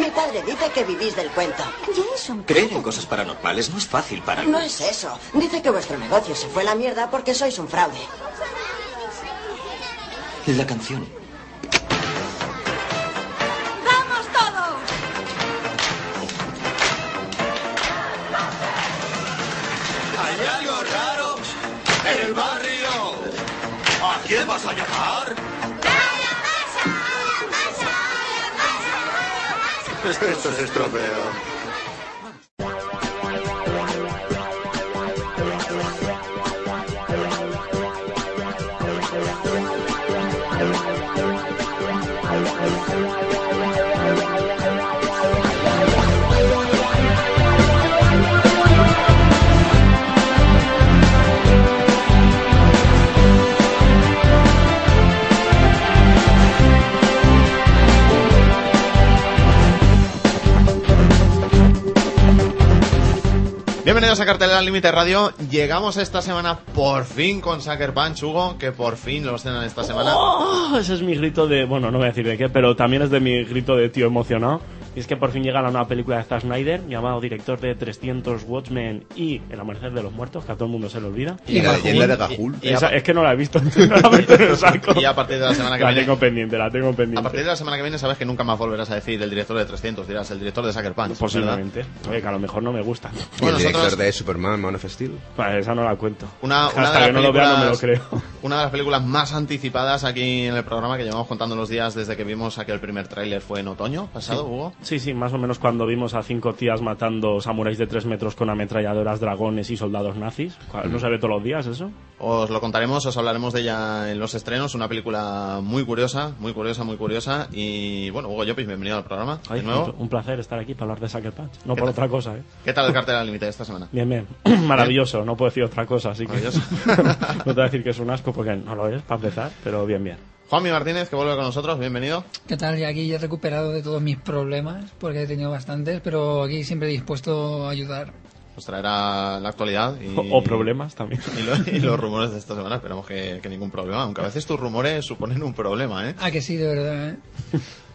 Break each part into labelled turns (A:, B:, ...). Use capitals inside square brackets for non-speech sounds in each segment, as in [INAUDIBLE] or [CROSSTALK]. A: Mi padre dice que vivís del cuento.
B: Jason,
C: Creer en cosas paranormales no es fácil para
A: No
C: mí.
A: es eso. Dice que vuestro negocio se fue a la mierda porque sois un fraude.
C: La canción.
D: ¡Vamos todos!
E: Hay algo raro en el barrio. ¿A quién vas a llamar? Esto es estropeo.
F: Bienvenidos a Cartelera al Límite Radio. Llegamos esta semana por fin con Sucker Punch, Hugo, que por fin lo estrenan esta semana.
G: ¡Oh! Ese es mi grito de. Bueno, no voy a decir de qué, pero también es de mi grito de tío emocionado. Y es que por fin llega la nueva película de Zack Snyder, llamado director de 300 Watchmen y El Amanecer de los Muertos, que a todo el mundo se le olvida.
F: Y
H: la
F: Gajul.
H: leyenda de Gajul.
F: Y- y
G: Esa-
F: a-
G: es que no la he visto, [LAUGHS] no la meto en el saco.
F: Y a partir de la semana que
G: La
F: viene-
G: tengo pendiente, la tengo pendiente.
F: A partir de la semana que viene sabes que nunca más volverás a decir el director de 300, dirás el director de Sucker Punch. ¿verdad?
G: Posiblemente. Oye, que a lo mejor no me gusta.
H: Y
F: Bueno,
H: el director
F: nosotros-
H: de Superman, Man of Steel.
G: Vale, esa no la cuento.
F: Una, una
G: Hasta
F: de las
G: que no lo vea no me lo
F: películas-
G: creo.
F: Una de las películas más anticipadas aquí en el programa que llevamos contando los días desde que vimos aquel primer tráiler fue en otoño pasado, Hugo.
G: Sí, sí, más o menos cuando vimos a cinco tías matando samuráis de tres metros con ametralladoras, dragones y soldados nazis. No se ve todos los días eso.
F: Os lo contaremos, os hablaremos de ella en los estrenos, una película muy curiosa, muy curiosa, muy curiosa. Y bueno, Hugo Llopis, bienvenido al programa.
G: Ay,
F: de nuevo.
G: Un, un placer estar aquí para hablar de Sucker Punch. No
F: ¿Qué
G: por
F: tal?
G: otra cosa, ¿eh?
F: ¿Qué tal el cartel al límite de
I: [LAUGHS]
F: esta semana?
G: Bien, bien. [CLEARS THROAT] Maravilloso, no puedo decir otra cosa, así que.
F: Maravilloso.
G: [LAUGHS] no te voy a decir que es un asco porque no lo es, para empezar, pero bien, bien.
F: Juanmi Martínez, que vuelve con nosotros, bienvenido.
J: ¿Qué tal? Ya aquí ya he recuperado de todos mis problemas, porque he tenido bastantes, pero aquí siempre dispuesto a ayudar.
F: Os traerá la actualidad
I: [LAUGHS]
F: y,
G: O, o problemas también. [LAUGHS]
F: Y, lo- y los rumores de esta semana, esperamos que, que ningún problema, aunque a veces tus rumores suponen un problema, ¿eh?
J: Ah, que sí, de verdad, ¿eh?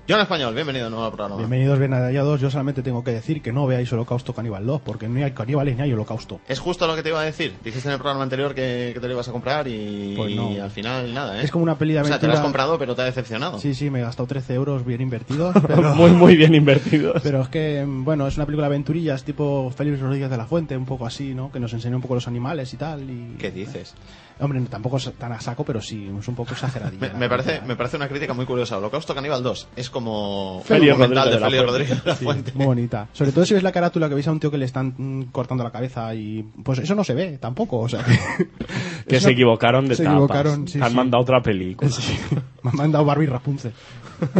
F: John Español, bienvenido de nuevo al programa.
I: Bienvenidos, bien hallados. Yo solamente tengo que decir que no veáis Holocausto Caníbal 2, porque ni hay caníbales ni hay holocausto.
F: Es justo lo que te iba a decir. Dijiste en el programa anterior que, que te lo ibas a comprar y,
I: Pues no.
F: y al final nada, ¿eh?
I: Es como una peli de
F: O sea, te lo has
I: aventura.
F: comprado, pero te ha decepcionado.
I: Sí, sí, me he gastado 13 euros bien
F: [LAUGHS]
I: invertidos, pero,
G: muy, muy bien invertidos.
I: pero es que, bueno, es una película de aventurillas tipo Félix Rodríguez de la Fuente, un poco así, ¿no? Que nos enseña un poco los animales y tal. Y...
F: ¿Qué dices?
I: Hombre, tampoco es tan a saco, pero sí, es un
F: [LAUGHS]
I: poco exageradilla.
F: Me,
I: la
F: me parece,
I: película.
F: me parece una crítica muy curiosa. Holocausto Caníbal 2 es como
G: Félix
F: un documental de
G: Rodríguez de la
F: Félix
G: Fuente.
F: Rodríguez de la
I: Sí,
F: Fuente.
I: muy bonita. Sobre todo si ves la carátula que veis a un tío que le están mm, cortando la cabeza y pues eso no se ve tampoco, o sea que,
G: [LAUGHS] Que
I: es
G: se
I: una-
G: equivocaron de
I: se
G: tapas.
I: equivocaron, sí,
G: Te han
I: sí.
G: mandado otra película.
I: [LAUGHS] Sí, me han mandado Barbie Rapunzel.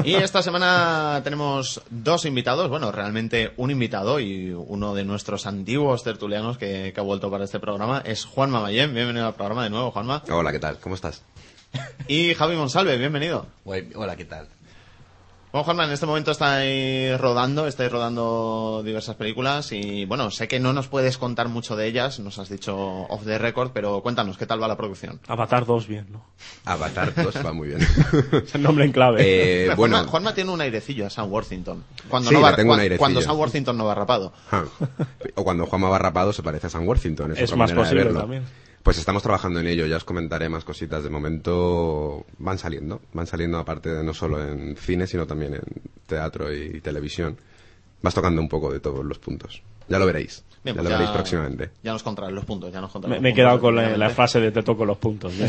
F: Y esta semana tenemos dos invitados, bueno, realmente un invitado y uno de nuestros antiguos tertulianos que, que ha vuelto para este programa es Juanma Mayén, bienvenido al programa de nuevo, Juanma.
H: Hola, ¿qué tal? ¿Cómo estás?
F: Y Javi Monsalve, bienvenido.
H: Hola, ¿qué tal?
F: Bueno, Juanma, en este momento estáis rodando, estáis rodando diversas películas y bueno, sé que no nos puedes contar mucho de ellas, nos has dicho off the record, pero cuéntanos, ¿qué tal va la producción?
G: Avatar 2, bien, ¿no?
H: Avatar 2 va
F: [LAUGHS]
H: muy bien.
G: Es el nombre en clave.
H: Eh,
F: Juanma-
H: bueno,
F: Juanma, tiene un airecillo a Sam Worthington. Cuando
H: Sí,
F: no va-
H: le tengo un
F: cuan-
H: airecillo.
F: cuando Sam Worthington no va rapado.
H: Ah. O cuando Juanma va rapado se parece a San Worthington. Es,
G: Es
H: otra
G: más
H: manera de
G: posible
H: verlo.
G: también.
H: Pues estamos trabajando en ello, ya os comentaré más cositas. De momento van saliendo, van saliendo aparte de no solo en cine, sino también en teatro y televisión. Vas tocando un poco de todos los puntos. Ya lo veréis.
F: Bien,
H: ya
F: pues
H: lo veréis próximamente.
F: Ya nos contarán los puntos, ya nos contarán
G: Me,
F: los
G: me he
F: puntos,
G: quedado con la, la
F: efectivamente.
G: frase de te toco los puntos. ¿ya?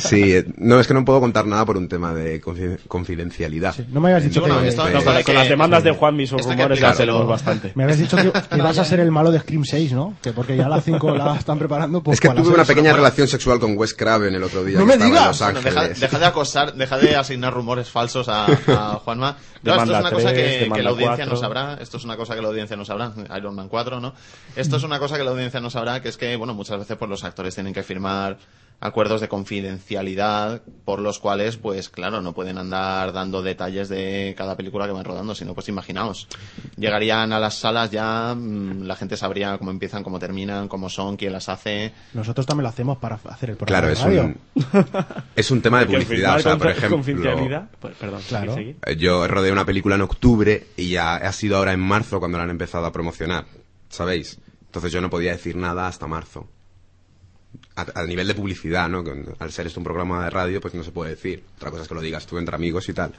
G: [LAUGHS]
H: Sí, eh, no, es que no puedo contar nada por un tema de confi- confidencialidad.
I: No me habías dicho
F: Bueno,
I: que,
F: esto-
H: eh,
G: No, con, con las demandas de Juan y sus
F: Esta que
G: rumores
F: aplica-
G: las tenemos bastante.
I: me habías
H: [LAUGHS]
I: dicho que, que vas a ser el malo de Scream 6, ¿no? Que porque ya a las 5 la están preparando. Pues,
H: Es que
I: para las
H: tuve una
I: seis.
H: pequeña relación sexual con Wes Craven el otro día.
I: ¡No
H: que
I: me
H: estaba en
I: digas!
H: Los
F: Ah, Bueno, deja,
H: Ángeles.
F: deja de acosar, deja de asignar rumores falsos a, a Juanma. No, esto
G: Demanda
F: es una cosa
G: tres,
F: que, que la
G: demanda
F: audiencia no
G: cuatro.
F: sabrá. Esto es una cosa que la audiencia no sabrá. Iron Man 4, ¿no? Esto es una cosa que la audiencia no sabrá, que es que, bueno, muchas veces pues, los actores tienen que firmar acuerdos de confidencialidad por los cuales, pues claro, no pueden andar dando detalles de cada película que van rodando, sino pues imaginaos, llegarían a las salas ya, mm, la gente sabría cómo empiezan, cómo terminan, cómo son, quién las hace,
I: Nosotros también lo hacemos para hacer el programa.
H: Claro,
I: de
H: es
I: radio.
H: un, [LAUGHS] es un tema de
G: Que
H: publicidad. O sea,
G: firmar
H: por
G: contra-
H: ejemplo,
G: confidencialidad. Pues, perdón,
I: Claro.
G: seguid, seguid.
H: eh, yo rodeé una película en octubre y ya ha sido ahora en marzo cuando la han empezado a promocionar. ¿Sabéis? Entonces yo no podía decir nada hasta marzo. A, a nivel de publicidad, ¿no? Con- Al ser esto un programa de radio, pues no se puede decir. Otra cosa es que lo digas tú entre amigos y tal.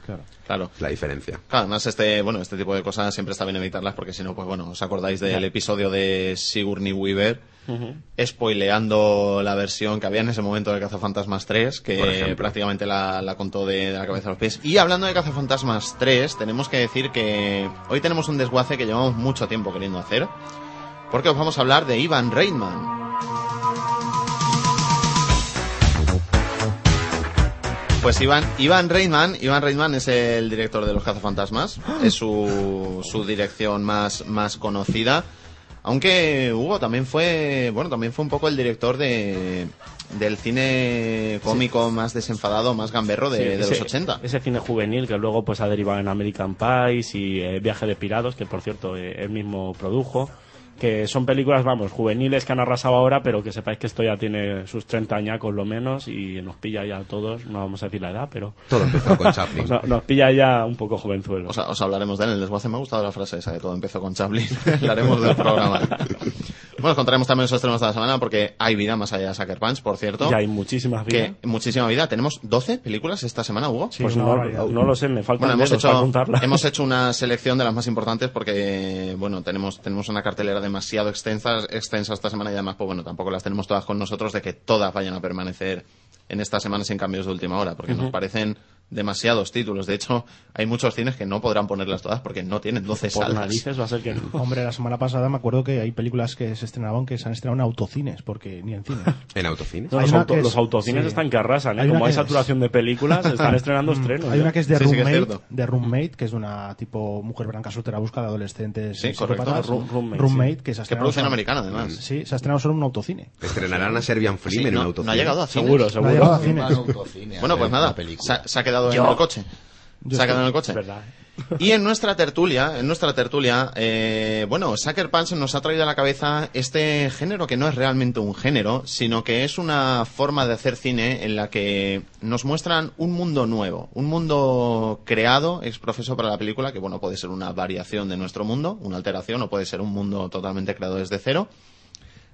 F: claro.
H: La diferencia.
F: Claro, además este, bueno, este tipo de cosas siempre está bien evitarlas porque si no, pues bueno, os acordáis del episodio de Sigourney Weaver spoileando la versión que había en ese momento de Cazafantasmas 3,
H: Por
F: que
H: ejemplo.
F: prácticamente la, la contó de, de la cabeza a los pies. Y hablando de Cazafantasmas 3, tenemos que decir que hoy tenemos un desguace que llevamos mucho tiempo queriendo hacer, porque os vamos a hablar de Ivan Reitman. Pues Iván, Iván Reitman, Iván Reitman es el director de Los Cazafantasmas, es su, su dirección más, más conocida, aunque Hugo también fue, bueno, también fue un poco el director de, del cine cómico más desenfadado, más gamberro de,
G: Sí,
F: de
G: ese-
F: los 80.
G: Ese cine juvenil que luego pues ha derivado en American Pies y eh, Viaje de Pirados, que por cierto eh, él mismo produjo. Que son películas, vamos, juveniles que han arrasado ahora, pero que sepáis que esto ya tiene sus 30 añacos lo menos y nos pilla ya a todos, no vamos a decir la edad, pero
H: Todo empezó con Chaplin.
G: no- nos pilla ya un poco jovenzuelos.
F: Os, os hablaremos de él en el desguace. Me ha gustado la frase esa de todo empezó con
G: [LAUGHS]
F: Chaplin. [LAUGHS] hablaremos del programa. bueno, os contaremos también los estrenos de la semana porque hay vida más allá de Sucker Punch, por cierto.
G: ya hay muchísimas vidas.
F: que muchísima vida. Tenemos 12 películas esta semana, Hugo.
G: Pues
I: una
G: no,
I: barbaridad.
G: no lo sé, me faltan
F: Bueno, hemos
G: dedos pues, para
F: hecho,
G: contarlas.
F: hemos hecho una selección de las más importantes porque, bueno, tenemos, tenemos una cartelera demasiado extensa, extensa esta semana y además, pues bueno, tampoco las tenemos todas con nosotros de que todas vayan a permanecer en esta semana sin cambios de última hora, porque nos parecen demasiados títulos. De hecho, hay muchos cines que no podrán ponerlas todas porque no tienen 12
G: Por
F: salas.
G: narices va a ser que no.
I: Hombre, la semana pasada me acuerdo que hay películas que se estrenaban que se han estrenado en autocines, porque ni en cine.
H: [LAUGHS] En autocines.
G: No,
I: Hay
G: los,
I: una
G: auto-
I: que es-
G: los autocines
I: sí.
G: están que arrasan, ¿eh?
I: Hay una
G: Como
I: que
G: hay
I: es-
G: saturación de películas, están estrenando estrenos.
I: Ah, mm, Hay
G: ya.
I: una que es de
F: Sí, sí que es
I: Roommate,
F: cierto.
I: de Roommate, que es de una tipo mujer blanca soltera busca de adolescentes.
F: Sí,
I: eh, psicópatas.
F: correcto, Room-
G: Roommate, sí.
I: que se ha
F: Que
I: estrenado
F: producen
I: solo-
F: americana, además.
I: Sí, se ha estrenado solo en un autocine.
H: Estrenarán a Serbian Film
F: Sí,
H: en un
F: no,
H: autocine.
F: no ha llegado a cines.
G: Seguro,
I: No ha llegado
G: seguro.
I: a cine.
F: Bueno, pues nada, se, ha- se ha quedado en el coche. Se ha quedado en el coche.
G: Es verdad.
F: Y en nuestra tertulia, en nuestra tertulia, eh, bueno, Sucker Punch nos ha traído a la cabeza este género que no es realmente un género, sino que es una forma de hacer cine en la que nos muestran un mundo nuevo, un mundo creado ex profeso para la película, que bueno, puede ser una variación de nuestro mundo, una alteración, o puede ser un mundo totalmente creado desde cero.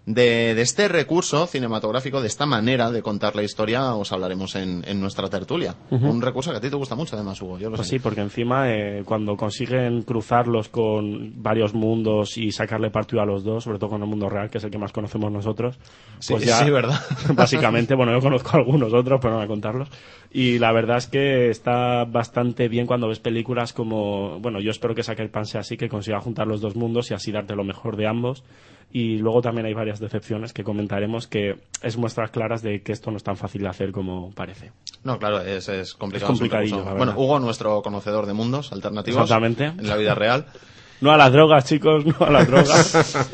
F: De, de este recurso cinematográfico, de esta manera de contar la historia, os hablaremos en, en nuestra tertulia. Un recurso que a ti te gusta mucho, además, Hugo. Yo lo
G: Pues
F: sé.
G: sí, porque encima eh, cuando consiguen cruzarlos con varios mundos y sacarle partido a los dos, sobre todo con el mundo real, que es el que más conocemos nosotros,
F: [LAUGHS] Sí,
G: pues ya
F: sí, ¿verdad?
G: [LAUGHS] básicamente, bueno, yo conozco algunos otros, pero no voy a contarlos. Y la verdad es que está bastante bien cuando ves películas como, bueno, yo espero que Sucker Punch sea así, que consiga juntar los dos mundos y así darte lo mejor de ambos. Y luego también hay varias decepciones que comentaremos que es muestras claras de que esto no es tan fácil de hacer como parece.
F: No, claro, es, es complicado.
G: Es complicadillo,
F: un recurso.
G: la
F: Bueno,
G: verdad.
F: Hugo, nuestro conocedor de mundos alternativos.
G: Exactamente.
F: En la vida real.
G: No a las drogas, chicos, no a
F: [LAUGHS]
G: las drogas.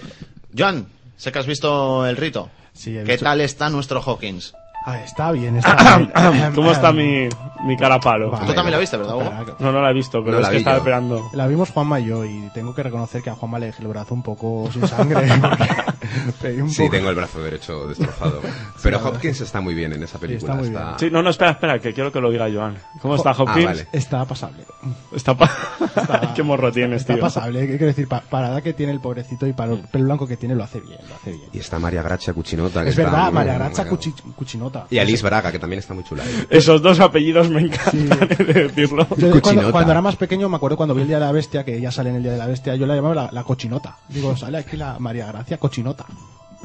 F: Joan, sé que has visto el rito.
I: Sí, he
F: ¿Qué
I: visto.
F: tal está nuestro Hawkins?
I: Ah, está
G: [LAUGHS]
I: bien, está bien.
G: [COUGHS] ¿Cómo está mi, mi cara palo?
I: Vale.
F: Tú también la viste, ¿verdad, Hugo?
I: Espera,
G: No, no la he visto, pero
H: No la
G: es que
H: vi
G: estaba
H: yo.
G: esperando.
I: La vimos Juanma y yo y tengo que reconocer que a Juanma le dejé el brazo un poco sin sangre. [LAUGHS] porque pedí un
H: Sí,
I: poco-
H: tengo el brazo derecho destrozado. Pero Hopkins está muy bien en esa
I: está
H: película.
I: muy
H: está-
G: Sí, no, no, espera, espera, que quiero que lo diga Joan. ¿Cómo está Hopkins?
H: Ah, vale.
I: Está
G: [LAUGHS]
I: pasable.
G: Está pa- Qué morro tienes,
I: Está
G: tío.
I: pasable. ¿eh? ¿Qué quiero decir? Pa- para la edad que tiene el pobrecito y para el pelo blanco que tiene, lo hace bien. Lo hace bien.
H: Y está María Gracia Cuchinota. que
I: Es
H: está
I: verdad,
H: muy-
I: María
H: muy
I: Gracha
H: marcado.
I: Cuchi- Cuchinota,
J: nota.
H: Y Alice Braga, que también está muy chula. ¿eh?
G: Esos dos apellidos me encantan, [LAUGHS] he de decirlo.
J: Yo cuando,
H: Cochinota.
J: cuando era más pequeño me acuerdo cuando vi el Día de la Bestia, que ya sale en el Día de la Bestia, yo la llamaba la, la cochinota. Digo, sale aquí la María Gracia cochinota.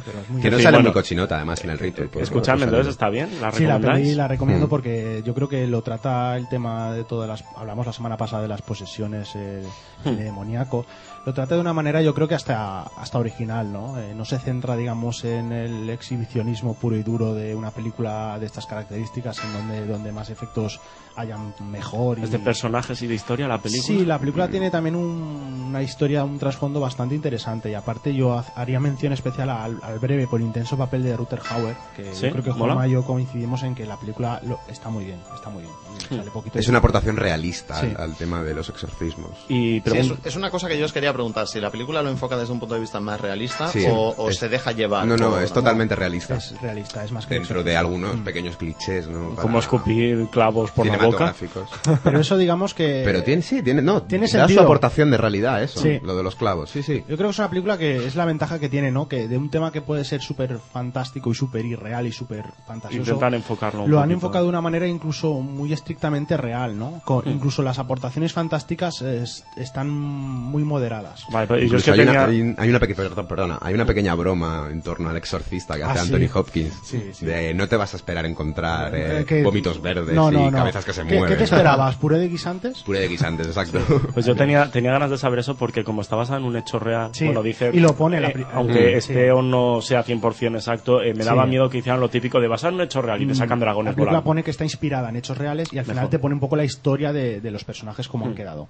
J: Pero es muy
H: Que no
G: Sí,
H: sale
G: bueno.
H: muy cochinota, además, en el rito. por-
G: Escuchadme,
H: por-
G: entonces está bien, la
J: Sí, la
G: recomendáis.
J: peli la
H: Mm.
J: recomiendo porque yo creo que lo trata el tema de todas las... Hablamos la semana pasada de las posesiones, eh,
H: Mm.
J: el demoníaco. Lo trata de una manera yo creo que hasta, hasta original, ¿no? Eh, no se centra, digamos, en el exhibicionismo puro y duro de una película de estas características en donde, donde más efectos hayan mejor. Y,
G: ¿Este Es de personajes y de historia la película.
J: Sí, la película tiene también un- una historia, un trasfondo bastante interesante y aparte yo haz- haría mención especial al, al breve por intenso papel de Ruther Hauer, que
G: Sí,
J: yo creo que
G: mola.
J: Juanma y yo coincidimos en que la película lo- está muy bien, está muy bien.
G: Hmm.
J: Sale poquito
H: Es una aportación realista al-
J: Sí.
H: al, tema de los exorcismos.
G: Y
F: Sí, es,
G: pregunto,
F: es una cosa que yo os quería preguntar, si la película lo enfoca desde un punto de vista más realista
H: Sí.
F: o, o
H: Es-
F: se deja llevar.
H: No, no,
F: por-
H: es totalmente realista.
J: es realista, es más que
H: Dentro de
J: exorcista.
H: algunos pequeños clichés, ¿no? Para-
G: como escupir clavos por la boca.
H: cinematográficos.
J: [LAUGHS] Pero eso digamos que
H: Pero tiene, sí, tiene, no,
J: Tiene
H: da
J: sentido.
H: su aportación de realidad eso,
J: Sí.
H: lo de los clavos, sí, sí.
J: Yo creo que es una película que es la ventaja que tiene, ¿no? Que de un tema que puede ser súper fantástico y súper irreal y súper fantasioso.
G: Intentan enfocarlo un
J: Lo han
G: poquito.
J: enfocado de una manera incluso muy estrictamente real, ¿no?
G: Mm.
J: Con- Incluso las aportaciones fantásticas es- están muy moderadas.
G: Vale, pero yo es
H: Incluso
G: que
H: hay,
G: tenía...
H: una, hay un- hay una peque- perdón, perdona, hay una pequeña broma en torno al exorcista que
J: Ah,
H: hace
J: sí.
H: Anthony Hopkins.
J: Sí, sí.
H: De no te vas a esperar encontrar eh,
J: Eh, que-
H: vómitos verdes
J: No, no,
H: y
J: no.
H: cabezas que se
J: ¿Qué-
H: mueven.
J: ¿Qué te
H: [LAUGHS]
J: esperabas? ¿Puré de guisantes?
H: Puré de guisantes, exacto.
G: Pues yo tenía, tenía ganas de saber eso porque como está basada en un hecho real,
J: Sí,
G: bueno, dice...
J: y lo pone la
G: eh,
J: pri-
G: aunque
J: Mm.
G: esté
J: sí.
G: o no sea 100% exacto, eh, me daba
J: Sí. Mm.
G: miedo que hicieran lo típico de basar en un hecho real y te sacan dragones
J: La película
G: volando.
J: pone que está inspirada en hechos reales y al final
G: Mejor. Mm.
J: te pone un poco la historia de, de los personajes como han quedado.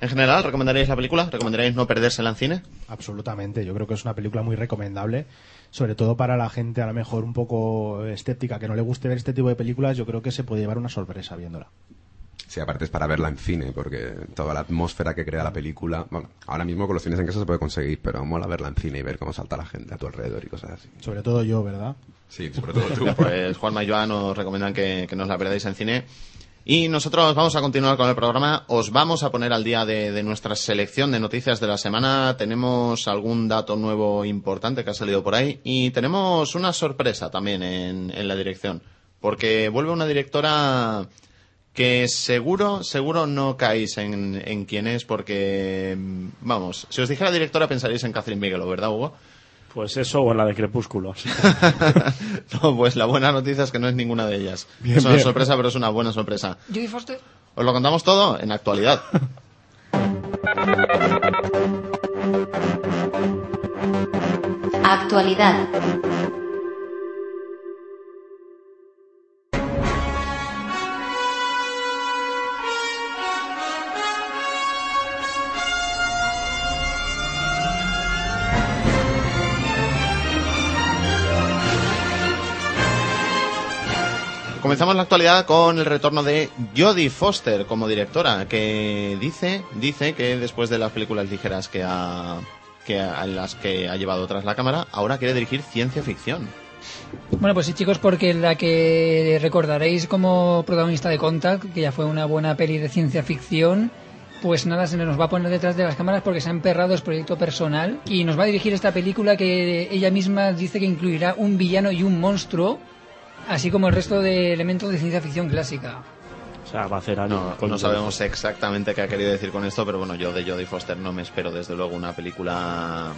F: En general, ¿recomendaríais la película? ¿Recomendaríais no perdérsela en cine?
J: Absolutamente, yo creo que es una película muy recomendable, sobre todo para la gente a lo mejor un poco escéptica, que no le guste ver este tipo de películas, yo creo que se puede llevar una sorpresa viéndola.
H: Sí, aparte es para verla en cine, porque toda la atmósfera que crea la película. Bueno, ahora mismo con los cines en casa se puede conseguir, pero mola verla en cine y ver cómo salta la gente a tu alrededor y cosas así.
J: Sobre todo yo, ¿verdad?
H: Sí, sobre todo tú.
F: Pues Juanma y Joan nos recomiendan que, que no os la perdáis en cine. Y nosotros vamos a continuar con el programa. Os vamos a poner al día de, de nuestra selección de noticias de la semana. Tenemos algún dato nuevo importante que ha salido por ahí. Y tenemos una sorpresa también en, en la dirección. Porque vuelve una directora que seguro, seguro no caéis en, en quién es. Porque, mm, vamos, si os dijera directora pensaríais en Catherine Bigelow, ¿verdad, Hugo?
G: Pues eso [LAUGHS] o en la de Crepúsculos.
F: [LAUGHS] No, pues la buena noticia es que no es ninguna de ellas.
J: Bien,
F: es una
J: bien.
F: sorpresa, pero es una buena sorpresa.
K: Jodie Foster.
F: Os lo contamos todo en
J: [LAUGHS]
F: actualidad.
L: Actualidad.
F: Comenzamos la actualidad con el retorno de Jodie Foster como directora, que dice, dice que después de las películas ligeras que ha, que ha- en las que ha llevado tras la cámara, ahora quiere dirigir ciencia ficción.
K: Bueno, pues sí, chicos, porque la que recordaréis como protagonista de Contact, que ya fue una buena peli de ciencia ficción, pues nada, se nos va a poner detrás de las cámaras porque se ha emperrado es proyecto personal y nos va a dirigir esta película que ella misma dice que incluirá un villano y un monstruo, así como el resto de elementos de ciencia ficción clásica.
G: O sea, va a hacer algo
F: No,
G: con-
F: no sabemos exactamente qué ha querido decir con esto, pero bueno, yo de Jodie Foster no me espero desde luego una película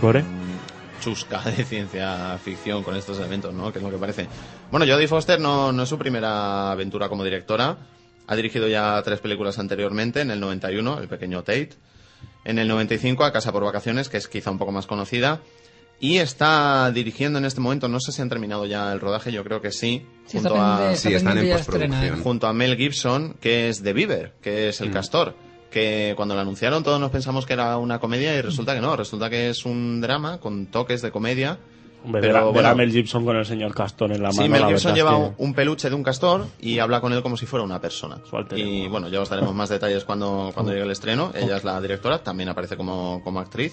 G: ¿Gore?
F: mm, chusca [LAUGHS] de ciencia ficción con estos elementos, ¿no? Que es lo que parece. Bueno, Jodie Foster no, no es su primera aventura como directora. Ha dirigido ya tres películas anteriormente, en el 91, El pequeño Tate. En el 95, A Casa por Vacaciones, que es quizá un poco más conocida. Y está dirigiendo en este momento, no sé si han terminado ya el rodaje, yo creo que sí.
K: Sí, está
F: junto a-
K: pendiente-
H: Sí, están
K: pendiente
H: en
K: ya de estrenar.
G: Mm.
H: postproducción.
F: junto a Mel Gibson, que es The Beaver, que es el castor. Que cuando lo anunciaron todos nos pensamos que era una comedia y resulta que no, resulta que es un drama con toques de comedia.
G: Hombre,
F: Pero
G: ver a- ver
F: bueno.
G: a Mel Gibson con el señor Castón en la mano.
F: sí, Mel
G: la
F: Gibson
G: verdad
F: lleva
G: es que-
F: un- un peluche de un castor y habla con él como si fuera una persona.
G: Su alter
F: Y
G: ego.
F: bueno, ya os daremos más detalles cuando, cuando llegue el estreno. Ella es la directora, también aparece como, como actriz.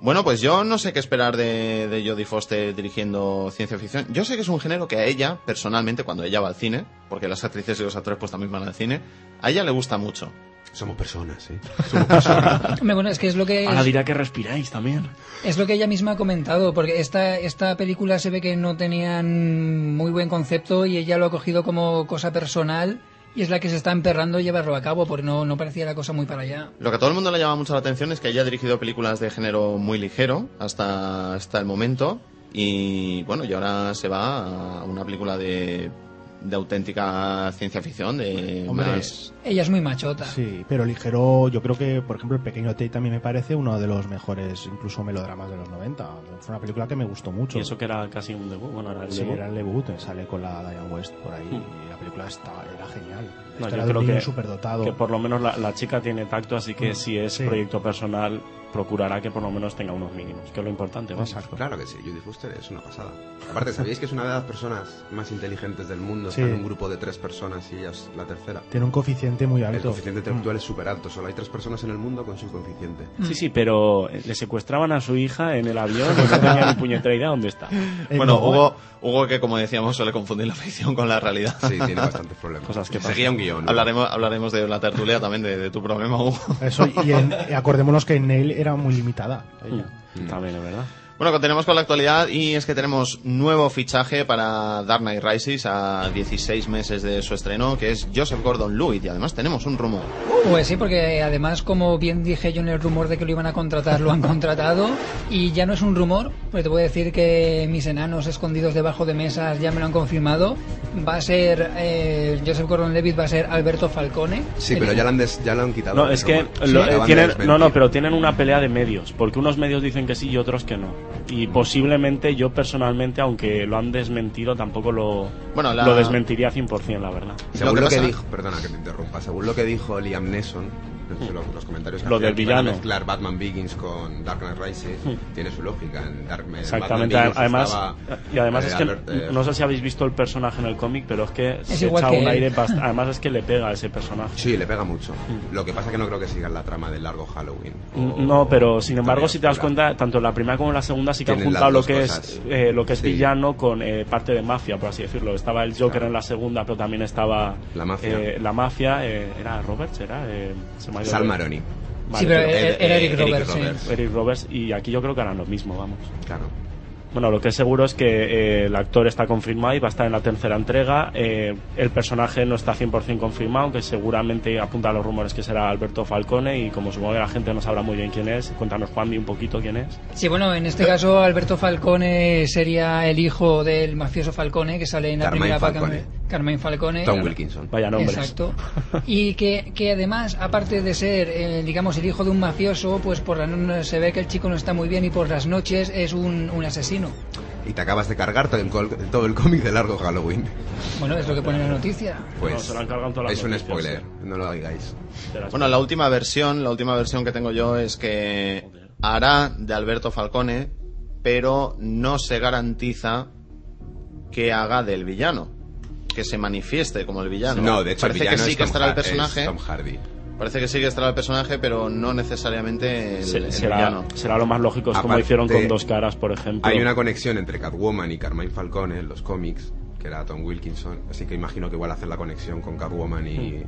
F: Bueno, pues yo no sé qué esperar de, de Jodie Foster dirigiendo ciencia ficción. Yo sé que es un género que a ella, personalmente, cuando ella va al cine, porque las actrices y los actores pues también van al cine, a ella le gusta mucho.
H: Somos personas, ¿eh? Somos personas.
J: Hombre, bueno, es que es lo que
G: Ahora
J: es,
G: dirá que respiráis también.
J: es lo que ella misma ha comentado, porque esta, esta película se ve que no tenían muy buen concepto y ella lo ha cogido como cosa personal y es la que se está emperrando llevarlo a cabo, porque no, no parecía la cosa muy para allá.
F: Lo que a todo el mundo le llama mucho la atención es que ella ha dirigido películas de género muy ligero hasta, hasta el momento. Y bueno, y ahora se va a una película de, de auténtica ciencia ficción, de
I: Hombre.
F: más-
J: Ella es muy machota.
I: Sí, pero ligero, yo creo que, por ejemplo, El Pequeño Tate también me parece uno de los mejores, incluso melodramas de los 90. Fue una película que me gustó mucho.
G: Y eso que era casi un debut. Bueno, era el
I: Sí,
G: debut.
I: era el debut, eh, sale con la Diane West por ahí y la película estaba, era genial.
G: Hmm. No,
I: Esto
G: yo
I: era de
G: creo
I: un niño
G: que-
I: superdotado.
G: Que por lo menos la, la chica tiene tacto, así que
I: Mm,
G: si es
I: sí.
G: proyecto personal, procurará que por lo menos tenga unos mínimos, que es lo importante. vamos.
I: Exacto.
H: Claro que sí, Judy Foster es una pasada. Aparte, ¿sabíais que es una de las personas más inteligentes del mundo? Está
I: Sí.
H: en un grupo de tres personas y ella es la tercera.
I: Tiene un coeficiente muy alto.
H: El coeficiente intelectual es súper alto. Solo hay tres personas en el mundo con su coeficiente.
G: Sí, sí, pero eh, le secuestraban a su hija en
I: [LAUGHS]
G: el avión y no tenía ni puñetera idea dónde está.
I: Eh,
F: Bueno,
I: no,
F: Hugo, Hugo, que como decíamos, suele confundir la ficción con la realidad. [LAUGHS]
H: Sí, tiene bastantes problemas.
G: Cosas que
H: Seguía un guión. ¿no?
F: Hablaremos, hablaremos de la tertulia también, de, de tu problema, Hugo. [LAUGHS]
I: Eso, y, en- y acordémonos que en Nail era muy limitada. ella.
G: Mm, También es verdad.
F: Bueno, continuamos con la actualidad y es que tenemos nuevo fichaje para Dark Knight Rises a 16 meses de su estreno, que es Joseph Gordon-Levitt. Y además tenemos un rumor.
J: Pues sí, porque eh, además, como bien dije yo en el rumor de que lo iban a contratar, lo han contratado. Y ya no es un rumor, pero te voy a decir que mis enanos escondidos debajo de mesas ya me lo han confirmado. Va a ser eh, Joseph Gordon-Levitt, va a ser Alberto Falcone.
H: Sí,
J: El-
H: pero ya la han, des- ya la han quitado.
G: No, es que
H: Pero
G: lo-
H: bueno, la
G: eh,
H: van a
G: tienen,
H: desmentir.
G: no, no, pero tienen una pelea de medios, porque unos medios dicen que sí y otros que no. Y posiblemente yo personalmente, aunque lo han desmentido, tampoco lo,
F: Bueno, la-
G: lo desmentiría 100%, la verdad.
H: Según
F: Lo
H: lo
F: que
H: que
F: pasa-
H: dijo, perdona que te interrumpa, según lo que dijo Liam Neeson, entre los, los comentarios que
G: Lo
H: hacía,
G: del
H: que iban a
G: villano. Hmm.
H: mezclar Batman Begins con Dark Knight Rises, tiene su lógica. En Dark en
G: Exactamente,
H: Batman Begins
G: además,
H: estaba,
G: y además
H: eh,
G: es que
H: Albert, eh,
G: no sé si habéis visto el personaje en el cómic, pero es que se
J: igual
G: echa
J: que
G: un
J: él.
G: aire
J: [LAUGHS]
G: bast- Además es que le pega a ese personaje.
H: Sí, le pega mucho. Lo que pasa que no creo que sigan la trama del largo Halloween. o-
G: No, pero sin embargo,
H: Todavía
G: si te das
H: oscura.
G: cuenta, tanto en la primera como en la segunda sí que han
H: Tienen
G: juntado
H: las
G: lo
H: dos
G: que, es,
H: cosas.
G: eh, lo que es
H: Sí.
G: villano con eh, parte de mafia, por así decirlo. Estaba el Joker
H: Claro.
G: en la segunda, pero también estaba
H: La mafia.
G: eh, la mafia eh, ¿Era Roberts? ¿Era? Eh, se me ha ido
H: Sal
G: el-
H: Maroni,
G: Vale,
J: Sí, pero
G: pero-
J: era- era Eric,
H: Eric
J: Roberts. sí.
H: Roberts.
G: Eric Roberts. Y aquí yo creo que harán lo mismo, vamos.
H: claro.
G: Bueno, lo que es seguro es que eh, el actor está confirmado y va a estar en la tercera entrega. Eh, el personaje no está 100% confirmado, aunque seguramente apunta a los rumores que será Alberto Falcone. Y como supongo que la gente no sabrá muy bien quién es, cuéntanos, Juanmi, un poquito quién es.
J: Sí, bueno, en este caso Alberto Falcone sería el hijo del mafioso Falcone que sale en la
H: Carmine
J: primera
H: Falcone.
J: Carmine Falcone.
H: Tom Wilkinson.
G: Vaya nombres.
J: Exacto. Y que, que además, aparte de ser, eh, digamos, el hijo de un mafioso, pues por la noche se ve que el chico no está muy bien y por las noches es un, un asesino.
H: Y te acabas de cargar todo el, col- todo el cómic de largo Halloween.
J: Bueno, es lo que pone en la noticia.
H: Pues
G: No, se lo han cargado en todas las
H: es un
G: noticias,
H: spoiler, no lo digáis.
G: De las-
F: Bueno, la última versión, la última versión que tengo yo es que hará de Alberto Falcone, pero no se garantiza que haga del villano, que se manifieste como el villano.
H: No, de hecho, el
F: parece que
H: villano
F: sí
H: es
F: que
H: Tom
F: estará el
H: Har- es
F: personaje,
H: Tom Hardy.
F: parece que sí que estará el personaje, pero no necesariamente el,
G: Se-
F: el
G: será,
F: villano.
G: será lo más lógico, es como
H: Aparte,
G: hicieron con dos caras, por ejemplo.
H: Hay una conexión entre Catwoman y Carmine Falcone en los cómics, que era Tom Wilkinson, así que imagino que igual hacen la conexión con Catwoman y...
G: Mm.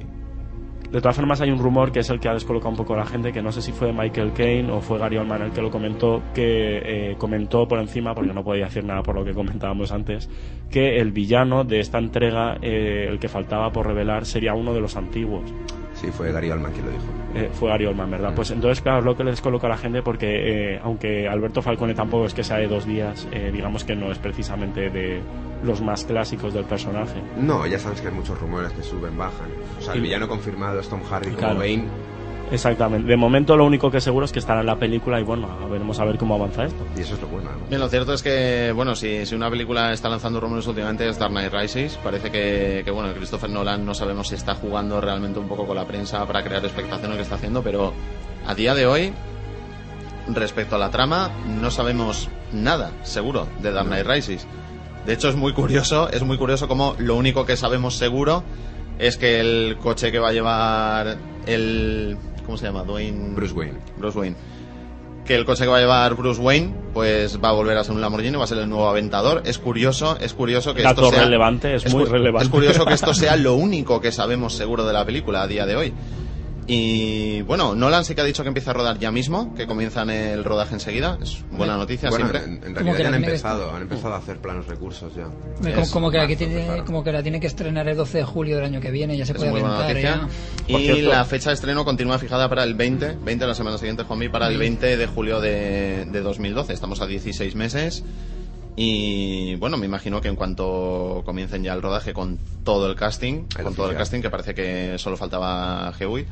G: De todas formas, hay un rumor que es el que ha descolocado un poco a la gente, que no sé si fue Michael Caine o fue Gary Oldman el que lo comentó, que eh, comentó por encima, porque no podía decir nada por lo que comentábamos antes, que el villano de esta entrega, eh, el que faltaba por revelar, sería uno de los antiguos.
H: Sí, fue Gary Oldman quien lo dijo.
G: Eh, fue Gary Oldman, ¿verdad? Pues entonces, claro, es lo que les coloca a la gente porque, eh, aunque Alberto Falcone tampoco es que sea de dos días, eh, digamos que no es precisamente de los más clásicos del personaje.
H: No, ya sabes que hay muchos rumores que suben, bajan. O sea, el villano confirmado es Tom Hardy como
G: Claro.
H: Bane.
G: Exactamente. De momento, lo único que seguro es que estará en la película y bueno, veremos a ver cómo avanza esto.
H: Y eso es lo bueno, además.
F: Bien, lo cierto es que, bueno, si, si una película está lanzando rumores últimamente es Dark Knight Rises. Parece que, que, bueno, Christopher Nolan no sabemos si está jugando realmente un poco con la prensa para crear expectación lo que está haciendo, pero a día de hoy, respecto a la trama, no sabemos nada, seguro, de Dark Knight Rises. De hecho, es muy curioso, es muy curioso como lo único que sabemos seguro es que el coche que va a llevar el... ¿Cómo se llama? Dwayne...
H: Bruce Wayne.
F: Bruce Wayne. Que el coche que va a llevar Bruce Wayne, pues va a volver a ser un Lamborghini, va a ser el nuevo Aventador. Es curioso, es curioso que
G: Dato
F: esto sea.
G: relevante, es muy
F: cu-
G: relevante. [LAUGHS]
F: Es curioso que esto sea lo único que sabemos seguro de la película a día de hoy. Y bueno, Nolan sí que ha dicho que empieza a rodar ya mismo, que comienzan el rodaje enseguida. Es buena noticia
H: Bueno,
F: siempre.
H: en, en
J: Como
H: realidad
J: que
H: ya han
J: la-
H: empezado, han empezado a hacer planos recursos ya.
J: Hombre, como,
F: Es
J: como que la
H: marzo,
J: que tiene,
H: claro.
J: como que la tiene que estrenar el 12 de julio del año que viene, ya se
F: Es
J: puede ¿eh?
F: muy buena
J: aventar.
F: noticia.
J: ya.
G: Por
F: Y
G: cierto-
F: la fecha de estreno continúa fijada para el 20, 20 de la semana siguiente, Juanmi, para
J: Mm.
F: el 20 de julio de, de 2012. Estamos a 16 meses. Y bueno, me imagino que en cuanto comiencen ya el rodaje con todo el casting,
H: El
F: con todo el
H: oficial.
F: casting, que parece que solo faltaba Huey,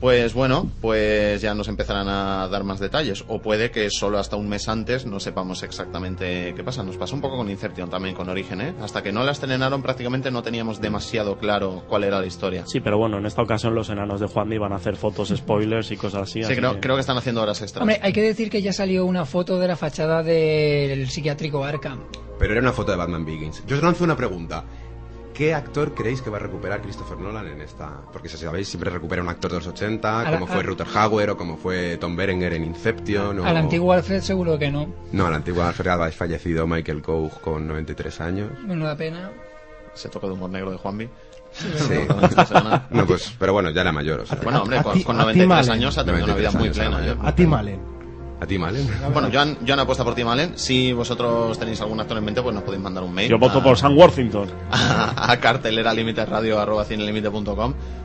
F: pues bueno, pues ya nos empezarán a dar más detalles. O puede que solo hasta un mes antes no sepamos exactamente qué pasa. Nos pasó un poco con Inception también, con Origen, ¿eh? Hasta que no la estrenaron prácticamente no teníamos demasiado claro cuál era la historia.
G: Sí, pero bueno, en esta ocasión los enanos de Juanmi van a hacer fotos, spoilers y cosas así.
F: Sí,
G: así
F: creo,
G: que-
F: creo que están haciendo horas extras.
J: Hombre, hay que decir que ya salió una foto de la fachada del psiquiátrico Arkham.
H: Pero era una foto de Batman Begins. Yo os lanzo una pregunta. ¿Qué actor creéis que va a recuperar Christopher Nolan en esta? Porque si sabéis, siempre recupera un actor de los 80,
J: Al-
H: como fue
J: al-
H: Ruther Hauer o como fue Tom Berenger en Inception. O...
J: Al antiguo Alfred seguro que no.
H: No, al antiguo Alfred Alba, fallecido Michael Cough con 93 años.
J: Menuda pena.
F: Se tocó de humor negro de Juanvi.
H: Sí.
F: Esta semana.
H: No, pues, pero bueno, ya era mayor, o sea.
F: Bueno, hombre,
I: A
F: con,
I: ti-
F: con
I: a ti,
F: 93
I: Malen.
F: años ha tenido una vida
H: 93
F: muy
H: años,
F: plena.
H: era mayor.
I: A ti, Malen.
H: A ti, Malen.
F: ¿eh? Bueno, Joan, Joan apuesta por ti, Malen. Si vosotros tenéis algún actor en mente, pues nos podéis mandar un mail.
G: Yo voto
F: a-
G: por Sam Worthington.
F: [LAUGHS] A, a cartelera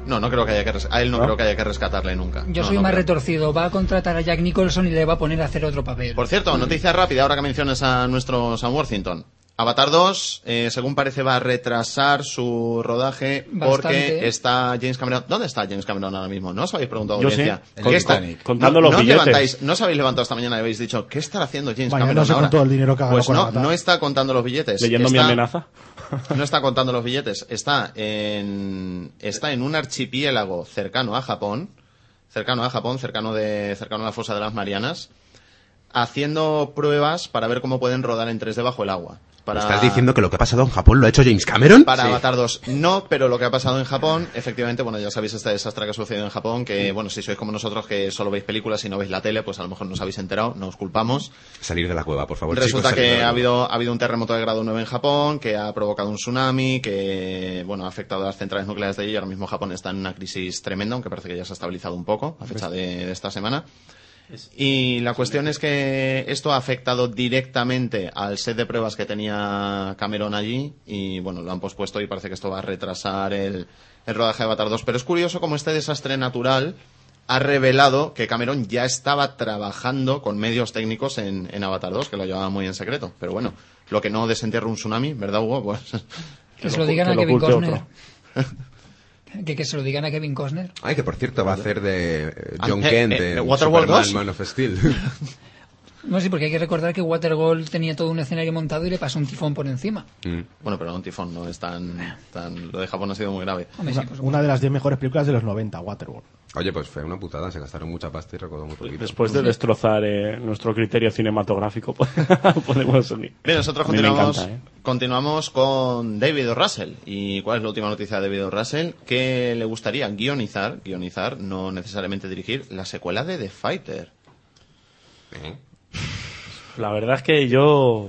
F: No, no creo que haya que res- a él no,
G: ¿No?
F: creo que haya que rescatarle nunca.
J: Yo
F: No,
J: soy
F: no
J: más
F: creo.
J: retorcido. Va a contratar a Jack Nicholson y le va a poner a hacer otro papel.
F: Por cierto,
I: Mm.
F: noticia rápida, ahora que mencionas a nuestro Sam Worthington. Avatar 2, eh, según parece, va a retrasar su rodaje
J: Bastante.
F: porque está James Cameron. ¿Dónde está James Cameron ahora mismo? No os habéis preguntado,
G: Yo
F: audiencia.
G: sí.
F: ¿Qué
E: En el
F: está-
E: Titanic.
G: Contando
F: no,
G: los
F: no os
G: billetes.
F: levantáis- no os habéis levantado esta mañana y habéis dicho, ¿qué estará haciendo James
I: Vaya,
F: Cameron
I: no sé con
F: ahora?
I: todo el dinero que ha ganado
F: pues
I: con
F: no,
I: Avatar.
F: no está contando los billetes.
G: Leyendo mi
F: Está-
G: amenaza.
F: no está contando los billetes, está en, está en un archipiélago cercano a Japón, cercano a Japón, cercano, de, cercano a la fosa de las Marianas, haciendo pruebas para ver cómo pueden rodar en tres debajo el agua. Para,
H: ¿Estás diciendo que lo que ha pasado en Japón lo ha hecho James Cameron?
F: para
H: Sí.
F: Avatar 2 no, pero lo que ha pasado en Japón, efectivamente, bueno, ya sabéis este desastre que ha sucedido en Japón, que bueno, si sois como nosotros que solo veis películas y no veis la tele, pues a lo mejor no os habéis enterado, no os culpamos.
H: Salir de la cueva, por favor.
F: Resulta
H: chicos, salir
F: que
H: de la
F: ha
H: cueva.
F: habido, ha habido un terremoto de grado 9 en Japón, que ha provocado un tsunami, que bueno, ha afectado a las centrales nucleares de allí y ahora mismo Japón está en una crisis tremenda, aunque parece que ya se ha estabilizado un poco a fecha de, de esta semana. Y la cuestión es que esto ha afectado directamente al set de pruebas que tenía Cameron allí y bueno, lo han pospuesto y parece que esto va a retrasar el, el rodaje de Avatar 2. Pero es curioso como este desastre natural ha revelado que Cameron ya estaba trabajando con medios técnicos en, en Avatar 2, que lo llevaba muy en secreto. Pero bueno, lo que no desentierra un tsunami, ¿verdad Hugo? [LAUGHS] Pues
J: que se
G: lo
J: lo digan
G: ocu-
J: a
G: que lo
J: Kevin
G: oculte
J: Costner.
G: otro.
J: [LAUGHS] que, que se lo digan a Kevin Costner.
H: Ay, que por cierto, va a hacer de eh, John
F: Eh,
H: Kent
F: eh,
H: en
F: Waterworld
H: Superman,
F: 2.
H: Man of Steel. [LAUGHS]
J: No sé, porque hay que recordar que Watergol tenía todo un escenario montado y le pasó un tifón por encima.
H: Mm.
F: bueno, pero un tifón no es tan, tan... Lo de Japón ha sido muy grave.
J: Hombre, sí,
I: Una,
J: por supuesto.
I: una de las 10 mejores películas de los 90, Waterworld.
H: Oye, pues fue una putada, se gastaron mucha pasta y recordó muy poquito.
G: Después de destrozar eh, nuestro criterio cinematográfico, [LAUGHS] podemos unir.
F: Bien, nosotros
G: A mí me
F: continuamos,
G: encanta,
H: ¿eh?
F: continuamos con David O. Russell. ¿Y cuál es la última noticia de David O. Russell? Que le gustaría guionizar, guionizar, no necesariamente dirigir, la secuela de The Fighter.
H: ¿Eh?
G: ¿eh? La verdad es que yo.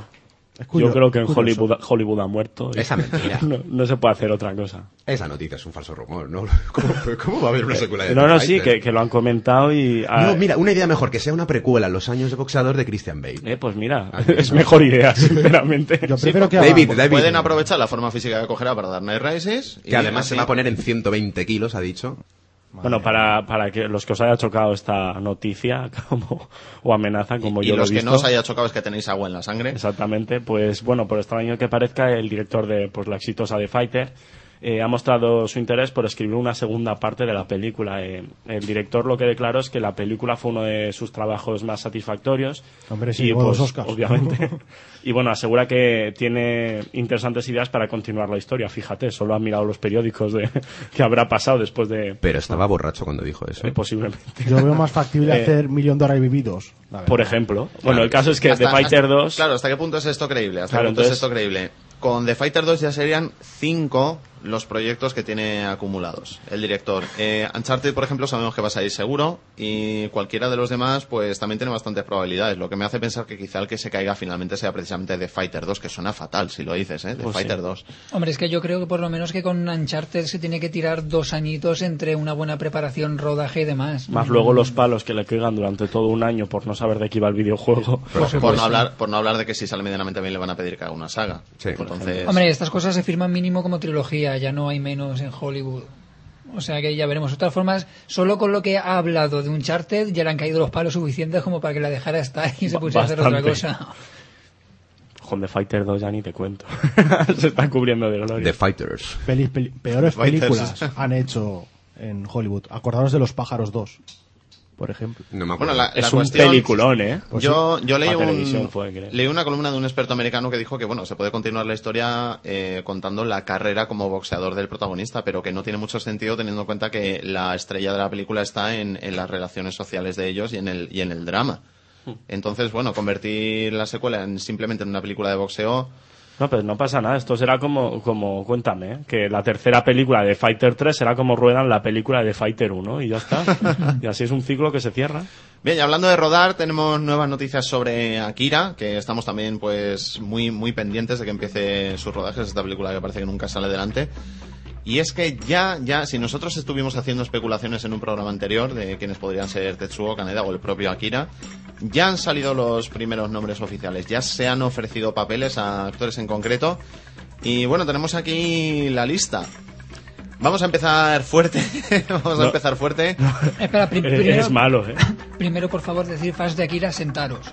I: Es curioso,
G: yo creo que en
I: curioso.
G: Hollywood, Hollywood ha muerto. y
H: Esa mentira.
G: [LAUGHS] No, no se puede hacer otra cosa.
H: Esa noticia es un falso rumor, ¿no? [LAUGHS] ¿Cómo, cómo va a haber una secuela
F: Eh,
H: de
G: No, no,
H: Fighter?
G: sí, que, que lo han comentado y. ah,
H: No, mira, una idea mejor, que sea una precuela, Los años de boxeador de Christian Bale.
G: eh, pues mira,
H: Ah, sí,
G: [LAUGHS] es
H: no.
G: mejor idea, sinceramente.
I: Yo prefiero que
H: David,
I: hagan-
H: David.
F: Pueden aprovechar la forma física que cogerá para dar Night Rises. y
H: Que además
F: así-
H: se va a poner en 120 kilos, ha dicho.
G: Bueno, para, para que los que os haya chocado esta noticia [LAUGHS] como, o amenaza, como
F: y
G: yo lo he
F: los que no
G: visto,
F: os haya chocado es que tenéis agua en la sangre.
G: Exactamente, pues bueno, por extraño que parezca, el director de pues, la exitosa de Fighter eh, ha mostrado su interés por escribir una segunda parte de la película. Eh, el director lo que declaró es que la película fue uno de sus trabajos más satisfactorios. pues,
I: Hombre, sí, ganó los Oscars. [LAUGHS]
G: Obviamente. y bueno, asegura que tiene interesantes ideas para continuar la historia. Fíjate, solo han mirado los periódicos de [LAUGHS] que habrá pasado después de.
H: Pero estaba borracho cuando dijo eso.
G: eh, posiblemente.
I: Yo veo más factible
G: [LAUGHS] Eh,
I: hacer Millón de Horas Vividos. la verdad.
G: Por ejemplo. Bueno, el caso es que The
F: Hasta-
G: Fighter
F: hasta-
G: 2.
F: Claro, ¿hasta qué punto es esto creíble? ¿Hasta
G: Claro,
F: qué punto
G: entonces-
F: es esto creíble? Con The Fighter 2 ya serían cinco los proyectos que tiene acumulados el director. Eh, Uncharted, por ejemplo, sabemos que va a salir seguro y cualquiera de los demás, pues también tiene bastantes probabilidades. Lo que me hace pensar que quizá el que se caiga finalmente sea precisamente The Fighter 2, que suena fatal si lo dices, ¿eh? The
G: Pues sí.
F: Fighter 2.
J: Hombre, es que yo creo que por lo menos que con Uncharted se tiene que tirar dos añitos entre una buena preparación, rodaje y demás.
G: Más luego los palos que le caigan durante todo un año por no saber de qué iba el videojuego.
F: Por, no hablar, por no hablar de que si sale medianamente bien le van a pedir cada una saga.
H: Sí.
F: Entonces,
J: Hombre, estas cosas se firman mínimo como trilogía, ya no hay menos en Hollywood. O sea que ya veremos. De todas formas, solo con lo que ha hablado de Uncharted ya le han caído los palos suficientes como para que la dejara estar [LAUGHS] y se
G: Ba-
J: pusiera a hacer otra
G: bastante.
J: cosa.
G: Con The Fighter 2 ya ni te cuento. [LAUGHS] Se está cubriendo de gloria.
H: The Fighters.
I: Peli- peli- peores
F: Fighters.
I: películas han hecho en Hollywood. Acordaros de Los pájaros 2, por ejemplo.
H: No me acuerdo.
F: bueno, la, la
G: es un
F: cuestión-
G: peliculón, ¿eh?
I: Pues
F: yo, yo leí,
G: Para
F: un-
G: televisión fue, creo.
F: leí una columna de un experto americano que dijo que bueno se puede continuar la historia eh, contando la carrera como boxeador del protagonista, pero que no tiene mucho sentido teniendo en cuenta que la estrella de la película está en, en las relaciones sociales de ellos y en el, y en el drama. Entonces, bueno, convertir la secuela en simplemente en una película de boxeo,
G: No, pero no pasa nada. Esto será como, como cuéntame, ¿eh? que la tercera película de Fighter 3 será como ruedan la película de Fighter 1 y ya
J: [LAUGHS]
G: está. y así es un ciclo que se cierra.
F: Bien, y hablando de rodar, tenemos nuevas noticias sobre Akira, que estamos también pues muy muy pendientes de que empiece sus rodajes, esta película que parece que nunca sale adelante. Y es que ya, ya, si nosotros estuvimos haciendo especulaciones en un programa anterior de quienes podrían ser Tetsuo Kaneda o el propio Akira, ya han salido los primeros nombres oficiales, ya se han ofrecido papeles a actores en concreto. Y bueno, tenemos aquí la lista. Vamos a empezar fuerte, [LAUGHS] vamos a
G: No.
F: empezar fuerte.
J: Eh, Espera,
I: [LAUGHS]
J: pri-
G: Eres
J: primero,
G: malo, ¿eh?
J: primero, por favor, decir fans de Akira, sentaros.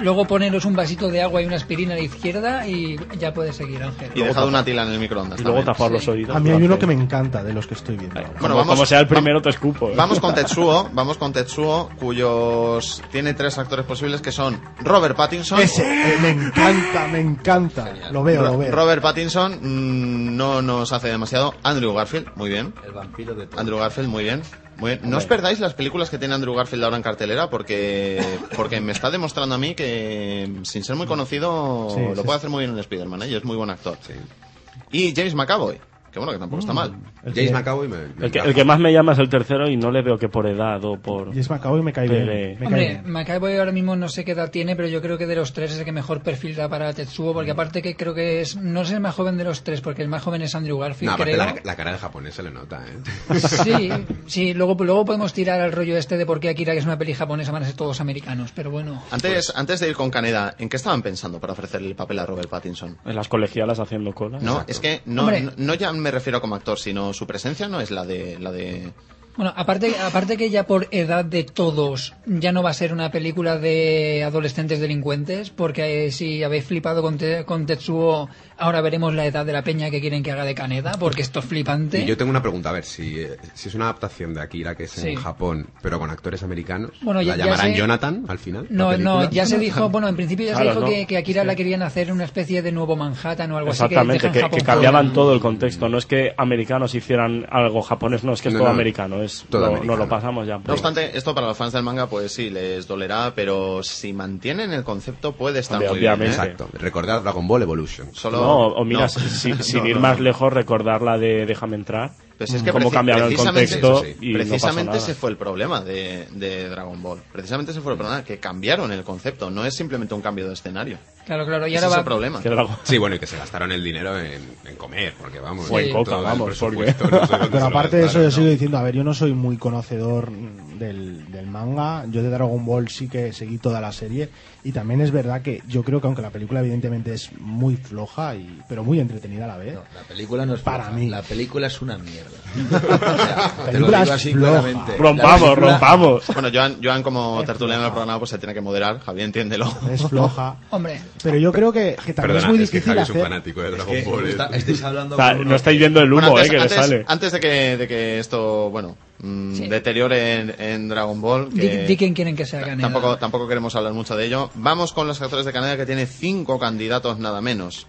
J: Luego poneros un vasito de agua y una aspirina a la izquierda y ya puedes seguir, Ángel.
F: Y dejado una tila en el microondas.
G: Y luego
F: también.
G: tapar los
J: Sí.
G: oídos.
I: A mí hay uno
G: durante-
I: que me encanta de los que estoy viendo. ahora.
F: Bueno,
G: como,
F: vamos-
G: como sea el
F: va-
G: primero, te escupo. ¿eh?
F: Vamos con Tetsuo, vamos con Tetsuo, cuyos tiene tres actores posibles que son Robert Pattinson.
I: Ese, eh, me encanta, me encanta. Lo veo,
F: Ro-
I: lo veo.
F: Robert Pattinson mm, no nos hace demasiado. Andrew Garfield, muy bien.
B: El vampiro de todo.
F: Andrew Garfield, muy bien. Muy bien. No os perdáis las películas que tiene Andrew Garfield ahora en cartelera porque, porque me está demostrando a mí que, sin ser muy conocido,
I: Sí, sí,
F: lo puede
I: sí.
F: hacer muy bien en Spider-Man ¿eh? y es muy buen actor. Y James McAvoy, que bueno, que tampoco
I: Mm.
F: está mal.
I: El
H: James
I: que-
H: McAvoy me, me
G: El que,
H: encaja.
G: el que más me llama es el tercero y no le veo que por edad o por...
I: James McAvoy me cae
G: Pele.
I: bien. Me cae
J: Hombre,
I: bien.
J: McAvoy ahora mismo no sé qué edad tiene, pero yo creo que de los tres es el que mejor perfil da para Tetsuo,
H: Mm.
J: porque aparte que creo que es, no es el más joven de los tres, porque el más joven es Andrew Garfield,
H: No, aparte
J: creo.
H: la, la cara del japonés se le nota, ¿eh?
J: Sí, sí, luego, luego podemos tirar al rollo este de por qué Akira, que es una peli japonesa, van a ser todos americanos, pero bueno.
B: Pues
F: Antes, antes de ir con Caneda, ¿en qué estaban pensando para ofrecerle el papel a Robert Pattinson?
G: En las colegialas haciendo cola.
F: No, es que no,
J: Hombre.
F: no, no ya me refiero como actor, sino su presencia no es la de la de
J: Bueno, aparte, aparte que ya por edad de todos ya no va a ser una película de adolescentes delincuentes, porque eh, si habéis flipado con, Te- con Tetsuo, ahora veremos la edad de la peña que quieren que haga de Caneda, porque esto es flipante.
H: Y yo tengo una pregunta, a ver, si, eh, si es una adaptación de Akira que es
J: Sí.
H: en Japón, pero con actores americanos,
J: Bueno, ya-
H: ¿la
J: ya
H: llamarán
J: sé-
H: Jonathan al final? la
J: No,
H: película? Ah,
J: no, ya se dijo, bueno, en principio ya
G: Claro,
J: se dijo
G: no.
J: que, que Akira la querían hacer en una especie de nuevo Manhattan o algo así.
G: Exactamente,
J: dejan
G: que,
J: Japón
G: que cambiaban
J: fuera.
G: todo el contexto. No es que americanos hicieran algo japonés, no, es que es
H: No,
G: todo
H: no,
G: americano. Es,
H: todo
G: lo-
H: americano.
G: Nos lo pasamos ya.
F: No obstante, esto para los fans del manga pues sí les dolerá, pero si mantienen el concepto puede estar
G: Hombre,
F: muy bien. ¿eh?
G: obviamente.
H: Exacto. Recordad Dragon Ball Evolution.
F: Solo
G: No, o mira,
F: no.
G: si- si-
F: [LAUGHS] No,
G: sin
F: no,
G: ir
F: no.
G: más lejos, recordar la de Déjame entrar.
F: Pues es que
G: cómo
F: preci-
G: cambiaron el
F: precisamente-
G: contexto
H: eso sí.
G: y no pasó
F: precisamente
G: nada.
F: ese fue el problema de, de Dragon Ball. Precisamente ese fue el problema, que cambiaron el concepto, no es simplemente un cambio de escenario.
J: Claro, claro, y
F: Ese es
J: ahora
F: el
J: va.
F: problema.
G: Que era algo-
H: Sí, bueno, y que se gastaron el dinero en, en comer, porque vamos...
J: O en
H: eh,
G: coca,
H: todo el
G: vamos,
H: presupuesto,
G: porque-
H: no sé dónde se
I: Pero
H: lo
I: aparte de eso,
H: gastaron,
I: yo
H: ¿no?
I: sigo diciendo, a ver, yo no soy muy conocedor mm, del, del manga, yo de Dragon Ball sí que seguí toda la serie y también es verdad que yo creo que aunque la película evidentemente es muy floja, y, pero muy entretenida a la vez,
B: No, la película no es
I: ¿Eh? Para
B: floja,
I: mí.
B: La película es una mierda.
I: [LAUGHS]
B: O sea, te lo digo
I: Película es
B: así
I: floja.
B: claramente. La
G: Rompamos,
B: película-
G: rompamos.
F: [LAUGHS] Bueno, Joan, Joan
J: Eh.
F: como tertuliano del programa pues se tiene que moderar, Javier,
G: [LAUGHS]
F: entiéndelo.
I: es floja.
J: Hombre,
I: Pero yo creo que, que también
H: Perdona,
I: es muy
H: es que
I: difícil
H: Javi es un
I: hacer...
H: fanático de
B: Es
H: Dragon
B: que
H: Ball. ¿eh?
B: está- estáis hablando
G: O sea,
B: con uno-
G: no estáis viendo el humo,
F: Bueno,
G: eh, que le
F: antes,
G: sale.
F: antes de, que, de que esto, bueno, mm,
J: Sí.
F: deteriore en, en Dragon Ball,
J: di,
F: que
J: di quién quieren que sea Caneda.
F: tampoco, tampoco queremos hablar mucho de ello, vamos con los actores de Canadá que tiene cinco candidatos nada menos.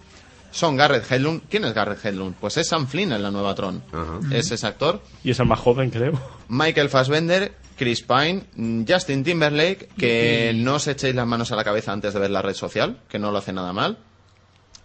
F: Son Garrett Hedlund. ¿Quién es Garrett Hedlund? Pues es Sam Flynn en la nueva Tron.
H: Ajá.
F: Es ese actor.
G: Y es el más joven, creo.
F: Michael Fassbender, Chris Pine, mm, Justin Timberlake, que no os echéis las manos a la cabeza antes de ver la red social, que no lo hace nada mal.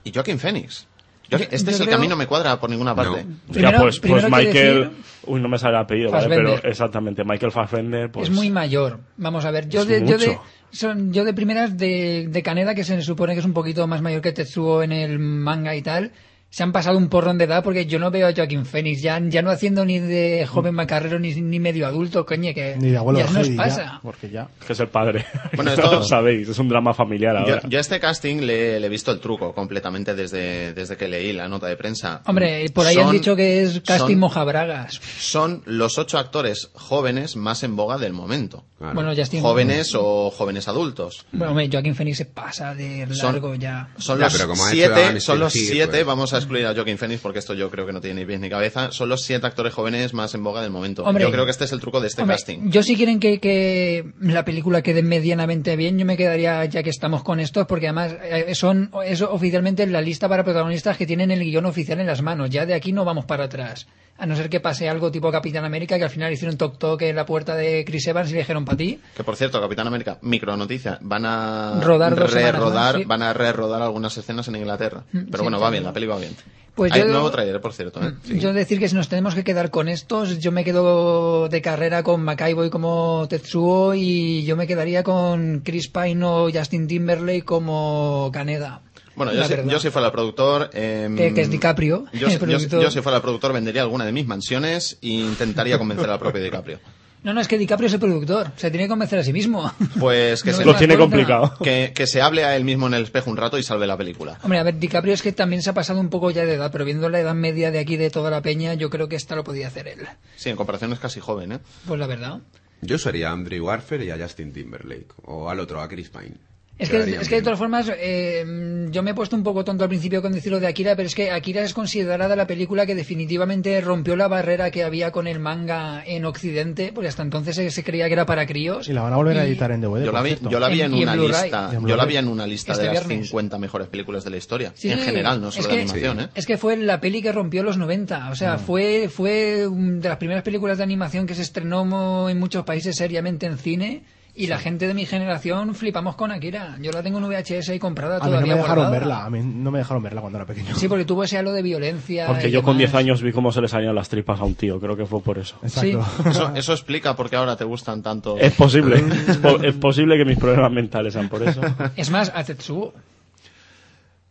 F: Y Joaquin Phoenix. Yo- este es
J: yo
F: el
J: creo-
F: que a mí no me cuadra por ninguna parte.
G: ya, pues, pues
J: primero hay que
G: Michael.
J: decir-
G: Uy, no me sale el apellido, ¿vale?
J: Fassbender.
G: Pero exactamente, Michael Fassbender. Pues,
J: es muy mayor. Vamos a ver, yo
G: Es
J: de, yo de,
G: mucho.
J: son- yo de primeras de, de Kaneda, que se supone que es un poquito más mayor que Tetsuo en el manga y tal, se han pasado un porrón de edad porque yo no veo a Joaquín Phoenix ya, ya no haciendo ni de joven macarrero ni, ni medio adulto, coñe, que
I: Mm. Ni de abuelo
J: ya
I: de
J: nos
I: Heidi, ya,
J: pasa.
I: porque ya.
G: que es el padre. [LAUGHS]
F: Bueno,
G: Ya
F: de todo-
G: lo sabéis, es un drama familiar
F: Yo,
G: ahora.
F: yo a este casting le, le he visto el truco completamente desde, desde que leí la nota de prensa. Mm,
J: Hombre, por ahí
F: Son-
J: han dicho que es casting
F: son-
J: mojabragas.
F: Son los ocho actores jóvenes más en boga del momento.
J: Bueno, Justin-
F: Jóvenes o jóvenes adultos.
J: Bueno, hombre, Joaquín Phoenix se pasa de
F: Son-
J: largo ya.
F: Son
H: Ya,
F: los
H: pero como ha hecho
F: siete,
H: Adam
F: son los
H: Steel Heat,
F: siete
H: pues.
F: vamos a excluir a Joaquin Phoenix porque esto yo creo que no tiene ni pies ni cabeza, son los siete actores jóvenes más en boga del momento.
J: Hombre.
F: yo creo que este es el truco de este
J: Hombre,
F: casting.
J: Yo si quieren que, que la película quede medianamente bien, yo me quedaría ya que estamos con estos, porque además eh, son es oficialmente la lista para protagonistas que tienen el guión oficial en las manos. Ya de aquí no vamos para atrás. A no ser que pase algo tipo Capitán América, que al final hicieron toc toc en la puerta de Chris Evans y le dijeron para ti.
F: Que por cierto, Capitán América, micro noticia, van a
J: Rodar dos semanas
F: re-rodar,
J: más, sí.
F: van a re-rodar algunas escenas en Inglaterra.
J: Mm,
F: Pero
J: sí,
F: bueno, va
J: sí.
F: bien, la peli va bien.
J: Pues
F: Hay
J: yo-
F: nuevo trailer, por cierto. ¿eh?
J: Mm, Yo decir que si nos tenemos que quedar con estos, yo me quedo de carrera con Makaiboy como Tetsuo y yo me quedaría con Chris Pine o Justin Timberlake como Caneda.
F: Bueno, yo
J: La
F: si,
J: verdad.
F: yo si fuera el productor... em,
J: Que- que es DiCaprio,
F: Yo,
J: el
F: si- yo si-
J: productor.
F: yo si fuera el productor vendería alguna de mis mansiones e intentaría convencer al propio DiCaprio.
J: No, no, es que DiCaprio es el productor. Se tiene que convencer a sí mismo.
F: Pues que
J: [LAUGHS] No
F: se
J: me Lo tiene importa. complicado.
F: Que, que se hable a él mismo en el espejo un rato y salve la película.
J: Hombre, a ver, DiCaprio es que también se ha pasado un poco ya de edad, pero viendo la edad media de aquí de toda la peña, yo creo que esta lo podía hacer él.
F: Sí, en comparación es casi joven, ¿eh?
J: Pues la verdad.
H: Yo sería a Andrew Warfare y a Justin Timberlake. O al otro, a Chris Pine.
J: Es que,
H: Quedarían
J: es que de
H: bien.
J: todas formas, eh, yo me he puesto un poco tonto al principio con decirlo de Akira, pero es que Akira es considerada la película que definitivamente rompió la barrera que había con el manga en Occidente, porque hasta entonces se, se creía que era para críos.
I: Y la van a volver a
J: Y-
I: editar en DVD.
F: Yo la
I: por
F: vi,
I: cierto.
F: yo la vi en,
J: Y en
F: una
J: Blu-ray.
F: lista,
I: Y en
F: yo la
I: Blu-ray.
F: vi en una lista
J: Este
F: de las
J: viernes.
F: 50 mejores películas de la historia,
J: Sí,
F: en
J: sí.
F: general, no solo
J: que-
F: de animación, ¿eh? Mm.
J: Es que fue la peli que rompió los 90. O sea, fue, fue mm, de las primeras películas de animación que se estrenó mo- en muchos países seriamente en cine. Y la gente de mi generación flipamos con Akira. Yo la tengo en VHS ahí comprada
I: A mí no
J: todavía.
I: me dejaron
J: guardada.
I: verla, a mí no me dejaron verla cuando era pequeño.
J: Sí, porque tuvo ese halo de violencia.
G: Porque
J: y
G: yo con
J: demás.
G: 10 años vi cómo se le salían las tripas a un tío, creo que fue por eso.
I: Exacto.
J: [LAUGHS]
F: Eso, eso explica por qué ahora te gustan tanto.
J: Eh.
G: Es posible, es, po- es posible que mis problemas mentales sean por
F: [LAUGHS]
G: eso.
J: Es más, a Tetsuo.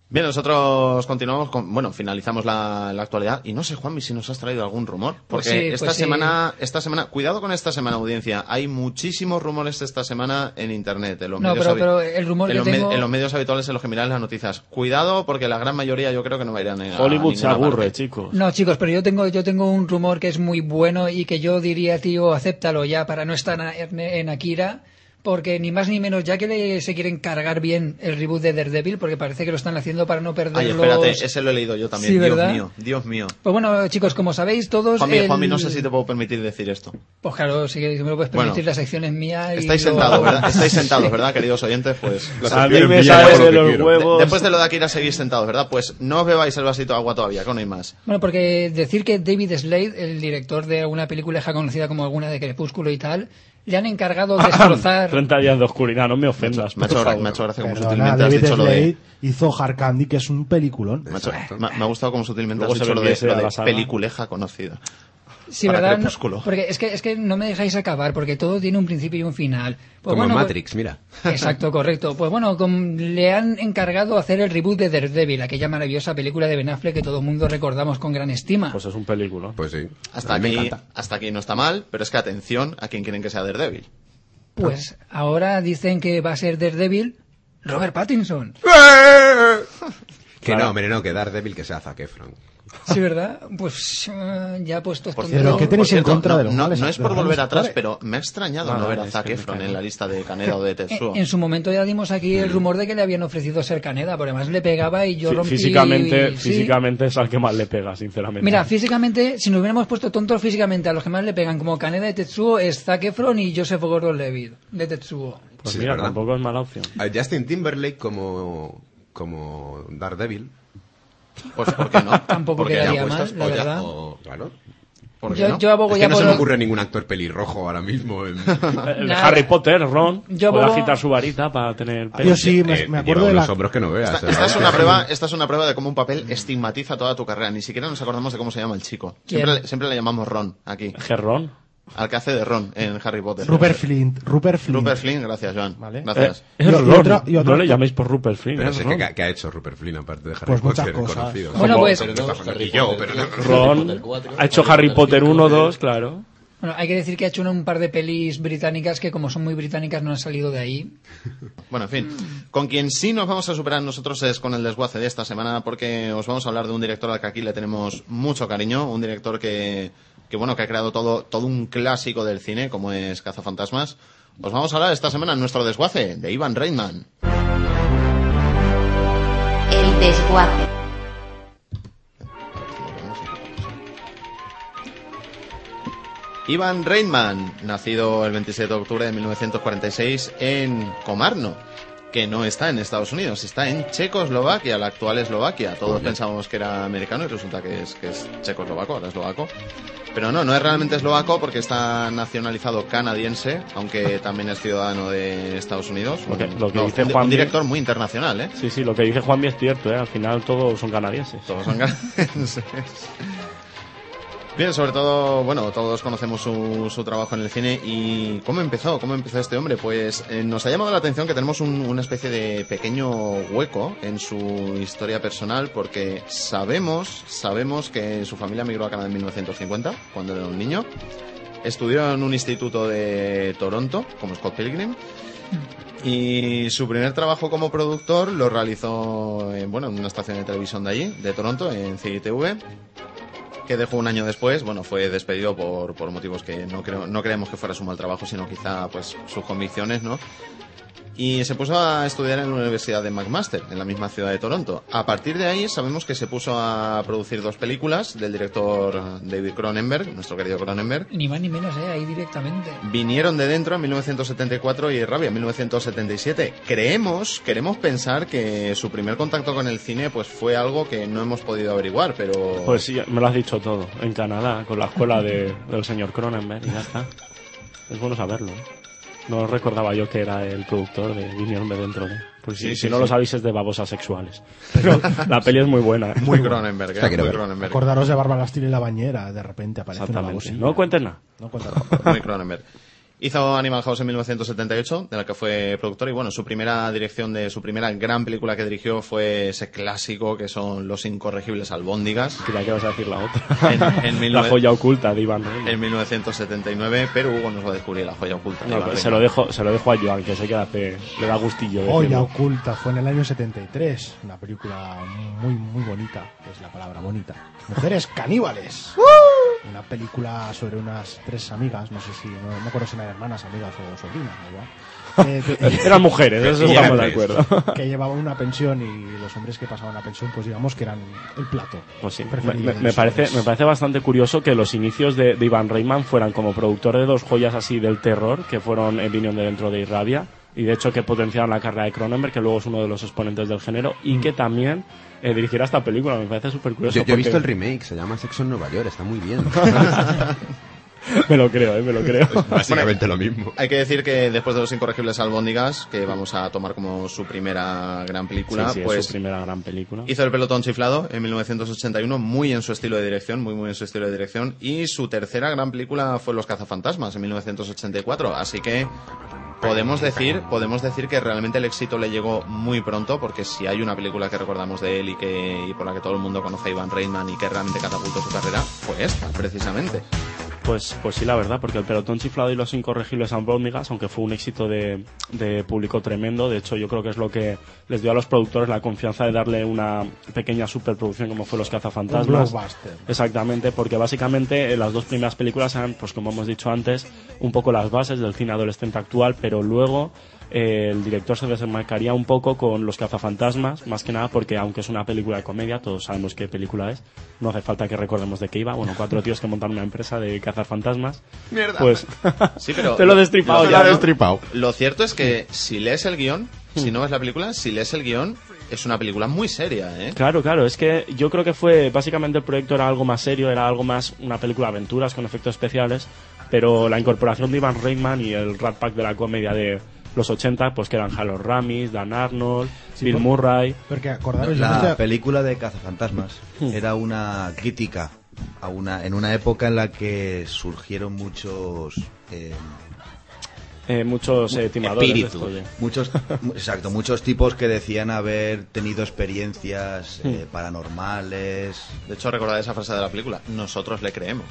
F: Bien, nosotros continuamos con, bueno, finalizamos la, la actualidad y no sé, Juanmi, si nos has traído algún rumor, porque
J: sí,
F: esta
J: pues sí.
F: semana, esta semana, cuidado con esta semana audiencia, hay muchísimos rumores esta semana en internet, en los
J: No,
F: medios
J: pero,
F: habi-
J: pero el rumor
F: en
J: que
F: los, me-
J: tengo...
F: en los medios habituales en los que miráis las noticias. Cuidado, porque la gran mayoría yo creo que no va a ir a ne- a
G: Hollywood se
F: ninguna parte.
G: aburre, chicos.
J: No, chicos, pero yo tengo, yo tengo un rumor que es muy bueno y que yo diría, tío, acéptalo ya para no estar en, en Akira. Porque ni más ni menos, ya que le- se quieren cargar bien el reboot de Daredevil, porque parece que lo están haciendo para no perder
F: Ay,
J: los...
F: espérate, ese lo he leído yo también.
J: Sí,
F: Dios
J: ¿verdad?
F: mío, Dios mío.
J: Pues bueno, chicos, como sabéis todos...
F: Juanmi,
J: el-
F: Juanmi, no sé si te puedo permitir decir esto.
J: Pues claro, si queréis, me lo puedes
F: Bueno.
J: permitir, las secciones mías... y
F: Estáis
J: luego-
F: sentados,
J: [LAUGHS]
F: ¿verdad? Estáis sentados, ¿verdad, queridos oyentes? Pues...
G: A mí
H: prefiero
G: me
H: enviar
G: sale
H: por lo
G: de
H: que
G: los
H: quiero.
G: huevos.
F: Después de lo de Akira seguís sentados, ¿verdad? Pues no os bebáis el vasito de agua todavía, que no hay más.
J: Bueno, porque decir que David Slade, el director de alguna película ya conocida como alguna de Crepúsculo y tal, le han
F: [LAUGHS]
J: encargado destrozar...
G: 30 días de oscuridad, no me ofendas.
F: Me ha
G: por
F: hecho, gra-
G: favor.
F: me ha hecho gracia como
I: Perdona,
F: sutilmente has
I: David
F: dicho lo de...
I: Slade hizo Hard Candy, que es un peliculón.
F: Me ha, hecho-
H: Exacto.
F: me ha- me ha gustado como sutilmente
G: Luego
F: has
G: se
F: dicho lo de,
G: vendiese
F: lo
G: a
F: de
G: la saga.
F: peliculeja conocida.
J: Sí,
F: Para
J: ¿verdad?
F: Crepúsculo.
J: No, porque es que, es que no me dejáis acabar, porque todo tiene un principio y un final. Pues
H: Como
J: bueno,
H: en
J: pues-
H: Matrix, mira.
J: Exacto, correcto. Pues bueno, con- le han encargado hacer el reboot de Daredevil, aquella maravillosa película de Ben Affleck que todo el mundo recordamos con gran estima.
G: Pues es un película.
H: Pues sí.
F: Hasta
H: a mí me
I: [LAUGHS]
F: aquí,
H: encanta.
F: hasta aquí no está mal, pero es que atención a quien quieren que sea Daredevil.
J: Pues ahora dicen que va a ser Daredevil Robert Pattinson.
H: ¡Eh! Que
G: Claro.
H: no, hombre, no, que Daredevil que sea Zac Efron.
J: Sí, ¿verdad? Pues eh, ya puestos
F: Por
J: con
I: cierto,
J: todo.
I: ¿qué tenéis en contra
F: no,
I: de los
F: no,
I: males
F: no es
I: de
F: por
I: los
F: volver
I: males
F: atrás,
I: actores?
F: pero me ha extrañado
G: Ah,
F: no ver a
G: es
F: Zac
G: que me
F: Efron
G: cae.
F: en la lista de Caneda o de Tetsuo.
I: [LAUGHS]
J: En, en su momento ya dimos aquí el rumor de que le habían ofrecido ser Caneda, porque además le pegaba y yo
G: Fí-
J: rompí...
G: físicamente,
J: sí.
G: físicamente es al que más le pega, sinceramente.
J: Mira, físicamente, si nos hubiéramos puesto tontos físicamente, a los que más le pegan, como Caneda de Tetsuo, es Zac Efron y Joseph Gordon-Levitt de Tetsuo.
G: pues
H: Sí,
G: mira,
H: ¿verdad?
G: tampoco es mala opción.
H: A Justin Timberlake como, como Daredevil.
F: Pues ¿por qué no?
J: Tampoco
F: Porque
J: quedaría
F: ya
J: mal,
F: puestas,
J: la
F: o ya-
J: verdad.
H: O, claro. ¿Por qué
J: Yo-
H: no?
J: yo abogo
H: Es que
J: ya
H: no
J: por
H: se me
J: el-
H: ocurre ningún actor pelirrojo ahora mismo. en-
G: Ah, El de Harry Potter, Ron,
J: Yo
G: puede
J: abogo-
G: agitar su varita para tener pelo.
I: Ah, Yo [LAUGHS] sí, me- me acuerdo
H: eh, lleva
I: de la-
H: unos hombros que no veas.
F: Esta,
H: ¿eh?
F: esta es una prueba, esta es una prueba de cómo un papel estigmatiza toda tu carrera. Ni siquiera nos acordamos de cómo se llama el chico.
I: ¿Quién?
F: Siempre, le- siempre le llamamos Ron aquí.
G: ¿Gerron?
F: Al que hace de Ron en Harry Potter.
I: Rupert Flint. Rupert Flint.
F: Rupert Flynn, gracias, Joan.
G: Eh,
F: Gracias.
G: es
I: Y- y
G: Ron.
I: otra- y otra-
G: No le llaméis por Rupert Flynn. ¿eh?
H: Pero
G: es
H: si es
G: Ron.
H: que, ¿qué ha hecho Rupert Flynn aparte de Harry
I: Pues muchas
H: Potter?
I: cosas.
H: Conocido.
J: Bueno,
H: Como-
J: pues-
H: pero no, Harry
J: Harry
H: yo, pero no.
G: Ron ha hecho Harry Potter ¿eh? 1, 2, claro.
J: Bueno, hay que decir que ha hecho una- un par de pelis británicas que como son muy británicas no han salido de ahí.
F: Bueno, en fin. Con quien sí nos vamos a superar nosotros es con el desguace de esta semana, porque os vamos a hablar de un director al que aquí le tenemos mucho cariño, un director que, que bueno, que ha creado todo, todo un clásico del cine, como es Cazafantasmas. Os vamos a hablar esta semana en nuestro desguace de Ivan Reitman.
D: El desguace.
F: Ivan Reitman, nacido el 27 de octubre de 1946 en Comarno, que no está en Estados Unidos, está en Checoslovaquia, la actual Eslovaquia. Todos pensábamos que era americano y resulta que es, que es checoslovaco, ahora eslovaco. Pero no, no es realmente eslovaco porque está nacionalizado canadiense, aunque también es ciudadano de Estados Unidos.
G: Lo que-
F: Un-
G: lo que
F: no,
G: dice
F: un di-
G: Juan
F: un
G: Mil-
F: director muy internacional, ¿eh?
G: Sí, sí, lo que dice Juan es cierto, ¿eh? al final todos son canadienses.
F: Todos son [LAUGHS] canadienses. Bien, sobre todo, bueno, todos conocemos su, su trabajo en el cine y cómo empezó, cómo empezó este hombre. Pues eh, nos ha llamado la atención que tenemos un- una especie de pequeño hueco en su historia personal porque sabemos, sabemos que su familia migró a Canadá en 1950, cuando era un niño. Estudió en un instituto de Toronto, como Scott Pilgrim. Y su primer trabajo como productor lo realizó en, bueno, en una estación de televisión de allí, de Toronto, en CITV, que dejó un año después. Bueno, fue despedido por, por motivos que no, creo, no creemos que fuera su mal trabajo, sino quizá pues sus convicciones, ¿no? Y se puso a estudiar en la Universidad de McMaster, en la misma ciudad de Toronto. A partir de ahí sabemos que se puso a producir dos películas del director David Cronenberg, nuestro querido Cronenberg,
J: Ni más ni menos, ¿eh? Ahí directamente.
F: vinieron de dentro en 1974 y Rabia en 1977. Creemos, queremos pensar que su primer contacto con el cine pues fue algo que no hemos podido averiguar, pero
G: Pues sí, me lo has dicho todo. En Canadá, con la escuela de- del señor Cronenberg, y ya está. Es bueno saberlo. ¿eh? No recordaba yo que era el productor de Vinieron de dentro de. Pues sí,
F: Sí,
G: si
F: sí,
G: no
F: sí.
G: lo sabéis, es de babosas sexuales. Pero la peli es muy buena.
F: muy Cronenberg, ¿eh?
H: Esta quiero
F: muy
H: ver.
F: Cronenberg.
I: Acordaros de Bárbara Steele en la bañera, de repente aparece una
G: Exactamente.
I: babosilla.
G: No cuentes nada.
I: No cuenta.
F: Muy Cronenberg. Hizo Animal House en 1978, de la que fue productor, y bueno, su primera dirección de su primera gran película que dirigió fue ese clásico que son Los Incorregibles Albóndigas.
G: Creía que vas a decir la otra.
F: En- en
G: [LAUGHS] la
F: 19
G: joya oculta de Iván Reina.
F: En 1979, pero Hugo nos va a descubrir la joya oculta. de
G: No,
F: Iván
G: pero se,
F: Reitman.
G: lo dejo, se lo dejo a Joan, que sé que le, hace- le da gustillo.
I: Olla
G: decirlo.
I: oculta, fue en el año 73, una película muy, muy bonita, es la palabra bonita. Mujeres caníbales. Una película sobre unas tres amigas, no sé si, no no me acuerdo si eran hermanas, amigas o sobrinas, ¿no? [LAUGHS] Eh, que-
G: Eran mujeres, eso
H: Y
G: estamos de
H: eran tres.
G: acuerdo.
I: que llevaban una pensión y los hombres que pasaban la pensión, pues digamos que eran el plato.
G: Pues sí, me,
I: preferido
G: me-
I: de
G: me
I: los
G: parece,
I: hombres.
G: me parece bastante curioso que los inicios de, de Iván Reitman fueran como productor de dos joyas así del terror, que fueron Opinion de dentro de Irrabia, y de hecho que potenciaron la carrera de Cronenberg, que luego es uno de los exponentes del género, y que también eh, dirigiera esta película, me parece súper curioso.
H: Yo, yo he visto el
G: porque-
H: remake, se llama Sexo en Nueva York, está
I: [LAUGHS]
H: muy bien.
G: [LAUGHS] Me lo creo, eh, me lo creo.
H: Básicamente lo mismo.
F: Hay que decir que después de Los Incorregibles Albóndigas, que vamos a tomar como su primera gran película,
G: Sí, sí, es
F: pues
G: su primera gran película.
F: hizo El pelotón chiflado en 1981, muy en su estilo de dirección, muy muy en su estilo de dirección, y su tercera gran película fue Los cazafantasmas en 1984, así que podemos decir, podemos decir que realmente el éxito le llegó muy pronto, porque si hay una película que recordamos de él y que y por la que todo el mundo conoce a Ivan Reitman y que realmente catapultó su carrera, fue esta, precisamente.
G: Pues, pues sí, la verdad, porque el pelotón chiflado y los incorregibles ambrómigas, aunque fue un éxito de, de público tremendo, de hecho yo creo que es lo que les dio a los productores la confianza de darle una pequeña superproducción como fue Los
I: Un
G: Cazafantasmas.
I: blockbuster.
G: Exactamente, porque básicamente eh, las dos primeras películas eran, pues como hemos dicho antes, un poco las bases del cine adolescente actual, pero luego eh, el director se desenmarcaría un poco con Los cazafantasmas, más que nada porque aunque es una película de comedia, todos sabemos qué película es, no hace falta que recordemos de qué iba, bueno, cuatro tíos que montan una empresa de cazafantasmas.
H: Mierda.
G: Pues
F: Sí, pero
G: [LAUGHS] te lo he destripado Hmm.
F: Te
G: ya.
F: lo he
G: ¿no?
F: Lo cierto es que si lees el guión, si no ves la película, si lees el guión, es una película muy seria, ¿eh?
G: Claro, claro, es que yo creo que fue, básicamente el proyecto era algo más serio, era algo más una película de aventuras con efectos especiales, pero la incorporación de Ivan Reitman y el Rat Pack de la comedia de los 80, pues que eran Harold Ramis, Dan Arnold, Bill
I: por-
G: Murray.
I: Porque acordaros, yo no
M: La
I: estoy-
M: película de Cazafantasmas era una crítica a una, en una época en la que surgieron muchos. eh,
G: Eh, muchos eh, timadores. de
M: espíritus.
G: esto de-
M: Muchos, mu- exacto, muchos tipos que decían haber tenido experiencias eh, paranormales.
F: De hecho, recordad esa frase de la película. Nosotros le
G: [LAUGHS]
F: creemos.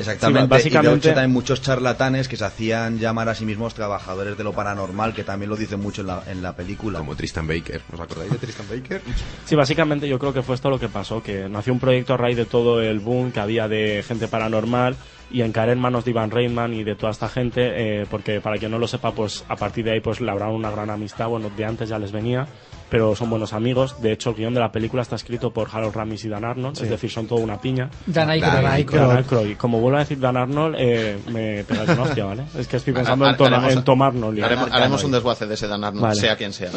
M: Exactamente.
F: Sí, básicamente-
M: Y de hecho también muchos charlatanes que se hacían llamar a sí mismos trabajadores de lo paranormal, que también lo dicen mucho en la, en la película. Como
H: Tristan Baker. ¿Os acordáis de Tristan
M: [LAUGHS]
H: Baker?
G: Sí, básicamente yo creo que fue esto lo que pasó, que nació un proyecto a raíz de todo el boom que había de gente paranormal y encaré en manos de Ivan Reitman y de toda esta gente, eh, porque para quien no lo sepa, pues a partir de ahí pues labraron una gran amistad, bueno, de antes ya les venía, pero son buenos amigos. De hecho, el guión de la película está escrito por Harold Ramis y Dan Arnold,
I: Sí.
G: es decir, son toda una piña.
J: Dan Aykroyd.
G: Dan
I: Aykroyd.
G: Dan Aykroyd. Como vuelvo a decir Dan Arnold, eh, me pegáis una hostia, ¿vale? Es que estoy pensando en,
F: Ha- ha-
G: tomar en Tom Arnold. y-
F: Haremos, haremos un desguace de ese Dan Arnold,
G: Vale.
F: sea quien
G: [LAUGHS]
F: sea.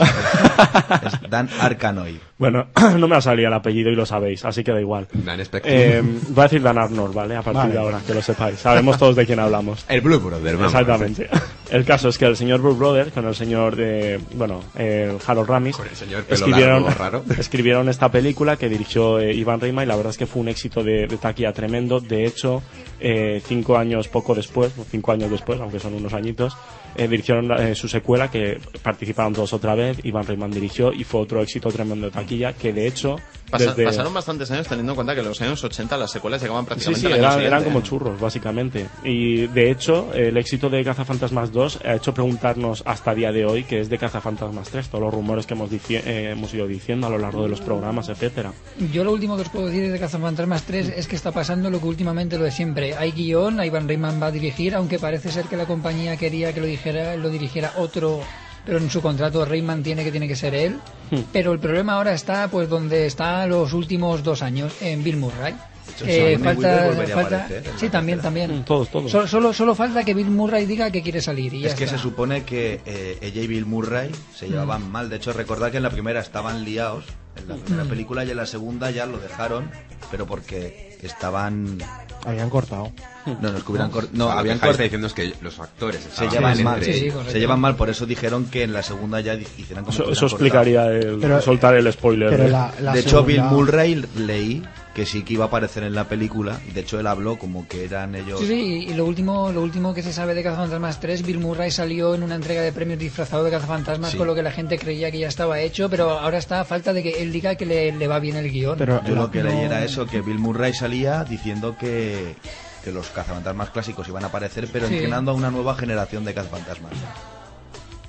M: Dan Arcanoid.
G: Bueno, [CLEARS THROAT] no me ha salido el apellido y lo sabéis, así que da igual.
H: Dan Spector.
G: Eh, voy a decir Dan Arnor, ¿vale? A partir
H: Vale.
G: de ahora, que lo sepáis. Sabemos todos de quién hablamos.
H: El Blue Brother, vamos.
G: Exactamente. El caso es que el señor Blue Brother, con el señor de. Bueno, el Harold Ramis.
H: señor pelo
G: escribieron,
H: largo, raro.
G: [LAUGHS] escribieron esta película que dirigió eh, Iván Reitman y la verdad es que fue un éxito de, de taquilla tremendo. De hecho, eh, cinco años poco después, o cinco años después, aunque son unos añitos, eh, dirigieron la- eh, su secuela que participaron todos otra vez. Iván Reitman dirigió y fue otro éxito tremendo de taquilla que de hecho.
F: Pasa-
G: desde-
F: Pasaron bastantes años teniendo en cuenta que en los años 80 las secuelas llegaban
G: Sí,
F: prácticamente
G: sí,
F: al año
G: eran, eran
F: siguiente.
G: como churros, básicamente. Y de hecho, el éxito de Cazafantasmas 2 ha hecho preguntarnos hasta día de hoy qué es de Cazafantasmas 3, todos los rumores que hemos, dici- eh, hemos ido diciendo a lo largo de los programas, etcétera.
J: Yo lo último que os puedo decir de Cazafantasmas 3 es que está pasando lo que últimamente lo de siempre. Hay guión, Ivan Reitman va a dirigir, aunque parece ser que la compañía quería que lo, dijera, lo dirigiera otro, pero en su contrato Reitman tiene que tiene que ser él.
G: Hmm.
J: Pero el problema ahora está pues donde está los últimos dos años, en Bill Murray.
M: Sí,
J: Eh,
M: Sigourney Weaver
J: falta,
M: volvería a
J: falta-
M: aparecer en la
J: sí, también, también.
G: Hmm, Todos, todos.
J: Solo, solo, solo falta que Bill Murray diga que quiere salir y ya
M: es que
J: está.
M: se supone que eh, ella y Bill Murray se
J: Mm.
M: llevaban mal. De hecho, recordad que en la primera estaban liados, en la primera
I: Mm.
M: película, y en la segunda ya lo dejaron, pero porque estaban...
I: habían cortado.
J: Hmm.
M: No, nos hubieran cor-
H: O
M: No,
H: sea, lo
M: habían
H: que Jaime está
M: cortado.
H: diciendo es que los actores
J: Ah,
M: Se
H: estaban
M: llevan
H: mal
M: mal,
H: entre
M: sí,
H: ellos.
M: se llevan mal, por eso dijeron que en la segunda ya di- hicieran como
G: Eso,
M: que
G: eso
M: hubieran cortado.
G: explicaría el
M: Pero-
G: soltar el spoiler.
M: de
G: ¿eh?
M: hecho, Bill Murray leí que sí que iba a aparecer en la película. y De hecho, él habló como que eran ellos.
J: Sí, sí, y lo último, lo último que se sabe de Cazafantasmas 3, Bill Murray salió en una entrega de premios disfrazado de Cazafantasmas,
M: Sí.
J: con lo que la gente creía que ya estaba hecho, pero ahora está a falta de que él diga que le, le va bien el guión.
M: yo lo que leí era eso, que Bill Murray salía diciendo que, que los cazafantasmas clásicos iban a aparecer, pero
J: Sí.
M: entrenando a una nueva generación de cazafantasmas.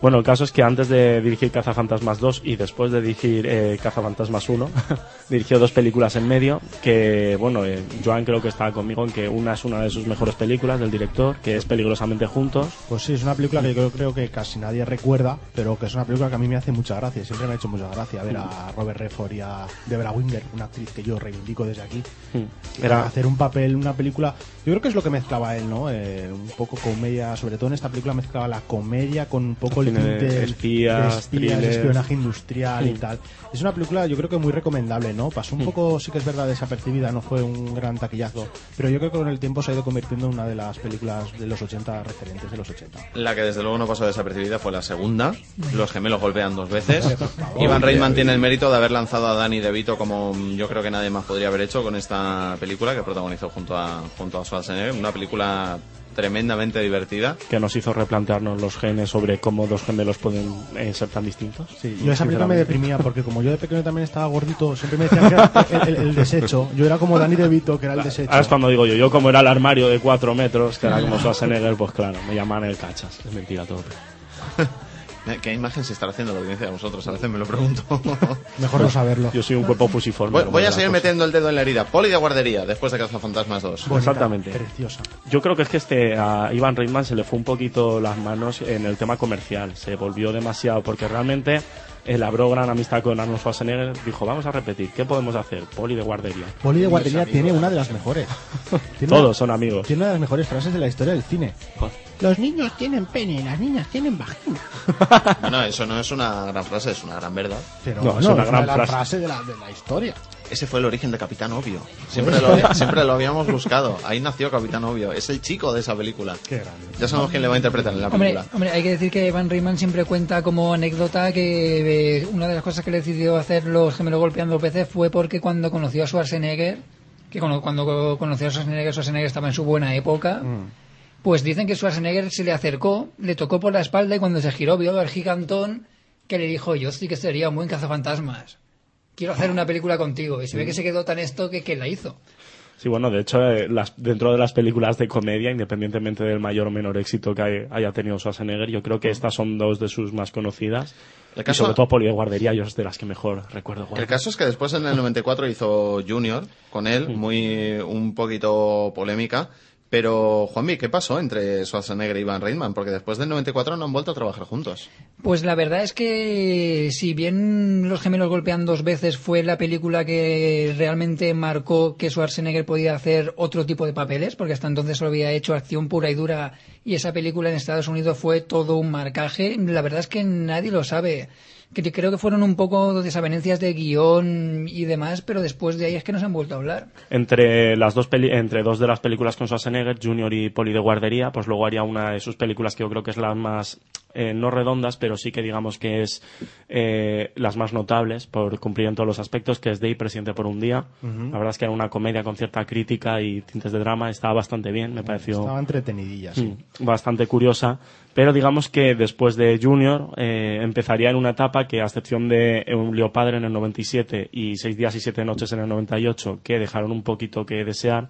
G: Bueno, el caso es que antes de dirigir Cazafantasmas 2 y después de dirigir eh, Cazafantasmas 1, [LAUGHS] dirigió dos películas en medio, que, bueno, eh, Joan creo que estaba conmigo en que una es una de sus mejores películas del director, que es Peligrosamente Juntos,
I: Pues sí, es una película que yo creo que casi nadie recuerda, pero que es una película que a mí me hace mucha gracia, siempre me ha hecho mucha gracia ver a Robert Redford y a Deborah Winger, una actriz que yo reivindico desde aquí.
G: Hmm. Era-
I: hacer un papel, una película. Yo creo que es lo que mezclaba él, ¿no? Eh, un poco comedia, sobre todo en esta película mezclaba la comedia con un poco el
G: Cine de
I: tinte de
G: espías, thrillers.
I: espionaje industrial y
G: Mm.
I: tal. Es una película, yo creo que muy recomendable, ¿no? Pasó un poco, sí que es verdad, desapercibida, no fue un gran taquillazo, pero yo creo que con el tiempo se ha ido convirtiendo en una de las películas de los 80 referentes de los 80.
F: La que desde luego no pasó desapercibida fue la segunda. Los gemelos golpean dos veces.
I: Por favor.
F: Ivan Reitman tiene el mérito de haber lanzado a Danny DeVito como mm, yo creo que nadie más podría haber hecho con esta película que protagonizó junto a, junto a Schwarzenegger. Una película tremendamente divertida.
G: que nos hizo replantearnos los genes sobre cómo dos gemelos pueden eh, ser tan distintos.
I: Yo esa película me
G: Sinceramente.
I: deprimía porque como yo de pequeño también estaba gordito, siempre me decían que era el, el- el desecho. Yo era como Danny DeVito, que era el desecho.
G: Ahora es cuando digo yo, yo como era el armario de 4 metros, que era como Schwarzenegger, pues claro, me llaman el cachas. Es mentira todo.
F: Eh, ¿Qué imagen se estará haciendo la audiencia de vosotros? A veces me lo
I: [LAUGHS]
F: pregunto.
I: Mejor no saberlo.
G: Yo soy un cuerpo fusiforme.
F: Voy,
G: como
F: voy a
G: la
F: seguir
G: cosa.
F: metiendo el dedo en la herida. Poli de guardería, después de Cazafantasmas 2.
G: Exactamente. Yo creo que es que este a Ivan Reitman se le fue un poquito las manos en el tema comercial. Se volvió demasiado porque realmente elaboró gran amistad con Arnold Schwarzenegger, dijo, vamos a repetir, ¿qué podemos hacer? Poli de guardería.
I: Poli de guardería tiene una de las
M: [LAUGHS]
I: mejores. Tiene una-
G: Todos son amigos.
I: Tiene una de las mejores frases de la historia del cine.
N: Los niños tienen pene y las niñas
M: [LAUGHS]
N: tienen vagina.
F: Bueno, eso no es una gran frase, es una gran verdad.
I: Pero no, es una de las frases de la, de la historia.
F: Ese fue el origen de Capitán Obvio.
G: Pues
F: Siempre lo, siempre lo habíamos buscado. Ahí nació Capitán Obvio. Es el chico de esa película. Ya sabemos quién le va a interpretar en la
J: Hombre,
F: película.
J: hombre, hay que decir que Van Riemann siempre cuenta como anécdota que eh, una de las cosas que le decidió hacer los gemelos golpeando veces fue porque cuando conoció a Schwarzenegger, que cuando, cuando conoció a Schwarzenegger, Schwarzenegger estaba en su buena época,
F: Mm.
J: pues dicen que Schwarzenegger se le acercó, le tocó por la espalda y cuando se giró vio al gigantón que le dijo, yo sí que sería un buen cazafantasmas. Quiero
F: Ah.
J: hacer una película contigo. Y se ve que se quedó tan esto que, que la hizo.
G: Sí, bueno, de hecho, eh, las- dentro de las películas de comedia, independientemente del mayor o menor éxito que hay- haya tenido Schwarzenegger, yo creo que estas son dos de sus más conocidas.
F: Mm. El
G: Y
F: caso-
G: sobre todo Poli de guardería, yo es de las que mejor recuerdo.
F: El caso es que después en el 94 hizo Junior con él,
G: Mm.
F: muy un poquito polémica. Pero, Juanmi, ¿qué pasó entre Schwarzenegger y Van Reitman? Porque después del 94 no han vuelto a trabajar juntos.
J: Pues la verdad es que si bien Los gemelos golpean dos veces fue la película que realmente marcó que Schwarzenegger podía hacer otro tipo de papeles, porque hasta entonces solo había hecho acción pura y dura y esa película en Estados Unidos fue todo un marcaje, la verdad es que nadie lo sabe. Que creo que fueron un poco desavenencias de guión y demás, pero después de ahí es que nos han vuelto a hablar.
G: Entre las dos peli- entre dos de las películas con Schwarzenegger, Junior y Poli de guardería, pues luego haría una de sus películas que yo creo que es las más eh, no redondas, pero sí que digamos que es eh, las más notables por cumplir en todos los aspectos, que es Day Presidente por un día.
I: Ujú.
G: La verdad es que era una comedia con cierta crítica y tintes de drama, estaba bastante bien, me pareció.
I: Estaba entretenidilla, sí.
G: Mm, bastante curiosa. Pero digamos que después de Junior eh, empezaría en una etapa que, a excepción de Eulio Padre en el 97 y Seis Días y Siete Noches en el 98, que dejaron un poquito que desear,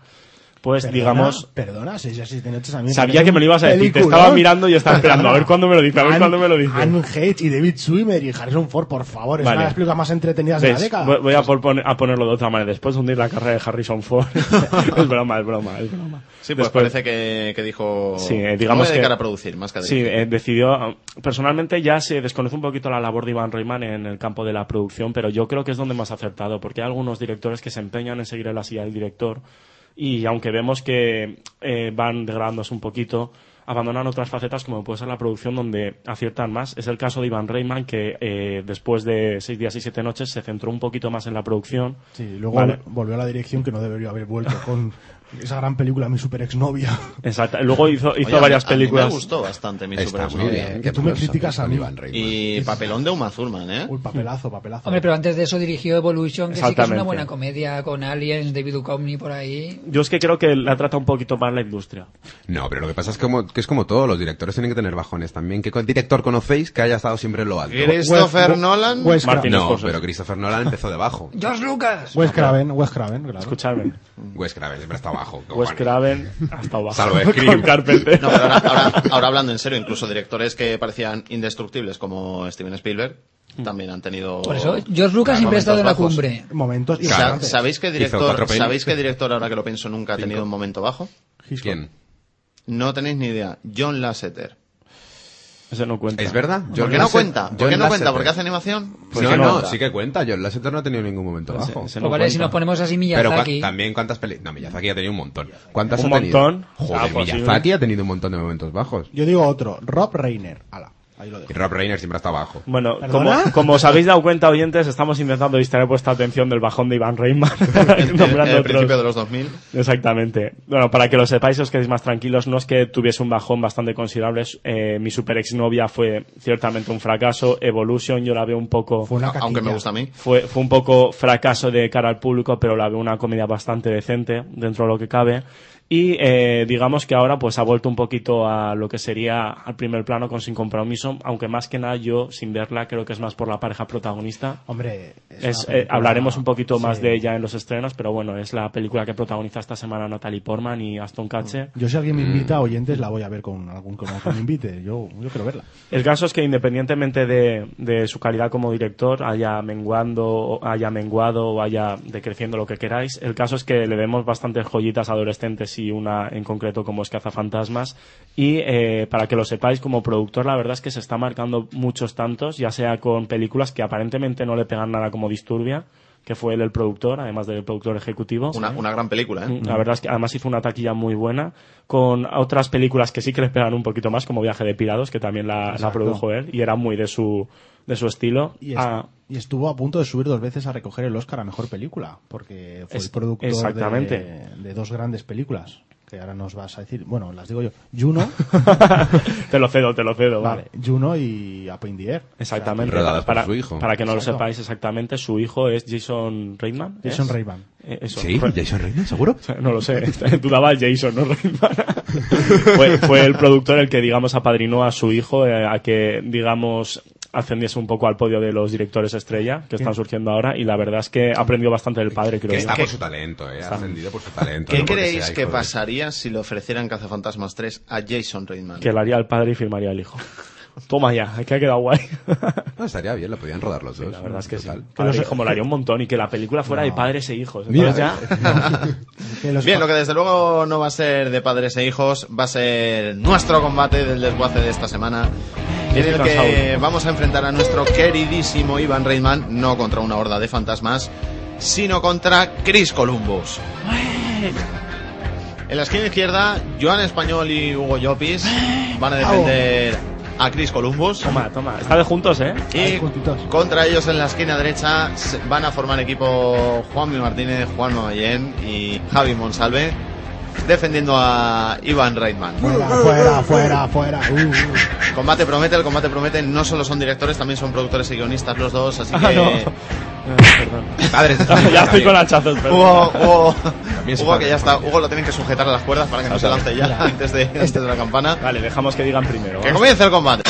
G: pues
I: Perdona,
G: digamos...
I: Perdona, si ya si noches a mí.
G: Sabía que me lo ibas a decir, te estaba mirando y estaba esperando, a ver cuándo me lo dice, a ver cuándo me lo dice.
I: Anne Hedge y David Swimmer y Harrison Ford, por favor, es
G: Vale.
I: una de las películas más entretenidas de la
G: ¿Ves?
I: década.
G: Voy- Voy a, por- pone- a ponerlo de otra manera. Después de hundir la carrera de Harrison Ford. [LAUGHS] es broma, es broma, es broma.
F: Sí, pues
G: Después-
F: parece que, que dijo...
G: Sí, eh,
F: "Me
G: digamos
F: voy a dedicar
G: que-
F: a producir, más que a
G: Sí,
F: dirigir".
G: eh, decidió. Personalmente ya se desconoce un poquito la labor de Iván Reitman en el campo de la producción, pero yo creo que es donde más ha acertado, porque hay algunos directores que se empeñan en seguir en la silla del director y aunque vemos que eh, van degradándose un poquito, abandonan otras facetas como puede ser la producción donde aciertan más. Es el caso de Iván Reitman que eh, después de seis días y siete noches se centró un poquito más en la producción.
I: Sí, luego
G: Vale.
I: volvió a la dirección que no debería haber vuelto con esa gran película, mi super exnovia.
G: Exacto. Luego hizo, hizo
F: Oye, a-
G: varias
F: a mí
G: películas.
F: me gustó bastante mi
I: Está
F: Super
I: muy
F: Exnovia.
I: bien, pues. Que tú me criticas a mí.
F: Y papelón de Uma Thurman, ¿eh?
I: Uy, papelazo, papelazo.
J: Hombre, pero antes de eso dirigió Evolution, que sí que es una
G: Exactamente.
J: buena comedia con Aliens, David Duchovny por ahí.
G: Yo es que creo que la trata un poquito más la industria.
H: No, pero lo que pasa es como, que es como todo, los directores tienen que tener bajones también. ¿Qué co- director conocéis que haya estado siempre en lo alto?
F: Christopher Wes-
H: Pues,
F: Nolan. Wes Craven.
H: Martin no,
F: Scorsese.
H: pero Christopher Nolan empezó debajo.
J: George Lucas.
I: Wes Craven, Wes Craven, claro.
G: Escuchadme.
H: Wes Craven siempre está abajo.
G: Wes Craven ha estado bajo.
H: Salvo
G: Con
H: Scream.
G: Carpenter.
F: No, pero ahora, ahora- ahora hablando en serio, incluso directores que parecían indestructibles como Steven Spielberg también han tenido.
J: Por eso, George Lucas
F: momentos
J: siempre ha estado en la
F: bajos.
J: cumbre.
I: Momentos
F: Sa- ¿Sabéis qué director, ¿sabéis qué director ahora que lo pienso nunca ha tenido un momento bajo?
H: ¿Quién?
F: No tenéis ni idea. John Lasseter.
G: Ese no cuenta.
H: ¿Es verdad?
F: ¿Por
H: John
F: qué no
H: Lasseter-
F: cuenta? ¿Por
H: John
F: qué no cuenta?
H: Lasseter.
F: ¿Porque hace animación?
H: [LAUGHS] Pues no, no, sí que cuenta. John Lasseter no ha tenido ningún momento
F: Ese-
H: bajo.
F: ese
J: no Pues Vale, si cuenta. nos ponemos así Miyazaki.
H: Pero cua- también cuántas películas... No, Miyazaki ha tenido un montón. ¿Cuántas
G: ¿Un
H: ha tenido?
G: montón?
H: Joder,
G: Ah,
F: pues
G: posible.
H: Miyazaki ha tenido un montón de momentos bajos.
I: Yo digo otro, Rob Reiner. Ala, ahí lo
H: Y
I: dejo.
H: Rob Reiner siempre está abajo.
G: Bueno, como,
I: ¿Perdona?
G: como os habéis dado cuenta, oyentes, estamos intentando distraer vuestra atención del bajón de Iván Reitman.
F: En
G: [LAUGHS]
F: [LAUGHS]
G: nombrando
F: el
G: otros.
F: principio de los 2000.
G: Exactamente. Bueno, para que lo sepáis y os quedéis más tranquilos, no es que tuviese un bajón bastante considerable. Eh, mi super exnovia fue ciertamente un fracaso. Evolution yo la veo un poco...
F: Aunque me gusta a mí.
G: Fue, fue un poco fracaso de cara al público, pero la veo una comedia bastante decente dentro de lo que cabe. Y eh, digamos que ahora pues ha vuelto un poquito a lo que sería al primer plano con Sin Compromiso, aunque más que nada yo, sin verla, creo que es más por la pareja protagonista.
I: Hombre,
G: Es,
I: una
G: eh, hablaremos
I: película-
G: un poquito más
I: sí.
G: de ella en los estrenos, pero bueno, es la película que protagoniza esta semana Natalie Portman y Aston Kutcher.
I: Yo si alguien me invita a oyentes la voy a ver con algún con algún que me invite. Yo, yo quiero verla.
G: El caso es que independientemente de, de su calidad como director, haya menguando, o haya menguado o haya decreciendo lo que queráis, el caso es que le vemos bastantes joyitas adolescentes y una en concreto como es Cazafantasmas. Y eh, para que lo sepáis, como productor, la verdad es que se está marcando muchos tantos, ya sea con películas que aparentemente no le pegan nada como Disturbia, que fue él el productor, además del productor ejecutivo.
F: Una, una gran película, ¿eh?
G: La verdad es que además hizo una taquilla muy buena con otras películas que sí que le pegan un poquito más, como Viaje de Pirados, que también la, la
I: Exacto.
G: produjo él y era muy de su, de su estilo.
I: Y, es-
G: Ah, [LAUGHS]
I: y estuvo a punto de subir dos veces a recoger el Oscar a Mejor Película, porque fue
G: Es-
I: el productor de-
G: exactamente.
I: De, dos grandes películas, que ahora nos vas a decir, bueno, las digo yo,
G: [LAUGHS]
I: Juno,
G: te lo cedo, te lo cedo.
I: vale, Juno y Up in the Air.
G: Exactamente.
I: O sea,
G: Para,
I: que-
G: para- para que no lo
I: Exacto.
G: sepáis exactamente, su hijo es Jason Reitman. ¿es?
I: Jason Reitman.
G: Eh, eso.
H: Sí, Jason
G: [LAUGHS]
H: Reitman, ¿seguro?
G: No lo sé. Dudaba el Jason, no Reitman. [LAUGHS] fue, fue el productor el que, digamos, apadrinó a su hijo eh, a que, digamos, ascendiese un poco al podio de los directores estrella que están surgiendo ahora y la verdad es que aprendió bastante del padre, creo
H: Que
G: yo.
H: está por su talento, ¿eh? Ha
G: Está.
H: ascendido por su talento.
F: ¿Qué
H: no porque
F: creéis
H: sea
F: que
H: hijo de-
F: pasaría si le ofrecieran Cazafantasmas 3 a Jason Reitman?
G: Que lo haría el padre y firmaría el hijo. Toma ya, es que ha quedado guay. [LAUGHS]
H: No, estaría bien, lo podían rodar los dos.
G: La verdad es que
H: Total.
G: sí. Que los hijos molaría un montón y que la película fuera de padres e hijos.
H: Mira,
G: Entonces ya...
H: [LAUGHS]
F: Bien, lo que desde luego no va a ser de padres e hijos, va a ser nuestro combate del desguace de esta semana. En el que vamos a enfrentar a nuestro queridísimo Iván Reitman, no contra una horda de fantasmas, sino contra Chris Columbus. En la esquina izquierda, Joan Español y Hugo Llopis van a defender a Chris Columbus.
G: Toma, toma, está de juntos, ¿eh?
F: Y contra ellos en la esquina derecha se- van a formar equipo Juanmi Martínez, Juan Mayen y Javi Monsalve, defendiendo a Iván Reitman.
I: Fuera, fuera, fuera. Uh, uh.
F: Combate promete, el combate promete, no solo son directores, también son productores y guionistas los dos, así que...
G: Ah, no.
F: [LAUGHS]
G: [LAUGHS]
I: [LAUGHS]
F: Padres de
G: Perdón.
F: familia
G: ya estoy
F: también.
G: con hachazos, perdón.
F: Hugo, Hugo,
G: También es
F: Hugo,
G: padre
F: que
G: de
F: ya está, Hugo lo tienen que sujetar a las cuerdas para que no se lance ya antes de, antes de la campana.
G: Vale, dejamos que digan primero.
F: Que comience el combate.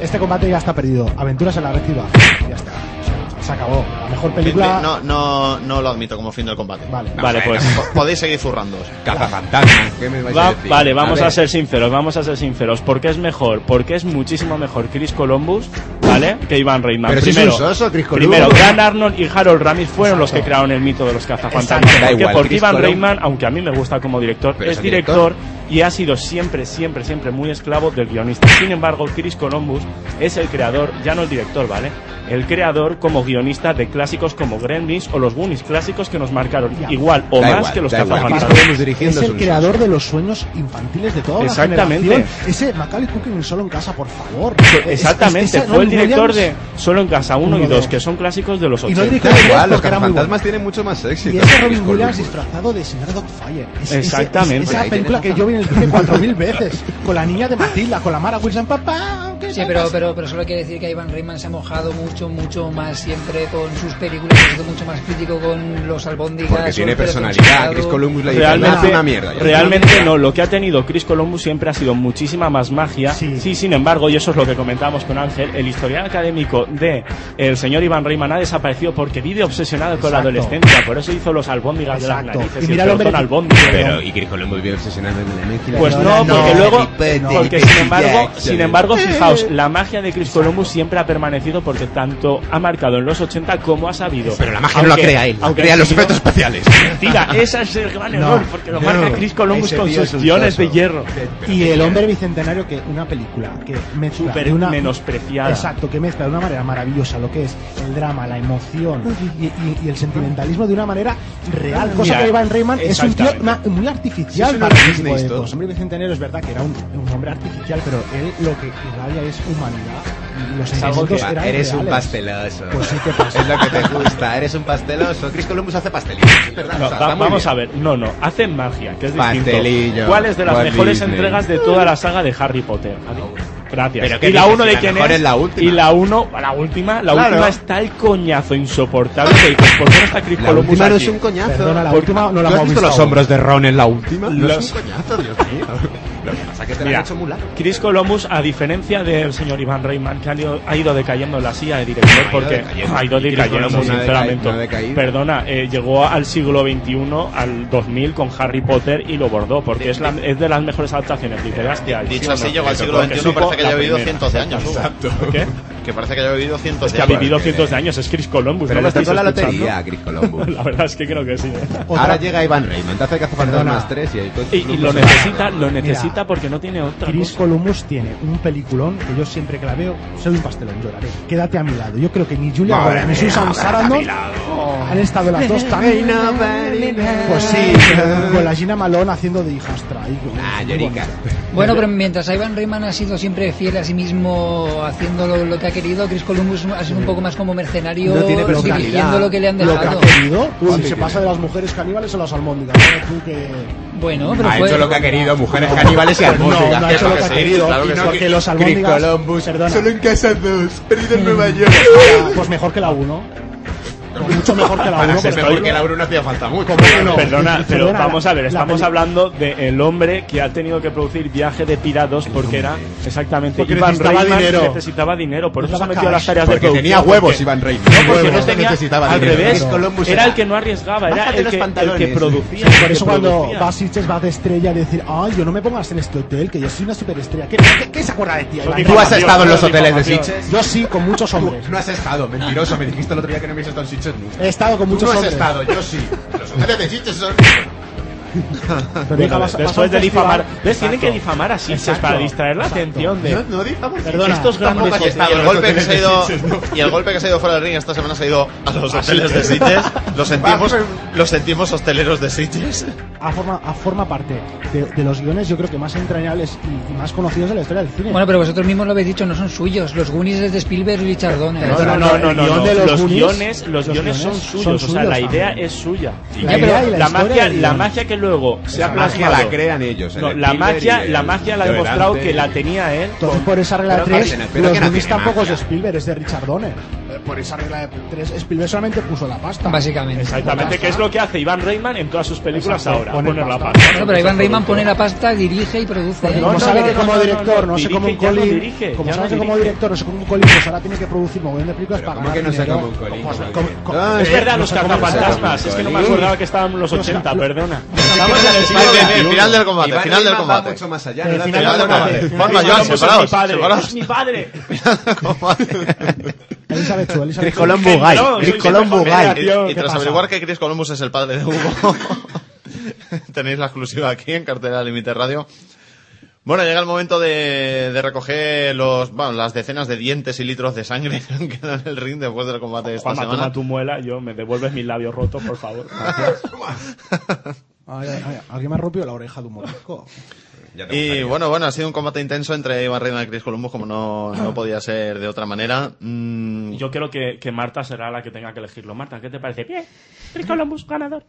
I: Este combate ya está perdido. Aventuras en la red Ciudad. Ya está. O sea, se acabó. La mejor
F: Fin
I: película.
F: de- No, no, no lo admito como fin del combate.
I: Vale,
G: Vale, pues.
F: po- podéis seguir zurrando.
H: Cazafantasmas, ¿qué me vais
G: Va-
H: a Pues decir?
G: vale, vamos a,
H: ver.
G: ser sinceros, vamos a ser sinceros. ¿Por qué es mejor? Porque es muchísimo mejor Chris Columbus, ¿vale? Que Iván Reitman.
H: Pero si es
G: primero,
H: un soso, Chris Columbus.
G: primero, Dan Arnold y Harold Ramis fueron los que crearon el mito de los cazafantasmas.
H: Exacto. Da
G: ¿Por qué?
H: igual,
G: Porque
H: Chris
G: Iván
H: Columbus-
G: Reitman, aunque a mí me gusta como director,
H: Pero
G: es
H: es
G: director y ha sido siempre, siempre, siempre muy esclavo del guionista. Sin embargo, Chris Columbus es el creador, ya no el director, ¿vale? El creador como guionista de clásicos como Gremlins o los Goonies, clásicos que nos marcaron igual o
H: Da
G: más
H: igual,
G: que los
H: da igual.
G: cazafantasmas.
H: Chris Columbus dirigiendo
I: es el
H: un
I: creador de los sueños infantiles de toda
G: Exactamente.
I: la generación. Ese Macaulay Culkin solo en casa, por favor. Es- es-
G: Exactamente,
I: es- esa-
G: fue
I: no-
G: el
I: no
G: director de
I: digamos-
G: Solo en Casa 1 y
I: Uno,
G: 2,
I: dos.
G: que son clásicos de los
I: Y no
G: 80.
I: dijo de
H: Igual, los
I: porque era muy
H: cazafantasmas tienen mucho más éxito.
I: Y ese
H: que
I: Robin
H: Chris
I: Williams
H: Columbus.
I: disfrazado de señor Dogfire. Ese- ese-
G: Exactamente.
I: Esa,
G: Ahí tenés
I: película que yo vi en el cine cuatro mil veces. Con la niña de Matilda, con la Mara Wilson, papá. ¿qué
J: Sí,
I: tal
J: pero,
I: vas?
J: pero, pero solo quiere decir que Ivan Reitman se ha mojado mucho, mucho más siempre con sus películas, ha sido mucho más crítico con los albóndigas.
H: Porque tiene
J: con el
H: personalidad.
J: preconchado.
H: Chris Columbus le dice, "Nada,
G: Realmente,
H: es una mierda. ya".
G: realmente no, lo que ha tenido Chris Columbus siempre ha sido muchísima más magia. Sí. sin embargo, y eso es lo que comentábamos con Ángel, el historial académico de el señor Iván Reitman ha desaparecido porque vive obsesionado con la
I: Exacto.
G: adolescencia, por eso hizo los albóndigas de las
I: Exacto.
G: narices
I: Y
G: y,
I: mira
G: el
I: lo
G: pelotón
I: merece-
G: albóndiga.
H: Pero, y Chris Columbus vive obsesionado con la mezcla.
G: Pues no,
H: No,
G: porque
H: no,
G: luego,
H: Pete,
G: porque
H: Pete
G: sin embargo,
H: Jackson.
G: sin embargo, fijaos, la magia de Chris Columbus siempre ha permanecido porque tanto ha marcado en los 80 como ha sabido.
H: Pero la magia no la crea él, la crean los efectos especiales.
G: Mentira, ese es el gran error, porque lo
I: no.
G: marca Chris Columbus
I: Ese
G: con
I: tío
G: sus
I: es un
G: guiones
I: soso.
G: de hierro.
I: Y el hombre bicentenario que una película que mezcla
G: Súper
I: de una
G: menospreciada.
I: exacto que mezcla de una manera maravillosa lo que es el drama la emoción y, y- y el sentimentalismo de una manera real cosa
G: Mira,
I: que Iván Reyman es un tío
G: exactamente.
I: na- muy artificial
H: Sí, es
I: para
H: una
I: ese tipo
H: Disney
I: de
H: todo.
I: cosas. hombre bicentenario es verdad que era un, un hombre artificial pero él lo que irradia es humanidad y los
H: Es algo que
I: sentimientos eran
H: eres un
I: reales.
H: pasteloso.
I: Pues sí que pasa.
H: Es lo que te gusta, eres un pasteloso. Chris Columbus hace pastelitos, es verdad.
G: No,
H: o sea,
G: va-
H: está muy
G: vamos
H: bien.
G: a ver, no, no, hacen magia, que es distinto.
H: Pastelillo,
G: ¿Cuál es de las
H: Walt
G: mejores
H: Disney.
G: entregas de toda la saga de Harry Potter? Javi? Gracias.
H: Pero que
G: y la
H: dices,
G: 1
H: si
G: de
H: la
G: quién
H: mejor
G: es?
H: es la última.
G: Y la 1, la última, la
H: Claro.
G: última está el coñazo insoportable que dices, ¿por qué no está Chris
H: La
G: Columbus
H: última no
G: aquí?
H: es un coñazo.
I: Perdona, la
G: Por-
I: última no la
H: ¿Tú has
I: hemos
H: visto
I: visto
H: los
I: aún.
H: hombros de Ron en la última? No
G: Los-
H: es un coñazo, Dios mío. Lo que pasa es que te la
G: Mira,
H: han hecho muy larga.
G: Chris Columbus, a diferencia del señor Iván Reitman, que ha ido, ha ido decayendo en la silla de director, porque
H: decayendo.
G: ha ido
H: Y Chris
G: decayendo,
H: Columbus no ha deca-
G: sinceramente.
H: no ha decaído.
G: Perdona, eh, llegó al siglo XXI, al 2000, con Harry Potter y lo bordó, porque es, la- es de las mejores adaptaciones literarias que hay. ¿sí
F: Dicho
G: o
F: así,
G: no?
F: llegó al siglo
G: Porque
F: XXI,
G: supo
F: parece que
G: la
F: haya vivido
G: primera.
F: 111 años. Hugo.
H: [LAUGHS]
G: ¿Qué?
H: Pues
F: Que parece que haya vivido 111
G: Es que ha
F: años.
G: vivido cientos de años, es Chris Columbus.
F: Pero
G: ¿no
F: le tocó
G: estáis
F: la
G: escuchando?
F: lotería,
H: Chris
G: [LAUGHS]
H: Columbus.
G: la verdad es que creo que sí.
H: Ahora llega Iván Reitman, te hace Cazafantasmas 3 y ahí todo-
G: Y, y lo necesita, lo necesita
I: Mira,
G: porque no tiene otra.
I: Chris Columbus tiene un peliculón que yo siempre que la veo soy un pastelón, lloraré. Quédate a mi lado. Yo creo que ni Julia
E: Madre
I: Roberts ni
E: mía,
I: Susan
E: quédate a
I: Sarandon
E: mi lado.
I: han estado las dos tan...
E: Ain't nobody better.
I: Pues sí, con la Gina Malone haciendo de hijastra. ahí, con-
H: Ah,
I: muy
H: Yorica.
J: Bueno, pero mientras Ivan Reitman ha sido siempre fiel a sí mismo, haciendo lo, lo que ha querido, Chris Columbus ha sido un poco más como mercenario,
I: No tiene personalidad.
J: dirigiendo lo que le han
I: Lo que ha
J: dejado.
I: querido, uy,
J: Sí,
I: se
J: sí.
I: pasa de las mujeres caníbales a las almóndigas. ¿eh? Tú que-
J: Bueno,
H: ha hecho lo que ha querido, mujeres
I: No,
H: caníbales y
I: pues no,
H: albóndigas.
I: no ha hecho
H: Claro
I: lo que ha
H: sí,
I: querido,
H: claro que
I: y no
H: sí.
I: que los
H: Chris
I: albóndigas-
H: Columbus,
I: Perdona.
H: solo en casa 2, perdido en Nueva York.
I: Pues mejor que la 1. Mucho mejor que la
H: Para
I: 1.
H: ser mejor que la 1 no hacía falta mucho.
I: [LAUGHS]
G: Perdona, pero
I: Perdona,
G: vamos a ver,
I: la
G: estamos
I: peli-
G: hablando del hombre que ha tenido que producir viaje de pirados porque era exactamente
H: Porque
G: Ivan
H: necesitaba
G: Reitman
H: dinero.
G: necesitaba dinero, por eso se
H: Necesitaba
G: metió a las
H: cash.
G: tareas de
H: Porque
G: producción.
H: tenía huevos
G: porque-
H: Ivan Reitman.
G: No, porque
H: Huevos,
G: no tenía,
H: necesitaba
G: al
H: dinero.
G: revés,
H: Chris Columbus
G: era
H: era-
G: el que no arriesgaba, era
H: Bájate
G: el
H: los
G: que, el
H: pantalones.
G: que producía.
I: Sí,
G: el
I: por
G: que
I: eso cuando
G: producía.
I: va Sitches va de estrella a decir, ay, yo no me pongas en este hotel, que yo soy una superestrella. ¿Qué, qué, qué se acuerda de ti? Iván?
H: ¿Tú has estado en los hoteles de Sitges?
I: Yo sí, con muchos hombres.
H: No has estado, mentiroso. Me dijiste el otro día que no habías estado en Sitges nunca.
I: He estado con
H: Tú
I: muchos
H: no has
I: hombres.
H: estado, yo sí. Los hoteles de Sitges son...
I: Pero hija, vas-
G: Bueno,
I: vas a
G: después
I: un
G: de
I: festival-
G: difamar, ¿ves? Tienen que difamar a Sitches
I: Exacto,
G: para distraer la
I: exacto.
G: atención de.
I: Yo
H: no difamo.
I: Perdona,
G: estos
I: tampoco
G: grandes
I: has
G: hoteles-
I: estado
F: Y el, golpe que se ha ido,
G: Sitges, no.
F: y el golpe que se ha ido fuera del ring esta semana se ha ido a los
I: A
F: hoteles de
I: Sitges.
F: Sitges. Los sentimos, los sentimos hosteleros de Sitges.
I: a forma, a forma parte de, de los guiones, yo creo que más entrañables y, y más conocidos de la historia del cine.
J: Bueno, pero vosotros mismos lo habéis dicho, no son suyos. Los Goonies es de Spielberg y Chardone.
G: No, no, no, no, no,
I: guión
G: no.
I: de los
G: Los,
I: Goonies-
G: guiones, los
I: los
G: guiones son
I: guiones
G: suyos,
I: son
G: o sea, la
I: suyos
G: idea
I: también.
G: es suya.
I: Y la idea y la
G: la
I: historia
G: magia,
I: del
G: la
I: guión.
G: magia que luego se ha
H: Esa magia
G: plasmado.
H: la crean ellos, el
G: No,
H: de
G: la
H: Spielberg
G: magia,
H: y el
G: la magia la ha
H: de
G: demostrado
H: Dante.
G: que la tenía él.
I: Entonces, por esa regla de
G: Pero que
I: tres,
G: se- pero
I: los
G: que no
I: Goonies
G: tiene
I: tampoco es
G: magia.
I: de Spielberg, es de Richard Donner. Eh, Por esa regla de tres, Spielberg solamente puso la pasta.
J: Básicamente.
G: Exactamente, que es lo que hace Iván Reitman en todas sus películas
I: Exacto,
G: ahora,
I: poner
G: poner la
I: pasta.
G: pasta.
J: Bueno, pero Ivan Reitman pone la pasta, dirige y produce. ¿eh?
I: Como sabe que como director, no, sé
J: Dirige,
I: cómo un
J: ya no
I: Colin.
J: dirige,
I: como
J: ya
I: sabe
J: no
I: que como
J: dirige.
I: director, no sé cómo un Colin, pues ahora tiene que producir mogollón de películas para ganar
H: que no sé
I: dinero.
H: cómo un Colin?
I: Pues,
H: ¿Cómo
I: como-
H: que?
I: como-
H: No,
I: eh,
G: Es verdad,
I: no
G: los
I: sé cómo-
G: cazafantasmas. Es que no me acordaba que estaban los 80, perdona. Estamos en el siglo XXI.
F: Final del combate,
H: Iván
F: final del
H: Reitman va
F: combate.
H: mucho más allá.
F: El
H: ¿no? La
F: final
H: final
F: del
H: del
F: combate.
H: combate.
F: Forma, Joan,
G: Vamos,
F: separaos,
G: es mi padre,
F: separaos.
G: Es mi padre.
I: Elizabeth Chu, Elizabeth
M: Chris
I: Chu.
M: Columbus Guy, Chris Columbus
F: Y,
M: Guy.
F: y tras averiguar que Chris Columbus es el padre de Hugo, [LAUGHS] tenéis la exclusiva aquí en Cartera Límite Radio. Bueno, llega el momento de, de recoger los, bueno, las decenas de dientes y litros de sangre [LAUGHS] que han quedado en el ring después del combate de esta
G: Juanma,
F: semana.
G: toma tu muela, yo me devuelves mi labio roto, por favor.
H: [LAUGHS]
I: Ay, ay, ay, Alguien me ha rompido la oreja de un mordisco.
F: Y bueno, bueno, ha sido un combate intenso entre Iván Reina y Chris Columbus, como no, no podía ser de otra manera. Mm,
G: Yo creo que, que Marta será la que tenga que elegirlo. Marta, ¿qué te parece? Bien, Chris Columbus, ganador.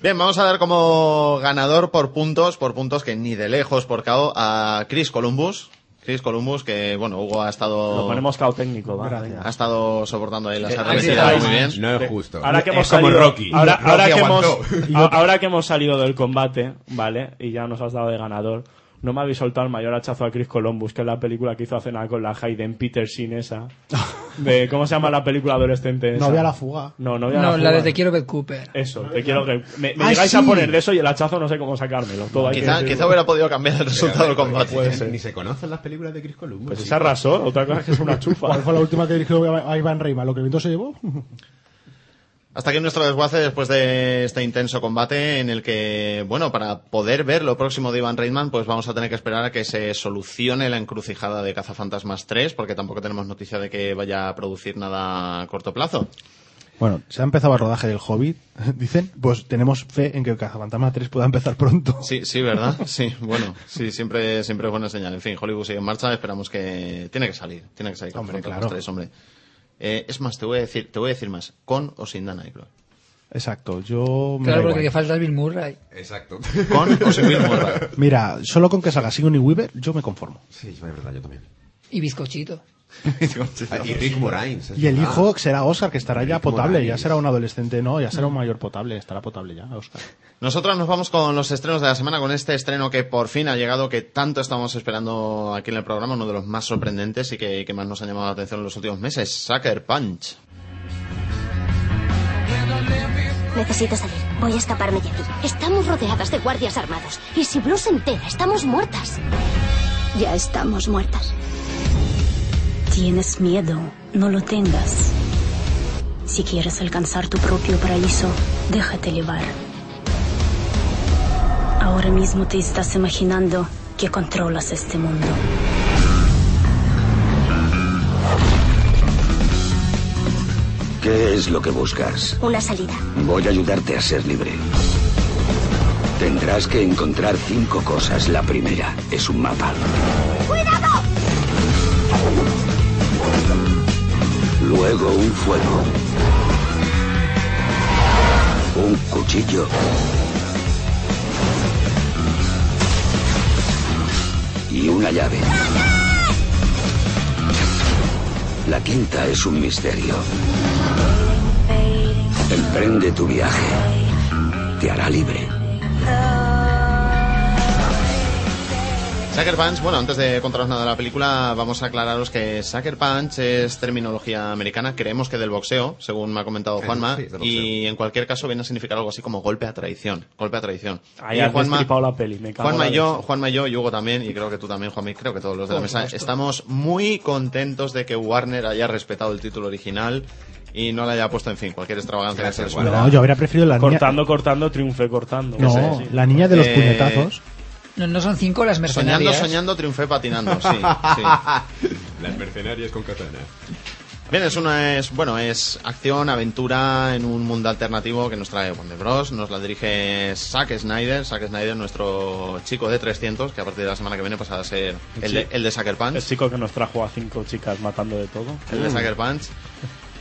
F: Bien, vamos a dar como ganador por puntos, por puntos que ni de lejos por KO, a Chris Columbus. Chris Columbus, que bueno, Hugo ha estado...
G: Lo ponemos cao técnico, va. venga.
F: Ha estado soportando ahí las
G: Eh,
F: adversidades
G: ahí
F: muy bien.
G: estáis.
H: No es justo.
G: Ahora que hemos
H: es como
G: salido,
H: Rocky.
G: Ahora, ahora
H: Rocky
G: que
H: aguantó. [LAUGHS]
G: hemos, a- ahora que hemos salido del combate, ¿vale? Y ya nos has dado de ganador. No me habéis soltado el mayor hachazo a Chris Columbus, que es la película que hizo hace nada con la Hayden
I: [LAUGHS]
G: Peterson esa. De, ¿Cómo se llama la película adolescente esa?
I: No había la fuga.
G: [LAUGHS] No, no había
J: No,
G: la
J: la
G: fuga.
J: de Te quiero ver Cooper.
G: Eso, te quiero que... Me, me
I: Ah,
G: llegáis a
I: sí.
G: poner de eso y el hachazo no sé cómo sacármelo. Todo hay que
F: Quizá,
G: decirlo.
F: quizá hubiera podido cambiar el resultado del combate.
G: puede ser.
H: Ni se conocen las películas de Chris Columbus.
G: Pues esa razón, otra cosa es que es
I: [LAUGHS]
G: una chufa.
I: ¿Cuál fue la última que dirigió a Iván Reitman? ¿Lo que el viento se llevó?
F: Hasta aquí nuestro desguace después de este intenso combate en el que, bueno, para poder ver lo próximo de Ivan Reitman, pues vamos a tener que esperar a que se solucione la encrucijada de Cazafantasmas 3, porque tampoco tenemos noticia de que vaya a producir nada a corto plazo.
I: Bueno, se ha empezado el rodaje del Hobbit, dicen. Pues tenemos fe en que Cazafantasma 3 pueda empezar pronto.
F: Sí, sí, ¿verdad? [LAUGHS] Sí, bueno, sí, siempre, siempre es buena señal. En fin, Hollywood sigue en marcha, esperamos que... Tiene que salir, tiene que salir
I: Hombre,
F: Cazafantasmas
I: claro.
F: 3, hombre. Eh, es más, te voy a decir, te voy a decir más, con o sin Dan Aykroyd.
I: Exacto, yo... me da
J: Claro, porque
I: igual.
J: le falta Bill Murray.
H: Exacto.
F: Con o sin Bill Murray.
I: Mira, solo con que salga Sigourney Weaver, yo me conformo.
H: Sí, es verdad, yo también.
J: Y bizcochito.
H: y Rick Moranis.
G: Pues
H: es
I: Y el
H: verdad.
I: hijo será Oscar, que estará ya
H: Rick
I: potable, ya
H: Moranis.
I: será un adolescente, no, ya será un mayor potable, estará potable ya, Oscar.
F: Nosotros nos vamos con los estrenos de la semana, con este estreno que por fin ha llegado, que tanto estábamos esperando aquí en el programa, uno de los más sorprendentes y que, que más nos ha llamado la atención en los últimos meses, Sucker Punch.
O: Necesito salir. Voy a escaparme de aquí. Estamos rodeadas de guardias armados. Y si Blue se entera, estamos muertas.
P: Ya estamos muertas. Tienes miedo, no lo tengas. Si quieres alcanzar tu propio paraíso, déjate llevar. Ahora mismo te estás imaginando que controlas este mundo.
Q: ¿Qué es lo que buscas?
O: Una salida.
Q: Voy a ayudarte a ser libre. Tendrás que encontrar cinco cosas. La primera es un mapa.
O: ¡Cuidado!
Q: Luego un fuego. Un cuchillo. Y una llave. La quinta es un misterio. Emprende tu viaje. Te hará libre.
F: Sucker Punch, bueno, antes de contaros nada de la película, vamos a aclararos que Sucker Punch es terminología americana, creemos que del boxeo, según me ha comentado
H: Eh,
F: Juanma,
H: sí, del boxeo.
F: y en cualquier caso viene a significar algo así como golpe a traición, golpe a traición.
G: Ahí
F: Y
G: has
F: Juanma-
G: destripado la peli, me cago en
F: Juanma
G: la
F: y yo, Juanma y yo, y Hugo también, y creo que tú también, Juanma, y creo que todos los de la
G: Por
F: mesa,
G: supuesto.
F: estamos muy contentos de que Warner haya respetado el título original y no le haya puesto, en fin, cualquier extravagancia. que se le
I: No,
F: ocurra.
I: yo habría preferido la niña.
G: Cortando, cortando, triunfe cortando.
I: No, la niña
G: Eh,
I: de los puñetazos.
J: No, no son cinco las
F: Soñando,
J: mercenarias.
F: soñando, triunfé patinando, sí,
H: [LAUGHS]
F: sí.
H: Las mercenarias con katana.
F: Bien, es una es bueno, es acción, aventura en un mundo alternativo que nos trae Warner Bros. Nos la dirige Zack Snyder, Zack Snyder, nuestro chico de 300, que a partir de la semana que viene pasará a ser el de, el de Sucker Punch.
G: El chico que nos trajo a cinco chicas matando de todo.
F: el de Sucker Punch.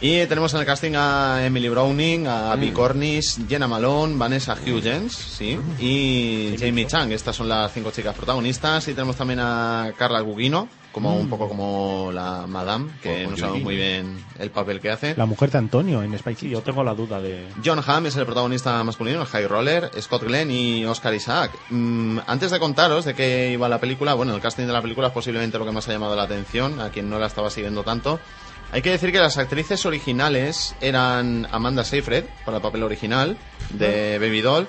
F: Y tenemos en el casting a Emily Browning, a Vic Cornish, Jenna Malone, Vanessa Hudgens, sí, y Jamie Chang. Estas son las cinco chicas protagonistas. Y tenemos también a Carla Gugino, como un poco como la Madame, que no sabemos muy bien el papel que hace.
I: La mujer de Antonio en Spy Kids.
G: Yo tengo la duda de.
F: John Hamm es el protagonista masculino, el High Roller, Scott Glenn y Oscar Isaac. Mm, antes de contaros de qué iba la película, bueno, el casting de la película es posiblemente lo que más ha llamado la atención, a quien no la estaba siguiendo tanto. Hay que decir que las actrices originales eran Amanda Seyfried, para el papel original, de Baby Doll,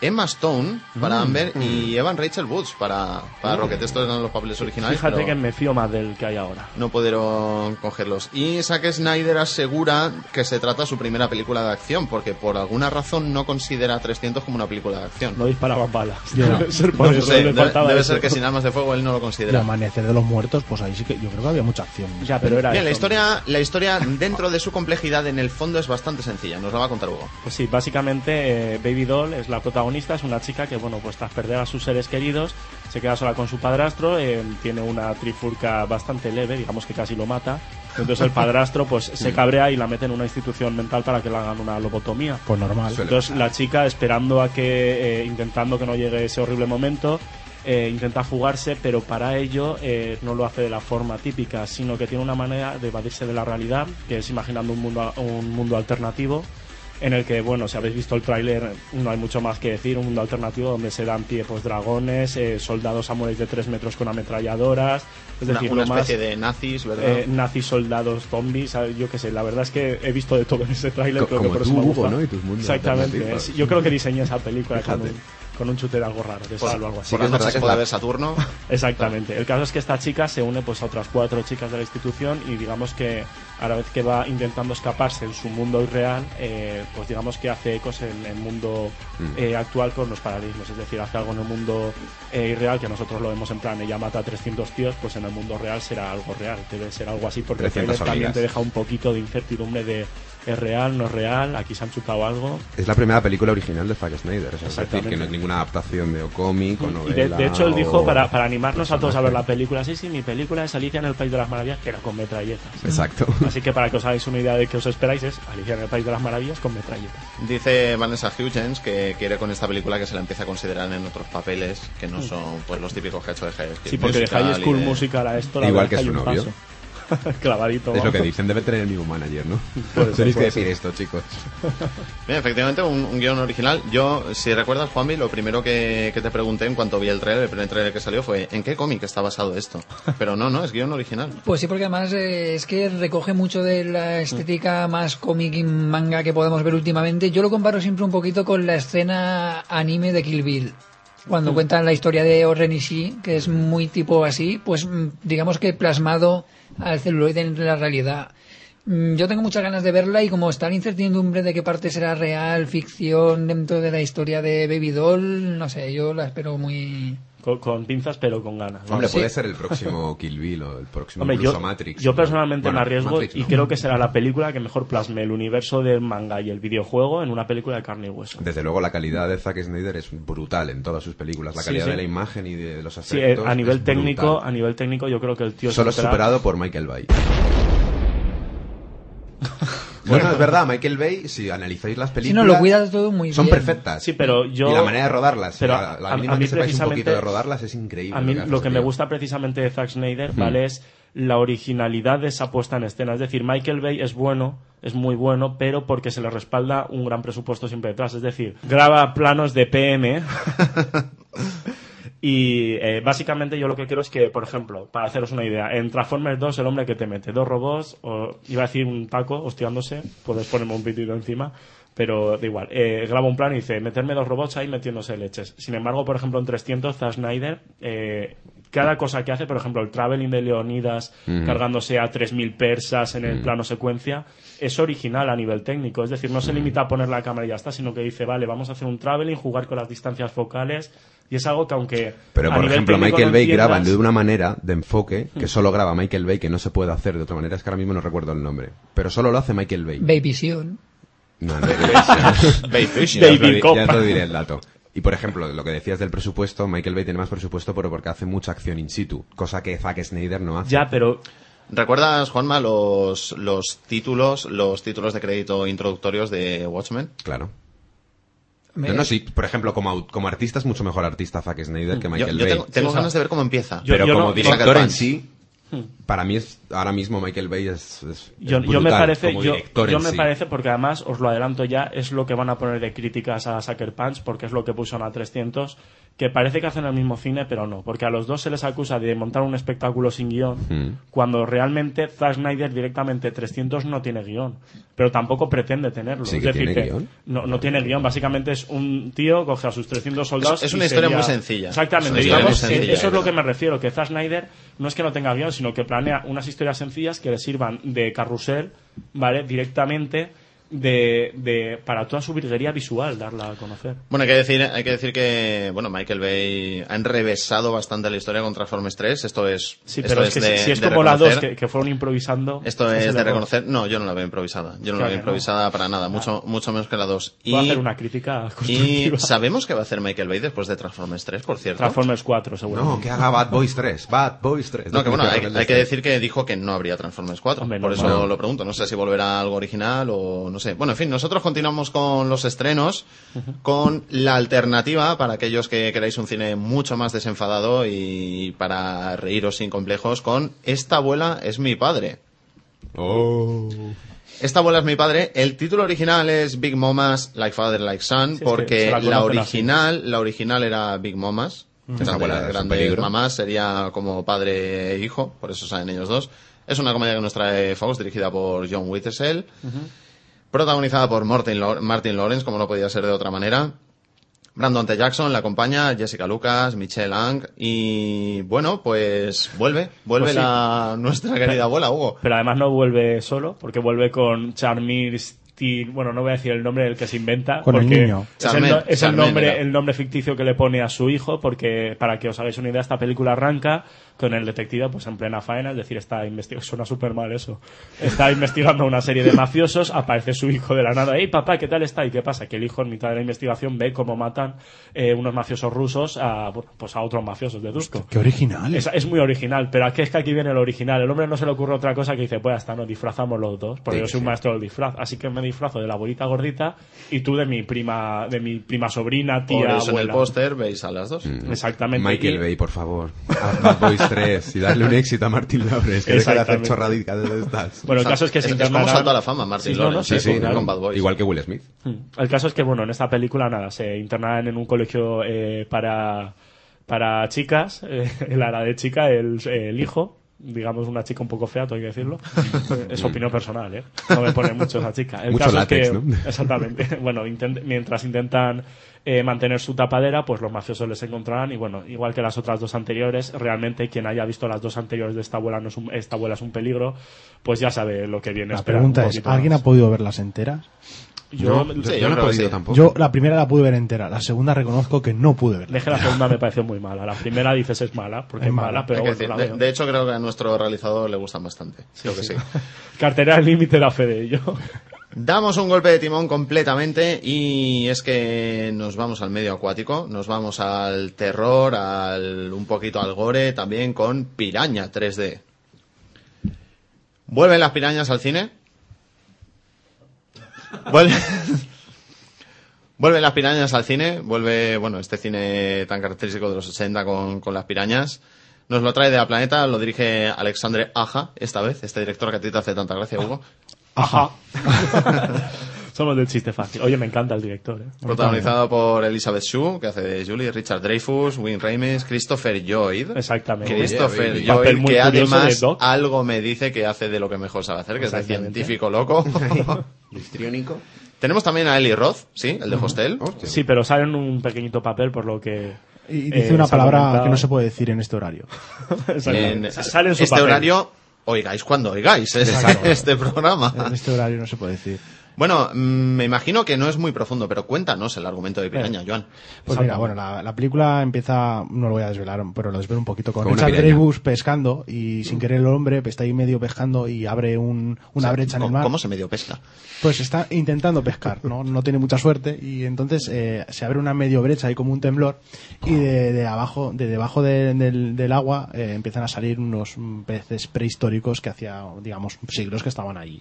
F: Emma Stone, para
G: Mm.
F: Amber, y Evan Rachel Woods, para, para
G: Mm.
F: Rocket. Estos eran los papeles originales.
G: Fíjate
F: pero-
G: que me fío más del que hay ahora.
F: no pudieron cogerlos. Y Zack Snyder asegura que se trata de su primera película de acción, porque por alguna razón no considera 300 como una película de acción.
G: No disparaban balas.
I: [LAUGHS] Ya.
G: [LAUGHS] Debe ser por
F: No
G: eso,
F: sé,
G: le
F: debe,
G: faltaba
F: debe
G: eso.
F: ser que sin armas de fuego él no lo
I: El
F: considera.
I: amanecer de los muertos, pues ahí sí que yo creo que había mucha acción.
G: Ya, pero era
F: Bien, la
G: eso.
F: historia, la historia dentro de su complejidad en el fondo es bastante sencilla, nos la va a contar Hugo.
G: Pues sí, básicamente eh, Baby Doll es la protagonista, es una chica que, bueno, pues tras perder a sus seres queridos, se queda sola con su padrastro, eh, tiene una trifurca bastante leve, digamos que casi lo mata. Entonces
F: [LAUGHS]
G: el padrastro pues se cabrea y la mete en una institución mental para que le hagan una lobotomía.
I: Pues normal.
G: Entonces la chica esperando a que, eh, intentando que no llegue ese horrible momento, eh, intenta fugarse, pero para ello eh, no lo hace de la forma típica, sino que tiene una manera de evadirse de la realidad, que es imaginando un mundo, un mundo alternativo, en el que, bueno, si habéis visto el tráiler, no hay mucho más que decir, un mundo alternativo donde se dan pie pues dragones, eh, soldados samuráis de 3 metros con ametralladoras, es
F: Una-
G: decir,
F: una,
G: lo más-
F: especie de nazis, ¿verdad?
G: eh, nazis, soldados, zombies, ¿sabes? yo qué sé, la verdad es que he visto de todo en ese tráiler.
H: Co-
G: creo que
H: como
G: por eso
H: tú,
G: me
H: Hugo,
G: gusta.
H: ¿no? Y tus mundos
G: Exactamente,
H: alternativos.
G: es- yo creo que diseñé esa película con
H: Fíjate.
G: un, con un chute de algo raro, de
F: Por-
G: sal o algo así.
F: por la noche que puede haber Saturno.
G: Exactamente, el caso es que esta chica se une pues a otras cuatro chicas de la institución y digamos que a la vez que va intentando escaparse en su mundo irreal, eh, pues digamos que hace ecos en el mundo
K: Mm.
G: eh, actual con los paralismos, es decir, hace algo en el mundo eh, irreal que nosotros lo vemos en plan, ella mata a 300 tíos, pues en el mundo real será algo real, debe ser algo así porque el
H: 300
G: trailer también
H: hormigas.
G: te deja un poquito de incertidumbre de es real, no es real, aquí se han chutado algo.
H: Es la primera película original de Zack Snyder. o sea, Es decir,
G: Exactamente.
H: que no es ninguna adaptación de o cómic o
G: Y de,
H: novela.
G: de hecho, él
H: o-
G: dijo para, para animarnos a todos a ver la película. Sí, sí, mi película es Alicia en el País de las Maravillas, que era con metralletas.
H: Exacto.
G: [LAUGHS] Así que para que os hagáis una idea de qué os esperáis, es Alicia en el País de las Maravillas con metralletas.
F: Dice Vanessa Hudgens que quiere con esta película que se la empiece a considerar en otros papeles que no son pues los típicos que ha hecho de High School
G: Mm. Sí, porque de
F: Musical
G: High
F: y
G: School
F: de-
G: Musical a esto, la
H: Igual
G: verdad
H: que
G: hay
H: su
G: un
H: novio.
G: paso. [LAUGHS] Clavadito.
H: Es lo que
G: vamos.
H: dicen, debe tener el mismo manager, ¿no?
G: Puede ser,
H: Tenéis que
G: puede
H: decir
G: ser.
H: esto, chicos.
F: Bien, efectivamente, un, un guión original. Yo, si recuerdas, Juanvi, lo primero que, que te pregunté en cuanto vi el trailer, el primer trailer que salió fue ¿en qué cómic está basado
G: [LAUGHS]
F: esto? Pero no, no, es guión original.
J: Pues sí, porque además eh, es que recoge mucho de la estética más cómic y manga que podemos ver últimamente. Yo lo comparo siempre un poquito con la escena anime de Kill Bill. Cuando
K: Mm.
J: cuentan la historia de Oren Ishii, que es muy tipo así, pues mm, digamos que plasmado al celuloide en la realidad. Mm, Yo tengo muchas ganas de verla y como está la incertidumbre de qué parte será real, ficción dentro de la historia de Baby Doll, no sé, yo la espero muy...
G: Con, con pinzas, pero con ganas.
H: Hombre,
G: Sí.
H: puede ser el
G: [LAUGHS]
H: próximo Kill Bill o el próximo
G: Hombre,
H: incluso
G: yo,
H: Matrix.
G: yo
H: ¿no?
G: personalmente
H: Bueno,
G: me arriesgo
H: Matrix
G: y
H: no.
G: creo que será la película que mejor plasme el universo del manga y el videojuego en una película de carne y hueso.
H: Desde luego la calidad de Zack Snyder es brutal en todas sus películas. La
G: Sí,
H: calidad
G: sí.
H: de la imagen y de los
G: Sí, eh,
H: aspectos.
G: a nivel
H: es
G: técnico,
H: brutal.
G: a nivel técnico yo creo que el tío se
H: Solo es
G: entera-
H: superado por Michael
G: [LAUGHS]
H: Bay. Bueno, es verdad, Michael Bay, si analizáis las
J: Si
H: películas...
J: no, lo cuida todo muy
H: Son
J: bien.
H: perfectas.
G: Sí, pero yo.
H: Y la manera de rodarlas.
G: Pero
H: la, la mínima que sepáis un poquito de rodarlas es increíble.
G: A mí
H: hace
G: lo que
H: ese
G: me
H: tío.
G: gusta precisamente de Zack Snyder,
H: Hmm.
G: ¿vale? Es la originalidad de esa puesta en escena. Es decir, Michael Bay es bueno, es muy bueno, pero porque se le respalda un gran presupuesto siempre detrás. Es decir, graba planos de PM. Y eh, básicamente yo lo que quiero es que, por ejemplo, para haceros una idea, en Transformers 2 el hombre que te mete dos robots, o iba a decir un taco hostiándose, puedes ponerme un pitido encima, pero da igual. Eh, graba un plan y dice, meterme dos robots ahí metiéndose leches. Sin embargo, por ejemplo, en 300, Zack Snyder, eh, cada cosa que hace, por ejemplo, el traveling de Leonidas
H: Mm.
G: cargándose a 3.000 persas en el
H: Mm.
G: plano secuencia, es original a nivel técnico. Es decir, no se limita a poner la cámara y ya está, sino que dice, vale, vamos a hacer un traveling, jugar con las distancias focales, y es algo que aunque...
H: Pero,
G: a
H: por
G: nivel
H: ejemplo,
G: técnico
H: Michael
G: no
H: Bay graba
G: entiendas-
H: de una manera de enfoque que
G: Hmm.
H: solo graba Michael Bay, que no se puede hacer de otra manera. Es que ahora mismo no recuerdo el nombre. Pero solo lo hace Michael Bay.
J: Baby Sion.
H: No, no,
G: [LAUGHS]
H: no.
F: [LAUGHS] Baby Fish.
H: Ya os lo
F: Baby
H: di-
F: Copa.
H: Ya te diré el dato. Y por ejemplo, lo que decías del presupuesto, Michael Bay tiene más presupuesto pero porque hace mucha acción in situ, cosa que Zack Snyder no hace.
G: Ya, pero
F: ¿Recuerdas, Juanma, los, los títulos, los títulos de crédito introductorios de Watchmen?
H: Claro. No, no, sí, por ejemplo, como, au- como artista es mucho mejor artista Zack Snyder que
F: Mm. Yo-
H: Michael
F: yo
H: Bay.
F: tengo- tengo Sí, ganas o sea, de ver cómo empieza. yo-
H: Pero
F: yo
H: como
F: no-
H: director
F: Sucker
H: en
F: Punch.
H: sí,
G: Hmm.
H: para mí es, ahora mismo Michael Bay es, es-
G: yo,
H: es
G: yo me
H: brutal
G: parece
H: como
G: yo,
H: director
G: yo
H: en
G: me
H: sí.
G: parece porque además os lo adelanto ya es lo que van a poner de críticas a Sucker Punch porque es lo que puso en la 300 que parece que hacen el mismo cine pero no porque a los dos se les acusa de montar un espectáculo sin guión
F: Mm.
H: Hmm.
G: cuando realmente Zack Snyder directamente 300 no tiene guión pero tampoco pretende tenerlo
H: Sí
G: es
H: que
G: decir
H: tiene
G: que
H: guión.
F: Mm.
G: no, no tiene guión básicamente es un tío coge a sus 300 soldados
F: Es- es
G: y
F: una historia
G: sería-
F: muy sencilla. Es
G: exactamente
F: una historia
G: digamos,
F: muy sencilla,
G: eso es lo
F: ¿verdad?
G: que me refiero, que Zack Snyder no es que no tenga guión, sino que planea unas historias sencillas que le sirvan de carrusel, ¿vale? Directamente de, de- para toda su virguería visual, darla a conocer.
F: Bueno, hay que decir, hay que decir que, bueno, Michael Bay ha enrevesado bastante la historia con Transformers 3. Esto es,
G: Sí,
F: esto
G: pero es que
F: de-
G: si, si es
F: de
G: como la 2,
F: reconocer.
G: que, que fueron improvisando...
F: Esto
G: ese
F: es de
G: error.
F: reconocer. No, yo no la veo improvisada. Yo no la
G: Claro
F: veo
G: que no.
F: improvisada para nada. Mucho, mucho menos que la 2.
G: Puedo hacer una crítica
F: y
G: constructiva.
F: sabemos que va a hacer Michael Bay después de Transformers 3, por cierto.
G: Transformers 4, seguro.
H: No, que haga Bad Boys 3, Bad Boys 3.
F: No, que bueno, hay,
H: Rebeldes
F: hay que
H: 3.
F: decir que dijo que no habría Transformers 4. por eso
H: normal.
F: lo pregunto. No sé si volverá algo original o no sé. Bueno, en fin, nosotros continuamos con los estrenos, con la alternativa para aquellos que queráis un cine mucho más desenfadado y para reíros sin complejos, con Esta abuela es mi padre.
H: Oh.
F: Esta abuela es mi padre. El título original es Big Momas Like Father Like Son,
H: que
F: porque
H: se
F: la,
H: la conocen así.
F: original, la original era Big Momas.
H: Mm.
F: Grande-
H: Esa abuela es un
F: grande
H: peligro.
F: mamá sería como padre e hijo, por eso salen ellos dos. Es una comedia que nos trae Faust, dirigida por John Whitesell, protagonizada por Martin, Lau- Martin Lawrence, como no podía ser de otra manera. Brandon T. Jackson la acompaña, Jessica Lucas, Michelle Ang, y bueno, pues vuelve, vuelve
G: Pues sí.
F: la, nuestra querida abuela, Hugo.
G: Pero además no vuelve solo, porque vuelve con Charmir Steele- bueno, no voy a decir el nombre del que se inventa,
I: Con el
G: porque
I: niño.
G: es, el,
I: Charmaine,
G: no- es el
I: Charmaine
G: nombre,
I: era.
G: el nombre ficticio que le pone a su hijo, porque para que os hagáis una idea, esta película arranca con el detective pues en plena faena, es decir, está investigando, [LAUGHS] suena súper mal eso, está investigando una serie de mafiosos, aparece su hijo de la nada, hey papá, ¿qué tal está? ¿Y qué pasa? Que el hijo en mitad de la investigación ve cómo matan eh, unos mafiosos rusos a, bueno, pues a otros mafiosos de Dusko.
I: Qué original.
G: Es, es muy original, pero aquí es que aquí viene el original. El hombre no se le ocurre otra cosa que dice, pues hasta nos disfrazamos los dos, porque
I: Sí,
G: yo soy un
I: sí.
G: maestro del disfraz. Así que me
I: disfrazo de la abuelita gordita y tú de mi prima, de mi prima sobrina, tía,
F: Por eso en el
I: abuela.
F: póster veis a las dos.
I: Exactamente.
H: Michael
I: Y-
H: Bay, por favor. Haz Bad Boys 3 y darle un éxito a Martin Lawrence, que deja de hacer
I: Exactamente.
H: chorraditas de estas.
I: Bueno, el caso es que se internarán- Sí, no, no, sí, sí, claro.
H: Igual que Will Smith.
I: El caso es que, bueno, en esta película, nada, se internarán en un colegio eh, para, para chicas, [LAUGHS] eh, el ala de chica, el, el hijo, digamos una chica un poco fea, tengo que decirlo. es opinión personal, ¿eh? No me pone mucho esa chica. El
H: Mucho
I: caso
H: látex,
I: es que,
H: ¿no?
I: Exactamente. [LAUGHS] Bueno, intent- mientras intentan eh, mantener su tapadera, pues los mafiosos les encontrarán y, bueno, igual que las otras dos anteriores, realmente quien haya visto las dos anteriores de esta abuela, no es un, esta abuela es un peligro, pues ya sabe lo que viene.
G: La
I: Espera un
G: pregunta es,
I: poquito
G: ¿alguien
I: más.
G: ha podido verlas enteras?
I: Yo-
H: No,
I: sí, yo
H: yo no he
I: creo que
H: podido
I: sí.
H: tampoco.
G: Yo la primera la pude ver entera, la segunda reconozco que no pude verla.
I: Deje la segunda me pareció muy mala. La primera dices es mala, porque es, mala, pero
F: Hay que
I: bueno, la
F: decir,
I: veo.
F: de, de hecho, creo que a nuestro realizador le gustan bastante. creo que sí.
I: Cartera al límite la fe de ello. [LAUGHS]
F: Damos un golpe de timón completamente y es que nos vamos al medio acuático, nos vamos al terror, al un poquito al gore, también con Piraña 3D. ¿Vuelven las pirañas al cine? Vuelve- [LAUGHS] Vuelven las pirañas al cine, vuelve, bueno, este cine tan característico de los 80 con, con las pirañas. Nos lo trae de la planeta, lo dirige Alexandre Aja, esta vez, este director que a ti te hace tanta gracia, Hugo.
I: Ajá. [LAUGHS] Somos del chiste fácil. Oye, me encanta el director. ¿eh?
F: Protagonizado por Elizabeth Shue, que hace de Julie, Richard Dreyfus, Win Rames, Christopher Lloyd.
I: Exactamente.
F: Christopher
I: Oye,
F: Lloyd,
I: papel muy
F: que
I: curioso
F: además
I: de Doc.
F: algo me dice que hace de lo que mejor sabe hacer, que es de
I: Exactamente. [LAUGHS]
F: científico loco.
H: Histriónico.
F: Tenemos también a Eli Roth, ¿sí? El de
I: Ujú. [LAUGHS]
F: Hostel.
I: Sí, pero sale en un pequeñito papel, por lo que.
G: Y
I: eh,
G: dice una
I: se ha
G: palabra
I: comentado.
G: que no se puede decir en este horario.
F: En
I: Exactamente. Sale en su
F: este
I: papel.
F: horario, oigáis cuando oigáis es- [LAUGHS]
G: Exacto.
F: este programa.
I: [LAUGHS]
G: En este horario no se puede decir. Pues
F: Bueno, mm, me imagino que no es muy profundo, pero cuéntanos el argumento de
I: Eh.
F: Piraña, Joan.
G: Pues mira, bueno, la, la película empieza, no lo voy a desvelar, pero lo desvelo un poquito, con,
F: Con una
G: Richard
F: piraña.
G: Dreyfus pescando y sin querer el hombre pues, está ahí medio pescando y abre un- una
F: O sea,
G: brecha en el
F: ¿cómo-
G: mar.
F: ¿Cómo se medio pesca?
G: Pues está intentando pescar, ¿no? No tiene mucha suerte y entonces eh, se abre una medio brecha, hay como un temblor y de, de abajo, de debajo de- del, del agua eh, empiezan a salir unos mm, peces prehistóricos que hacía, digamos, siglos que estaban allí.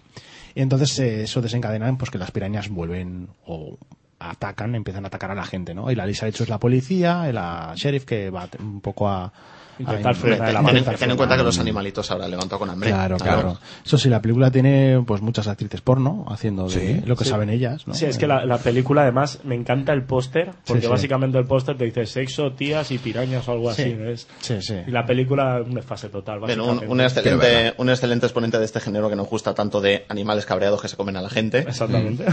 G: Y entonces eh, eso desencadena pues que las pirañas vuelven o atacan, empiezan a atacar a la gente, ¿no? Y la Lisa hecho es la policía, la sheriff que va te- un poco a...
F: Intentar frenar el Ten- avance. ten- ten en cuenta que los animalitos ahora levantado con hambre.
G: Claro,
F: Claro.
G: claro. Eso sí, la película tiene pues muchas actrices porno haciendo de
I: Sí.
G: lo que
I: Sí.
G: saben ellas, ¿no?
I: Sí, es que la, la película además me encanta el póster, porque
G: sí.
I: básicamente el póster te dice sexo, tías y pirañas o algo
G: Sí.
I: así. ¿ves?
G: Sí, sí.
I: Y la película una fase total.
F: Bueno, un,
I: Básicamente.
F: un excelente, un excelente exponente de este género que nos gusta tanto de animales cabreados que se comen a la gente.
I: Exactamente.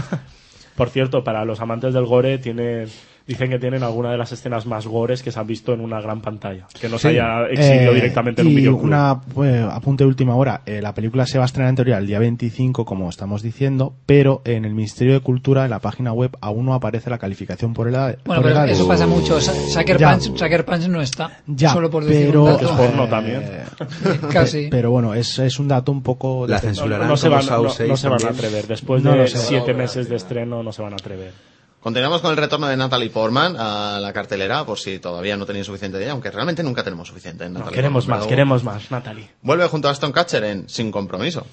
I: Por cierto, para los amantes del gore tienen, dicen que tienen alguna de las escenas más gores que se han visto en una gran pantalla, que no se haya exhibido
G: Eh,
I: directamente en un
G: y
I: videoclub.
G: Una eh, apunte de última hora. Eh, la película se va a estrenar en teoría el día 25, como estamos diciendo, pero en el Ministerio de Cultura, en la página web, aún no aparece la calificación por edad.
J: Bueno,
G: por
J: pero
G: edades.
J: eso pasa mucho. Sa- Sucker
G: Ya,
J: Punch, Sucker Punch no está.
G: Ya,
J: solo por decir
G: pero
J: un dato.
G: eh,
J: [LAUGHS] Casi.
G: Pero bueno, es, es un dato un poco.
H: La
G: de-
H: censurarán
I: no se
H: como
I: van,
H: Saw
I: no- no
H: 6
I: se van a
H: también.
I: atrever. Después
G: No
I: de
G: lo sé.
I: siete meses de estreno no se van a atrever.
F: [LAUGHS] Continuamos con el retorno de Natalie Portman a la cartelera, por si todavía no tenéis suficiente de ella, aunque realmente nunca tenemos suficiente. en
I: No,
F: Natalie
I: queremos
F: Portman,
I: más,
F: pero-
I: queremos más, Natalie.
F: Vuelve junto a Aston Catcher en Sin Compromiso.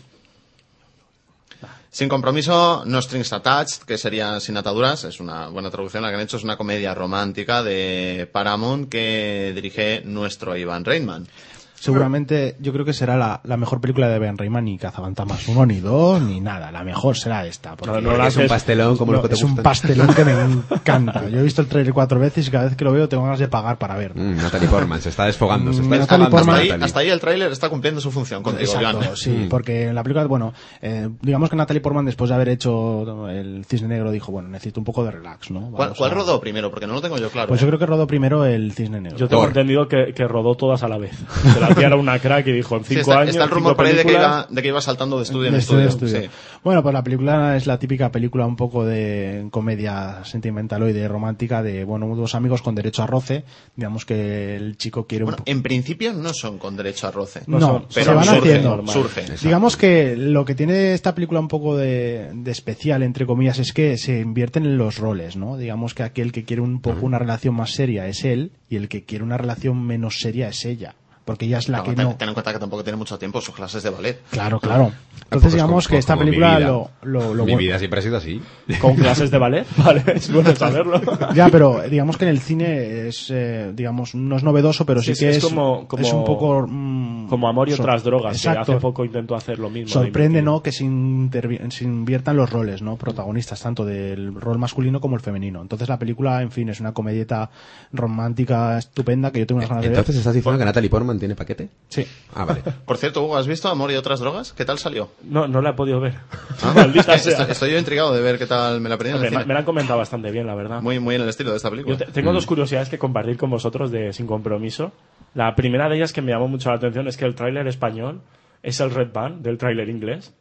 F: Sin compromiso, No Strings Attached, que sería Sin Ataduras, es una buena traducción la que han hecho, es una comedia romántica de Paramount que dirige nuestro Iván Reitman.
G: Seguramente, yo creo que será la, la mejor película de Ben Rayman ni Cazabantamas uno ni dos ni nada. La mejor será esta. porque-
H: no la Es un haces- pastelón como los que te
G: Es un
H: gustan.
G: pastelón que me encanta. Yo he visto el trailer cuatro veces y cada vez que lo veo tengo ganas de pagar para verlo.
H: Mm, Natalie Portman se está desfogando. Se está
G: Natalie
H: desfogando
G: Portman-
F: Ahí-
H: Natalie.
F: hasta ahí el tráiler está cumpliendo su función contigo,
G: Exacto,
F: Iván.
G: sí, porque en la película, bueno, eh, digamos que Natalie Portman después de haber hecho el Cisne Negro dijo, bueno, necesito un poco de relax, ¿no?
F: ¿Cuál,
G: Vamos
F: cuál
G: a-
F: rodó primero? Porque no lo tengo yo claro. ¿eh?
G: Pues yo creo que rodó primero el Cisne Negro.
I: Yo tengo entendido que, que rodó todas a la vez. Que la tía era una crack y dijo en
F: Sí,
I: cinco
F: está,
I: años.
F: está el rumor
I: cinco
F: por ahí de que,
I: películas,
F: iba, de que iba saltando de estudio en
G: De
F: estudio.
G: estudio,
F: sí.
G: estudio. Bueno, pues la película es la típica película un poco de comedia sentimental y de romántica de, bueno, dos amigos con derecho a roce. Digamos que el chico quiere un
F: Bueno, en principio no son con derecho a roce.
G: No,
F: pero
G: se van
F: surge,
G: haciendo.
F: surge.
G: Digamos que lo que tiene esta película un poco de, de especial, entre comillas, es que se invierten en los roles, ¿no? Digamos que aquel que quiere un poco una relación más seria es él y el que quiere una relación menos seria es ella. porque ella es la que
F: ten,
G: no.
F: ten en cuenta que tampoco tiene mucho tiempo sus clases de ballet.
G: Claro, claro. Entonces digamos que esta película lo, lo, lo
H: Mi
G: bueno- [LAUGHS]
H: vida siempre ha sido así.
I: ¿Con clases de ballet? [LAUGHS] Vale, es bueno saberlo.
G: [LAUGHS] Ya, pero eh, digamos que en el cine es, eh, digamos, no es novedoso, pero
I: Sí,
G: sí,
I: sí,
G: que es,
I: es como- como-
G: es un poco...
I: Como Amor y
G: Sor-
I: otras drogas,
G: Exacto.
I: que hace poco intentó hacer lo mismo.
G: Sorprende, ¿no?, que se, intervi- se inviertan los roles, ¿no?, protagonistas, tanto del rol masculino como el femenino. Entonces la película, en fin, es una comedieta romántica estupenda que yo tengo unas ganas
H: Entonces
G: de ver.
H: estás diciendo que Natalie Portman tiene paquete.
G: Sí.
H: Ah, vale.
F: Por cierto, Hugo, ¿has visto Amor y otras drogas? ¿Qué tal
G: [LAUGHS]
F: salió?
I: No, no la he podido
F: [LAUGHS]
I: ver.
F: Ah,
I: Maldita
F: estoy,
I: sea.
F: estoy yo intrigado de ver qué tal me la aprendí en el
I: Hombre, me,
F: cine.
I: me la han comentado bastante bien, la verdad.
F: Muy, muy en el estilo de esta película.
I: Yo te- tengo
F: Mm.
I: dos curiosidades que compartir con vosotros de Sin Compromiso. La primera de ellas que me llamó mucho la atención es que el tráiler español es el Red Band del tráiler inglés.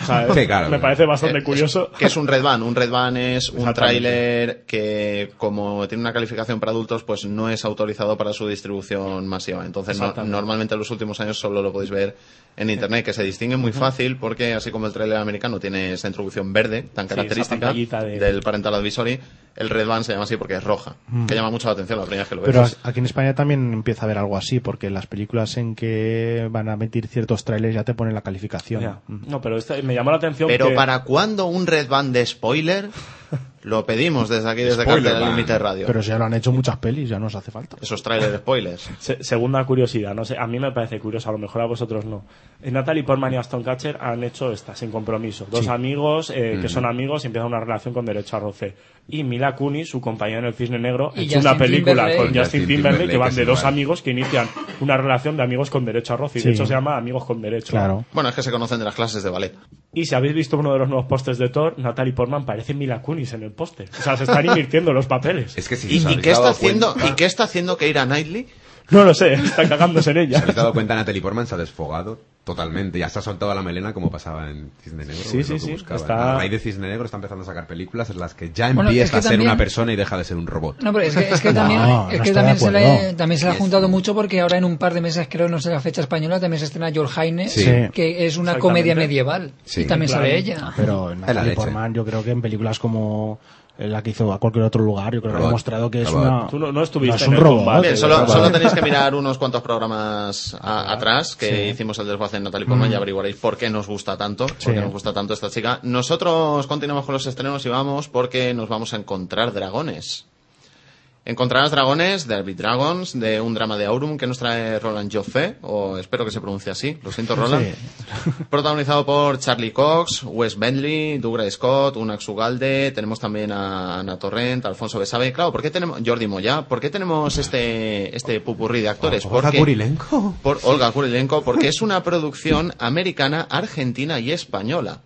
I: O sea,
F: [LAUGHS] Sí, claro.
I: me parece bastante
F: Eh,
I: curioso.
F: es- que es un Red Van. Un Red Van es un
I: Exactamente.
F: tráiler que, como tiene una calificación para adultos, pues no es autorizado para su distribución masiva. Entonces, no-
I: Exactamente.
F: normalmente en los últimos años solo lo podéis ver en Internet, que se distingue muy
I: Ujú.
F: fácil porque, así como el tráiler americano tiene esa introducción verde tan
I: Sí, esa
F: característica
I: pantallita de-
F: del Parental Advisory, el Red Van se llama así porque es roja,
G: Mm.
F: que llama mucho la atención la primera vez que lo
G: [LAUGHS] Pero
F: ves.
G: a- aquí en España también empieza a haber algo así, porque las películas en que van a meter ciertos trailers ya te ponen la calificación.
I: Ya. No, pero este- me llamó la atención
F: Pero
I: que-
F: ¿para cuándo un Red Van
I: [LAUGHS]
F: de spoiler? Lo pedimos desde aquí, desde
I: Spoiler
F: Cartel
I: Van.
F: Límite Radio.
G: Pero si ya lo han hecho muchas pelis, ya no os hace falta.
F: Esos trailers spoilers.
I: Se- segunda curiosidad, no sé, a mí me parece curioso, a lo mejor a vosotros no. Eh, Natalie Portman y Aston Catcher han hecho esta, sin compromiso. Dos
R: Sí.
I: amigos eh,
R: Mm.
I: que son amigos y empiezan una relación con derecho a roce. Y Mila Kunis, su compañera en el Cisne Negro,
R: Y
I: ha hecho una
R: Justin
I: película
R: Timberlake.
I: con
R: Justin
I: Justin Timberlake que
R: Timberlake,
I: van
R: es
I: de dos
R: igual.
I: amigos que inician una relación de amigos con derecho a roce. Y
F: Sí.
I: de hecho se llama Amigos con Derecho.
F: Bueno, es que se conocen de las clases de ballet.
I: Y si habéis visto uno de los nuevos pósters de Thor, Natalie Portman parece Mila Kunis en el póster. O sea, se
F: [LAUGHS]
I: están invirtiendo los papeles.
H: Es que si
F: ¿Y, qué está haciendo, ¿Y qué está haciendo Keira Knightley?
I: No lo sé, está cagándose en ella.
H: ¿Se habéis dado cuenta? Natalie Portman se ha desfogado totalmente. Ya se ha soltado la melena como pasaba en Cisne Negro.
I: Sí,
H: que es
I: sí,
H: lo que
I: sí.
H: buscaba.
I: Está-
H: A raíz de Cisne Negro está empezando a sacar películas en las que ya
J: Bueno,
H: empieza
J: es que
H: a ser
J: también-
H: una persona y deja de ser un robot.
J: No, pero es que, es que también, es que también se le, también se le ha juntado mucho porque ahora en un par de meses, creo, no sé la fecha española, también se estrena George Heine,
G: Sí.
J: que es una
G: Exactamente.
J: comedia medieval.
G: Sí.
J: Y también
G: Claro.
J: sale ella.
G: Pero
J: Es la
G: Natalie
J: leche.
G: Portman, yo creo que en películas como eh, la que hizo a cualquier otro lugar, yo creo que
H: Robot.
G: ha mostrado que es
H: Robot.
G: una.
I: Tú no- no estuviste
G: es
I: en
G: un
I: el
G: robot.
I: combate,
F: Bien, solo,
I: Vale.
F: solo tenéis que mirar unos cuantos programas a- atrás que
I: Sí.
F: hicimos el desguace de Natalie Portman
G: Mm.
F: y averiguaréis por qué nos gusta tanto, por
G: Sí.
F: qué nos gusta tanto esta chica. Nosotros continuamos con los estrenos y vamos porque nos vamos a encontrar dragones. Encontrarás dragones de Arby Dragons, de un drama de Aurum que nos trae Roland Joffé, o espero que se pronuncie así, lo siento Roland.
G: Sí.
F: Protagonizado por Charlie Cox, Wes Bentley, Douglas Scott, Unax Ugalde, tenemos también a Ana Torrent, Alfonso Besabe, claro, ¿por qué tenemos Jordi Moya? ¿Por qué tenemos este este pupurrí de actores?
H: Olga
F: Porque-
H: Kurilenko.
F: Por Olga Kurilenko, porque es una producción americana, argentina y española.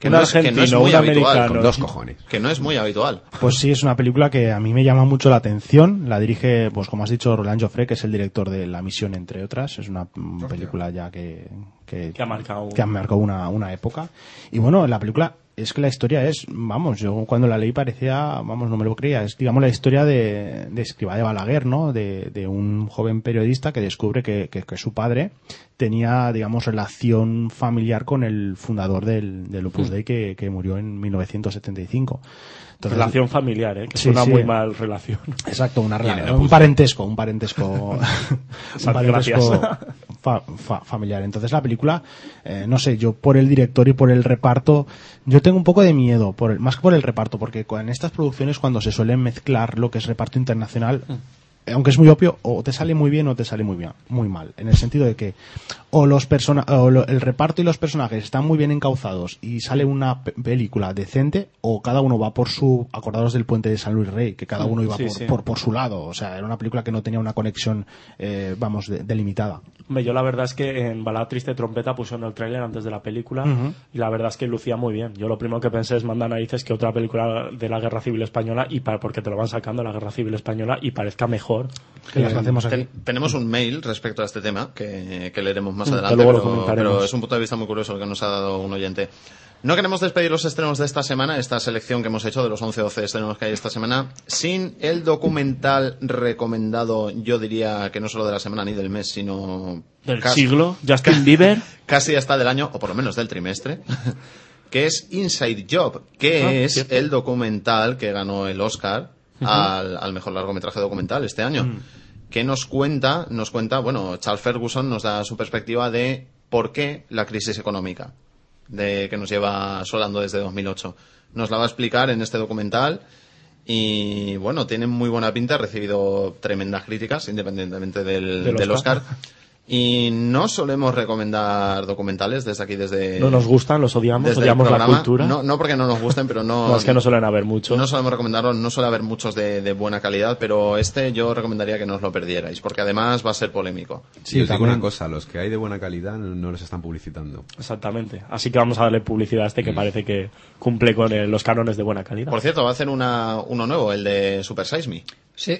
G: Un argentino, un americano.
F: con
G: Dos
H: cojones.
F: Que no es muy habitual.
G: Pues sí, es una película que a mí me llama mucho la atención. La dirige, pues como has dicho, Roland Joffre, que es el director de La Misión, entre otras. Es una mm, película ya que, que,
I: Que ha marcado.
G: que marcó una, una época. Y bueno, la película es que la historia es, vamos, yo cuando la leí parecía, vamos, no me lo creía, es digamos la historia de, de Escribá de Balaguer, ¿no? De, de un joven periodista que descubre que, que- que su padre tenía, digamos, relación familiar con el fundador del, del Opus
I: Mm.
G: Dei que, que murió en 1975. Entonces-
I: Relación familiar, ¿eh? que
G: Sí,
I: suena
G: sí.
I: muy mal relación.
G: Exacto, una
I: Viene de
G: relación, un
I: puta.
G: parentesco, un parentesco, un
I: Sal-
G: parentesco
I: gracias.
G: fa- fa- familiar. Entonces la película, eh, no sé, yo por el director y por el reparto, yo tengo un poco de miedo, por el- más que por el reparto, porque con- en estas producciones cuando se suelen mezclar lo que es reparto internacional, eh, aunque es muy obvio, o te sale muy bien o te sale muy bien, muy mal, en el sentido de que o los persona o lo- el reparto y los personajes están muy bien encauzados y sale una pe- película decente o cada uno va por su acordaros del puente de San Luis Rey que cada
I: Mm,
G: uno iba
I: sí,
G: por,
I: sí.
G: por por su lado o sea era una película que no tenía una conexión eh, vamos de- delimitada
I: Hombre, yo la verdad es que en Balada Triste Trompeta pusieron el tráiler antes de la película
G: Ujú.
I: y la verdad es que lucía muy bien. Yo lo primero que pensé es manda narices que otra película de la Guerra Civil Española y para, porque te lo van sacando la Guerra Civil Española y parezca mejor
G: Que las hacemos aquí.
F: Ten- tenemos un mail respecto a este tema que, que leeremos más
I: Mm, que
F: adelante,
I: luego lo
F: pero,
I: comentaremos.
F: pero es un punto de vista muy curioso el que nos ha dado un oyente. No queremos despedir los estrenos de esta semana, esta selección que hemos hecho de los 11 o 12 estrenos que hay esta semana, sin el documental recomendado, yo diría que no solo de la semana ni del mes, sino
I: del
F: casi-
I: siglo. Justin Bieber.
F: casi hasta del año, o por lo menos del trimestre, [LAUGHS] que es Inside Job, que
I: Ah,
F: es
I: cierto.
F: el documental que ganó el Oscar
I: Ujú. Mm.
F: al, al mejor largometraje documental este año. que nos cuenta, nos cuenta, bueno, Charles Ferguson nos da su perspectiva de por qué la crisis económica de, que nos lleva asolando desde 2008. Nos la va a explicar en este documental y bueno, tiene muy buena pinta, ha recibido tremendas críticas independientemente del,
G: Del
F: del
G: Oscar.
F: Oscar.
I: [LAUGHS]
F: Y no solemos recomendar documentales desde aquí, desde...
G: No nos gustan, los odiamos,
F: desde el
G: odiamos la
F: programa.
G: cultura.
F: No, no porque no nos gusten, pero no...
G: [LAUGHS] No, es que no suelen haber muchos.
F: No solemos recomendarlos, no suele haber muchos de, de buena calidad, pero este yo recomendaría que no os lo perdierais, porque además va a ser polémico.
H: Sí, os digo una cosa, los que hay de buena calidad no los están publicitando.
G: Exactamente. Así que vamos a darle publicidad a este que parece que cumple con eh, los cánones de buena calidad.
F: Por cierto, va a hacer una, uno nuevo, el de Super Size Me.
J: Sí.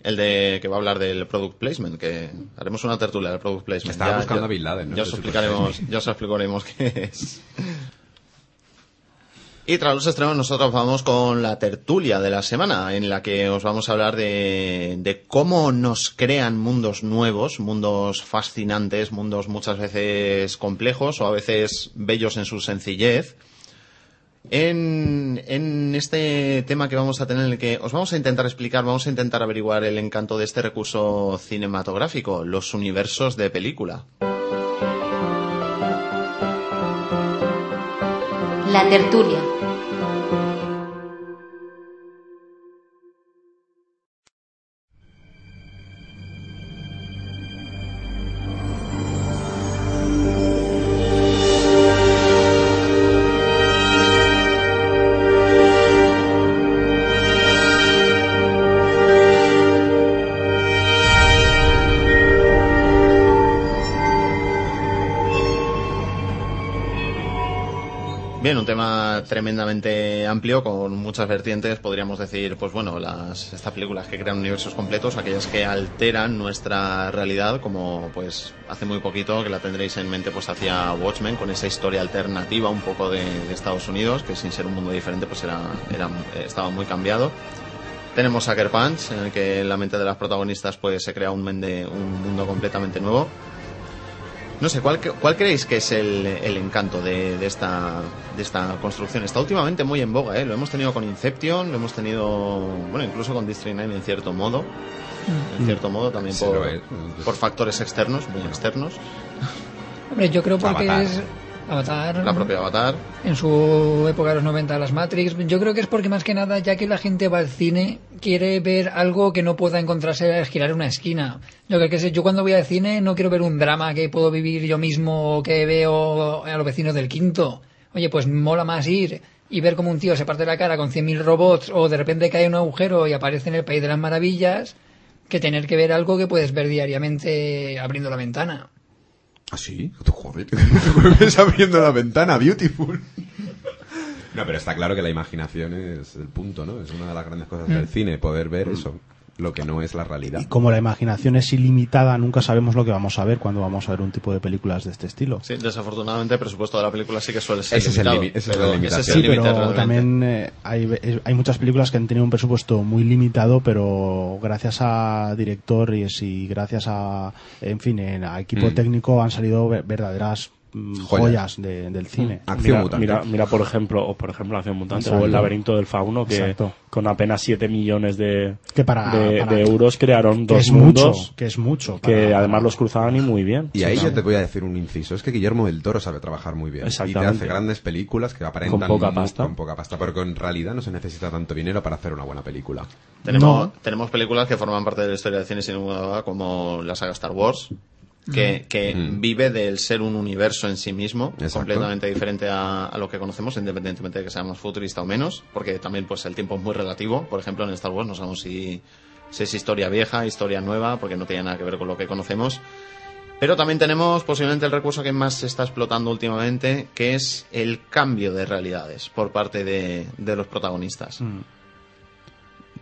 F: El de que va a hablar del product placement, que haremos una tertulia del product placement.
H: Estaba buscando a Bin Laden, ¿no?
F: Ya os
H: De Super
F: explicaremos,
H: Size Me.
F: ya os explicaremos qué es. Y tras los estrenos nosotros vamos con la tertulia de la semana, en la que os vamos a hablar de, de cómo nos crean mundos nuevos, mundos fascinantes, mundos muchas veces complejos o a veces bellos en su sencillez. En, en este tema que vamos a tener, en el que os vamos a intentar explicar, vamos a intentar averiguar el encanto de este recurso cinematográfico, los universos de película.
D: La tertulia.
F: Bien, un tema tremendamente amplio, con muchas vertientes. Podríamos decir, pues bueno, las, estas películas que crean universos completos, aquellas que alteran nuestra realidad, como pues hace muy poquito que la tendréis en mente, pues hacia Watchmen, con esa historia alternativa un poco de, de Estados Unidos, que sin ser un mundo diferente, pues era, era, eh, estaba muy cambiado. Tenemos Sucker Punch, en el que en la mente de las protagonistas pues se crea un, mende- un mundo completamente nuevo. No sé, ¿cuál, cre- cuál creéis que es el, el encanto de, de esta, de esta construcción? Está últimamente muy en boga, ¿eh? Lo hemos tenido con Inception, lo hemos tenido, bueno, incluso con District 9 en cierto modo.
I: Mm.
F: En cierto modo, también
H: Sí,
F: por,
H: lo es.
F: por factores externos, muy externos.
J: Hombre, yo creo porque
F: Avatar.
J: es Avatar.
F: La propia Avatar.
J: en su época de los 90 las Matrix. Yo creo que es porque más que nada, ya que la gente va al cine, quiere ver algo que no pueda encontrarse al girar una esquina. Yo creo que sé, yo cuando voy al cine no quiero ver un drama que puedo vivir yo mismo o que veo a los vecinos del quinto. Oye, pues mola más ir y ver como un tío se parte la cara con 100.000 robots o de repente cae en un agujero y aparece en el País de las Maravillas que tener que ver algo que puedes ver diariamente abriendo la ventana.
H: ¿Ah, sí? Tú, Joder, [LAUGHS] vuelves abriendo la ventana, beautiful. No, pero está claro que la imaginación es el punto, ¿no? Es una de las grandes cosas del
I: Mm.
H: cine, poder ver eso, lo que no es la realidad.
I: Como la imaginación es ilimitada, nunca sabemos lo que vamos a ver cuando vamos a ver un tipo de películas de este estilo.
F: Sí, desafortunadamente el presupuesto de la película sí que suele ser
H: Ese es el
F: limitado.
H: limi- ese es la
F: pero
H: limitación.
F: ese es
I: Sí,
F: el límite
I: pero
F: realmente.
I: también eh, hay, ve- es- hay muchas películas que han tenido un presupuesto muy limitado, pero gracias a directores y gracias a, en fin, en- a equipo
H: Mm.
I: técnico han salido ver- verdaderas mm,
H: Joyas.
I: joyas, de- del cine.
G: mira,
F: Ah,
G: Mira, mira, por ejemplo, o por ejemplo, Acción Mutante o
I: Exacto.
G: El Laberinto del Fauno, que
I: Exacto. Ah,
G: con apenas 7 millones de,
I: Que para-
G: de,
I: para-
G: de euros crearon
I: que
G: dos
I: es
G: mundos
I: mucho, que es mucho.
G: que
I: para-
G: además los cruzaban y muy bien.
H: Y ahí yo te voy a decir un inciso, es que Guillermo del Toro sabe trabajar muy bien. Y te
G: Exactamente.
H: hace grandes películas que aparentan
G: Con poca
H: mu-
G: pasta.
H: con poca pasta, porque en realidad no se necesita tanto dinero para hacer una buena película.
F: Tenemos, tenemos películas que forman parte de la historia del cine sin ninguna duda, como la saga Star Wars, que, que vive del ser un universo en sí mismo, completamente diferente a, a lo que conocemos, independientemente de que sea más futurista o menos, porque también pues el tiempo es muy relativo. Por ejemplo, en Star Wars no sabemos si, si es historia vieja, historia nueva, porque no tiene nada que ver con lo que conocemos. Pero también tenemos posiblemente el recurso que más se está explotando últimamente, que es el cambio de realidades por parte de, de los protagonistas.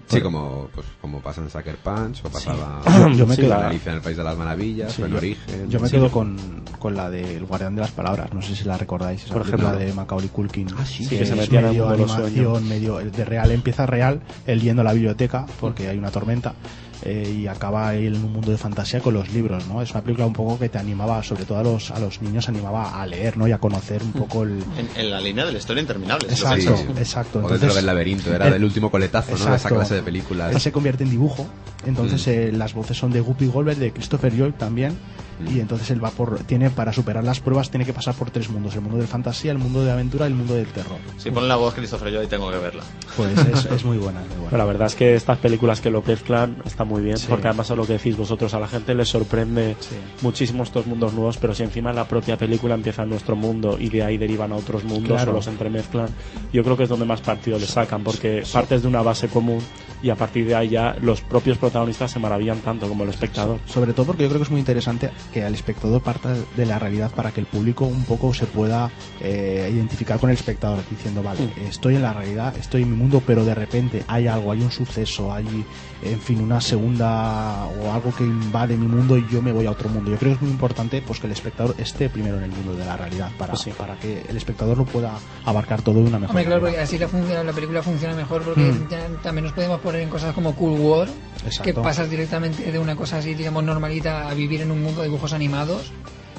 H: Sí, como, pues, como pasa en Sucker Punch, o pasaba
I: [CLEARS THROAT] Yo- yo me
H: sí,
I: quedo-
H: la Alicia en el País de las Maravillas,
I: Sí,
H: o en
I: yo-
H: Origen.
I: Yo me
H: Sí.
I: quedo con, con la del Guardián de las Palabras, no sé si la recordáis, esa
H: Por
I: película
H: ejemplo.
I: de Macaulay Culkin.
G: Ah, Sí, que se metía en el
I: medio
G: mundo de los
I: animación,
G: sueños.
I: medio el de real, empieza real, él yendo a la biblioteca porque hay una tormenta eh, y acaba él en un mundo de fantasía con los libros, ¿no? Es una película un poco que te animaba, sobre todo a los a los niños, animaba a leer, ¿no? Y a conocer
G: Mm.
I: un poco el
F: En, en la línea de la historia interminable. si lo
I: Exacto,
F: piensas.
I: exacto.
H: O dentro del laberinto, era
I: el-
H: del último coletazo, ¿no? De esa
I: Exacto.
H: clase de películas.
I: Él se convierte en dibujo
G: Entonces
H: Mm.
G: eh, las voces son de Guppy Goldberg, de Christopher York también.
H: Mm.
G: Y entonces él va por, tiene, para superar las pruebas, tiene que pasar por tres mundos: el mundo de fantasía, el mundo de aventura, el mundo del terror.
S: Si ponen la voz Christopher Joy tengo que verla.
G: Pues es, es muy buena.
F: Pero la verdad es que estas películas que lo mezclan están muy bien, porque además a lo que decís vosotros, a la gente les sorprende muchísimo estos mundos nuevos, pero si encima la propia película empieza en nuestro mundo y de ahí derivan a otros mundos
G: Claro.
F: o los entremezclan, yo creo que es donde más partido le sacan, porque partes de una base común y a partir de ahí ya los propios protagonistas se maravillan tanto como el espectador.
G: Sobre todo porque yo creo que es muy interesante que al espectador parta de la realidad para que el público un poco se pueda eh, identificar con el espectador, diciendo, vale, estoy en la realidad, estoy en mi mundo, pero de repente hay algo, hay un suceso, hay, en fin, una segunda o algo que invade mi mundo y yo me voy a otro mundo. Yo creo que es muy importante pues que el espectador esté primero en el mundo de la realidad para, para que el espectador lo pueda abarcar todo de una mejor
J: Hombre, claro,
G: manera.
J: porque así la, funciona, la película funciona mejor porque
G: Mm.
J: ya también nos podemos poner en cosas como Cool War,
G: Exacto.
J: que pasas directamente de una cosa así, digamos, normalita a vivir en un mundo de dibujos animados.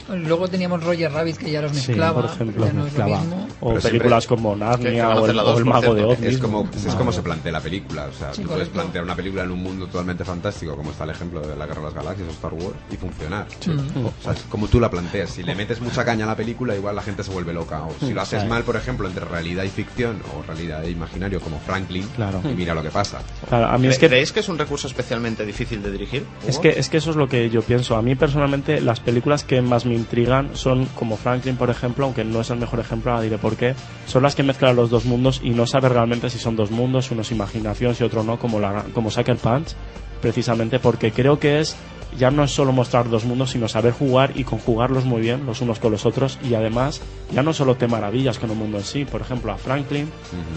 J: Luego teníamos Roger Rabbit, que ya los mezclaba,
F: por ejemplo,
J: ya no es lo
F: mezclaba.
J: mismo.
F: O películas como Narnia Ah, o el- o el Mago de Oz
H: Es
F: mismo.
H: como, es como se plantea la película. O sea,
J: Sí,
H: tú puedes
J: correcto.
H: plantear una película en un mundo totalmente fantástico, como está el ejemplo de la Guerra de las Galaxias o Star Wars, y funcionar.
J: Sí. Mm.
H: O sea, es como tú la planteas. Si le metes mucha caña a la película, igual la gente se vuelve loca. O si lo haces
F: Claro.
H: mal, por ejemplo, entre realidad y ficción, o realidad e imaginario, como Franklin,
G: Claro.
H: y mira lo que pasa.
F: Claro, a mí es que
S: ¿Creéis que es un recurso especialmente difícil de dirigir? Hugo?
F: Es que, es que eso es lo que yo pienso. A mí personalmente las películas que más me intrigan son como Franklin, por ejemplo, aunque no es el mejor ejemplo, ahora diré por qué. Son las que mezclan los dos mundos y no sabes realmente si son dos mundos, uno es imaginación y otro no, como, la, como Sucker Punch, precisamente porque creo que es ya no es solo mostrar dos mundos, sino saber jugar y conjugarlos muy bien los unos con los otros y además ya no solo te maravillas con un mundo en sí, por ejemplo a Franklin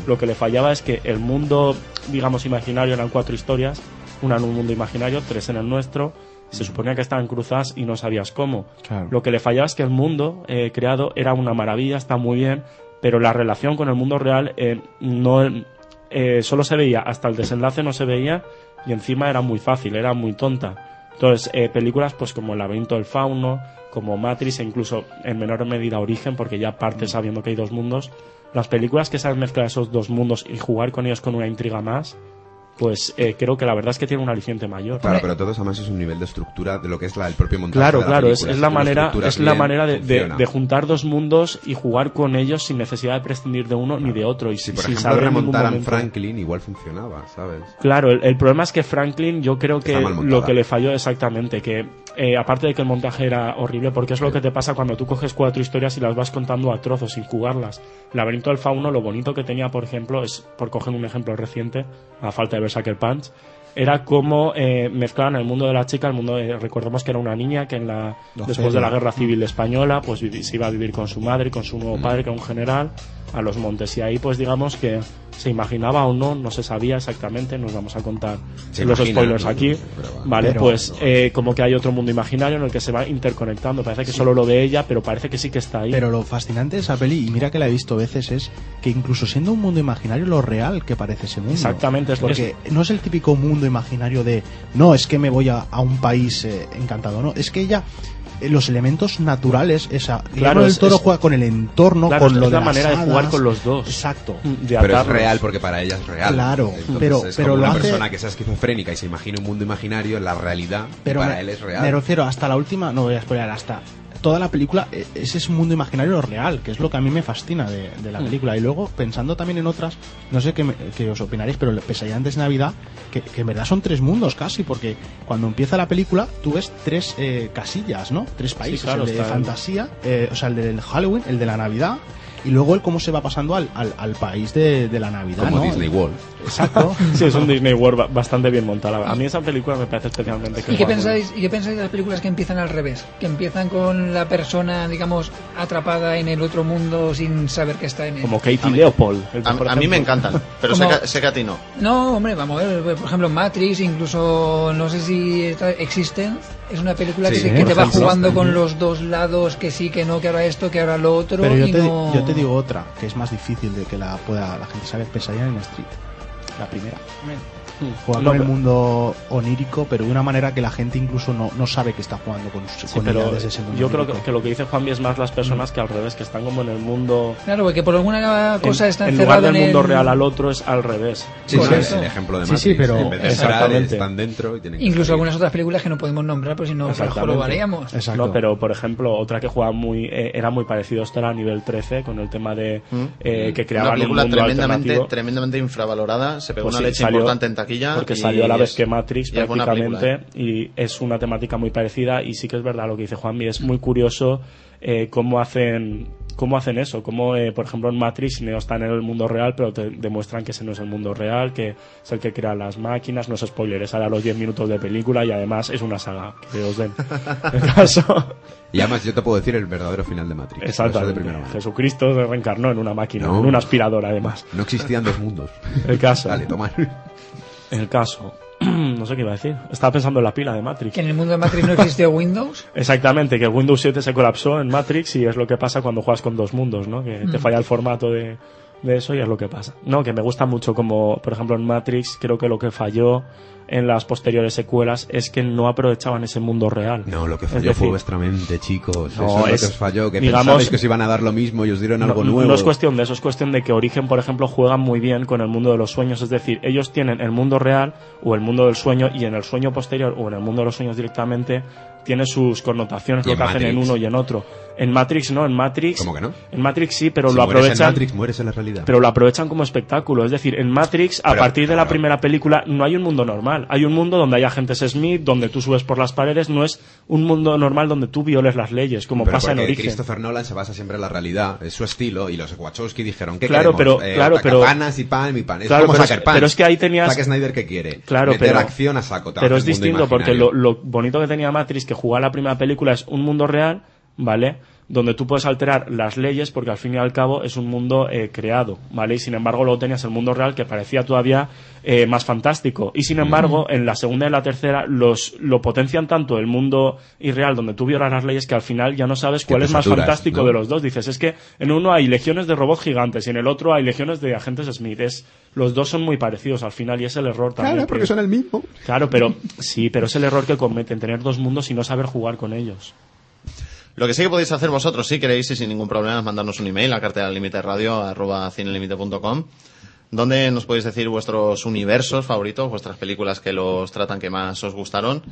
F: lo que le fallaba es que el mundo, digamos, imaginario eran cuatro historias, una en un mundo imaginario, tres en el nuestro, se suponía que estaban cruzadas y no sabías cómo. Lo que le fallaba es que el mundo eh, creado era una maravilla, está muy bien, pero la relación con el mundo real eh, no eh, solo se veía, hasta el desenlace no se veía y encima era muy fácil, era muy tonta. Entonces, eh, películas pues como El laberinto del fauno, como Matrix e incluso en menor medida Origen, porque ya parte sabiendo que hay dos mundos, las películas que saben mezclar esos dos mundos y jugar con ellos con una intriga más, pues eh, creo que la verdad es que tiene un aliciente mayor.
H: Claro, pero todo eso además es un nivel de estructura de lo que es la, el propio montaje.
F: Claro,
H: de la
F: claro, es,
H: película.
F: es
H: Si
F: la
H: tú lo
F: manera,
H: estructuras
F: es la
H: bien,
F: manera de, de-
H: funciona.
F: de juntar dos mundos y jugar con ellos sin necesidad de prescindir de uno ni de otro. Y si,
H: Si por
F: sin
H: ejemplo
F: saber en ningún
H: remontaran
F: momento-
H: Franklin, igual funcionaba, ¿sabes?
F: Claro, el, el problema es que Franklin, yo creo que
H: Está mal montada.
F: lo que le falló exactamente, que eh, aparte de que el montaje era horrible, porque es lo que te pasa cuando tú coges cuatro historias y las vas contando a trozos sin jugarlas. Laberinto del Fauno, lo bonito que tenía, por ejemplo, es, por coger un ejemplo reciente, a falta de ver Sucker Punch, era cómo eh, mezclaban el mundo de la chica, el mundo de, recordemos que era una niña que en la,
G: La
F: después de la
G: feria.
F: guerra civil española, pues vivi- se iba a vivir con su madre, con su nuevo padre, que era un general, a los montes. Y ahí, pues digamos que se imaginaba o no, no se sabía exactamente, nos vamos a contar
H: Se
F: los
H: imagina,
F: spoilers
H: ¿no?
F: aquí.
H: Pero va.
F: Vale,
H: Pero-
F: pues eh, como que hay otro mundo imaginario en el que se va interconectando. Parece que solo lo ve ella, pero parece que sí que está ahí.
G: Pero lo fascinante de esa peli, y mira que la he visto veces, es que incluso siendo un mundo imaginario, lo real que parece ese mundo.
F: Exactamente, es lo-
G: Porque no es el típico mundo imaginario de, no, es que me voy a, a un país eh, encantado, no, es que ella... eh, Los elementos naturales, esa. Guillermo del
F: es-
G: Toro
F: es-
G: juega con el entorno,
F: Claro,
G: con
F: es
G: lo de
F: la
G: las
F: manera de jugar
G: hadas.
F: con los dos. Mm,
G: Exacto.
F: De
H: pero es
F: atarlos.
H: real porque para ella es real.
G: Claro,
H: Entonces,
G: pero-
H: es
G: pero
H: como
G: lo
H: una
G: hace-
H: persona que sea esquizofrénica y se imagina un mundo imaginario, la realidad,
G: Pero
H: para
G: me-
H: él es real.
G: Me refiero hasta la última, no voy a spoiler, hasta toda la película, e- ese es un mundo imaginario real, que es lo que a mí me fascina de, de la
F: Mm.
G: película. Y luego, pensando también en otras, no sé qué, me- qué os opinaréis, pero el Pesadilla antes de Navidad, que, que en verdad son tres mundos casi, porque cuando empieza la película, tú ves tres eh, casillas, ¿no? Tres países,
F: claro,
G: el de
F: está el-
G: fantasía, eh, o sea, el del Halloween, el de la Navidad, y luego el cómo se va pasando al, al, al país de, de la Navidad,
H: como
G: Ah, ¿no?
H: Disney World.
G: Exacto.
F: Sí, es un Disney World ba- bastante bien montado. A mí esa película me parece especialmente
J: ¿Y
F: que
J: qué, pensáis, ¿Y qué pensáis de las películas que empiezan al revés? Que empiezan con la persona, digamos, atrapada en el otro mundo sin saber que está en él.
F: Como Katie Leopold. el-
S: A,
F: por
S: a mí me
F: ejemplo.
G: [LAUGHS]
S: encantan, pero sé
J: Como-
S: que, sé que a ti no.
J: No, hombre, vamos a ver, pues, por ejemplo, Matrix, incluso, no sé si esta- existen, es una película
G: Sí,
J: que, se-
G: ¿eh?
J: que te
G: por
J: va
G: ejemplo.
J: jugando con
G: Ujú.
J: los dos lados, que sí, que no, que ahora esto, que ahora lo otro.
G: Pero
J: y
G: yo te,
J: no-
G: yo te digo otra, que es más difícil de que la pueda la gente saber, Pesadilla en el Street. La primera.
I: Juega con
G: No,
I: el
G: pero-
I: mundo onírico, pero de una manera que la gente incluso no, no sabe que está jugando con,
G: Sí,
I: con
G: pero
I: ella desde ese mundo
G: yo creo
I: onírico.
G: que, que lo que dice Juanvi es más las personas que al revés, que están como en el mundo...
J: Claro, porque por alguna cosa
G: en,
J: está
G: en lugar
J: encerrado
G: del
J: en
G: mundo
J: el-
G: real al otro es al revés.
H: Sí, Por sí, eso. el ejemplo de Sí, sí, Matrix. pero- En vez de entrar,
G: Exactamente.
H: están dentro y tienen
J: Incluso algunas otras películas que no podemos nombrar, porque si no, pues,
G: Exactamente.
J: lo varíamos.
G: No, pero por ejemplo, otra que jugaba muy, eh, era muy parecido, esto era a nivel 13, con el tema de eh, que creaban
F: ¿Mm? una película
G: un mundo
F: tremendamente,
G: alternativo.
F: tremendamente infravalorada, se pegó
G: Pues
F: una
G: sí,
F: leche
G: salió-
F: importante en taquilla.
G: Porque
F: y
G: salió a la vez
F: es-
G: que Matrix
F: y es buena película, ¿eh?
G: prácticamente y es una temática muy parecida y sí que es verdad lo que dice Juanmi, es muy curioso eh, cómo hacen cómo hacen eso, cómo eh, por ejemplo en Matrix Neo está en el mundo real pero te demuestran que ese no es el mundo real, que es el que crea las máquinas, no es spoiler, es a los 10 minutos de película y además es una saga que os den. [LAUGHS] El caso.
H: Y además yo te puedo decir el verdadero final de Matrix. Eso de
G: Exactamente.
H: primera mano.
G: Jesucristo se reencarnó en una máquina,
H: No.
G: en una aspiradora además.
H: No existían dos
G: [LAUGHS]
H: mundos.
G: El caso.
H: Dale, toma.
G: El caso. No sé qué iba a decir. Estaba pensando en la pila de Matrix.
J: Que en el mundo de Matrix
G: [LAUGHS]
J: no existió Windows.
G: Exactamente, que Windows 7 se colapsó en Matrix y es lo que pasa cuando juegas con dos mundos, ¿no? Que te
J: Mm.
G: falla el formato de, de eso y es lo que pasa. pues, No, que me gusta mucho como, por ejemplo, en Matrix creo que lo que falló en las posteriores secuelas es que no aprovechaban ese mundo real.
H: No, lo que
G: Es
H: falló
G: decir,
H: fue vuestra mente, chicos.
G: No,
H: Eso es,
G: es-
H: lo que os falló. Que
G: digamos-
H: pensabais que os iban a dar lo mismo y os dieron algo
G: no,
H: nuevo.
G: no es cuestión de eso, es cuestión de que Origen, por ejemplo, juega muy bien con el mundo de los sueños. Es decir, ellos tienen el mundo real o el mundo del sueño y en el sueño posterior o en el mundo de los sueños directamente tiene sus connotaciones,
H: Y
G: lo
H: en
G: que hacen en
H: Matrix.
G: uno y en otro. En Matrix no, en Matrix.
H: ¿Cómo que no?
G: En Matrix sí, pero
H: Si
G: lo
H: mueres en
G: aprovechan.
H: Matrix, mueres en la realidad.
G: Pero lo aprovechan como espectáculo. Es decir, en Matrix, a
H: Pero-
G: partir de la primera película, no hay un mundo normal. Hay un mundo donde hay agentes Smith, donde tú subes por las paredes. No es un mundo normal donde tú violes las leyes, como
H: Pero
G: pasa en
H: porque
G: Origen.
H: Christopher Nolan se basa siempre en la realidad, es su estilo, y los Wachowski dijeron que
G: Claro, pero- claro, pero-
H: panas y pan y pan. Es
G: Claro,
H: como
G: pero es-
H: Zuckerpan.
G: pero es que ahí tenías-
H: Zack Snyder que quiere.
G: Claro,
H: meter
G: pero,
H: acción a saco. te
G: pero es
H: hace un mundo
G: distinto porque
H: imaginario.
G: lo, lo bonito que tenía Matrix, que jugaba la primera película, es un mundo real, ¿vale? Donde tú puedes alterar las leyes porque al fin y al cabo es un mundo eh, creado, ¿vale? Y sin embargo luego tenías el mundo real que parecía todavía eh, más fantástico. Y sin embargo, en la segunda y la tercera los, lo potencian tanto el mundo irreal donde tú violas las leyes que al final ya no sabes
H: Que
G: cuál
H: te
G: es más
H: saturas,
G: fantástico
H: ¿no?
G: de los dos. Dices, es que en uno hay legiones de robots gigantes y en el otro hay legiones de agentes Smith. Es, los dos son muy parecidos al final y es el error también.
H: Claro, porque
G: que-
H: son el mismo.
G: Claro, pero sí, pero es el error que cometen tener dos mundos y no saber jugar con ellos.
F: Lo que sí que podéis hacer vosotros, si queréis y sin ningún problema, es mandarnos un email a cartera límite radio arroba cinelimite.com, donde nos podéis decir vuestros universos favoritos, vuestras películas que los tratan que más os gustaron.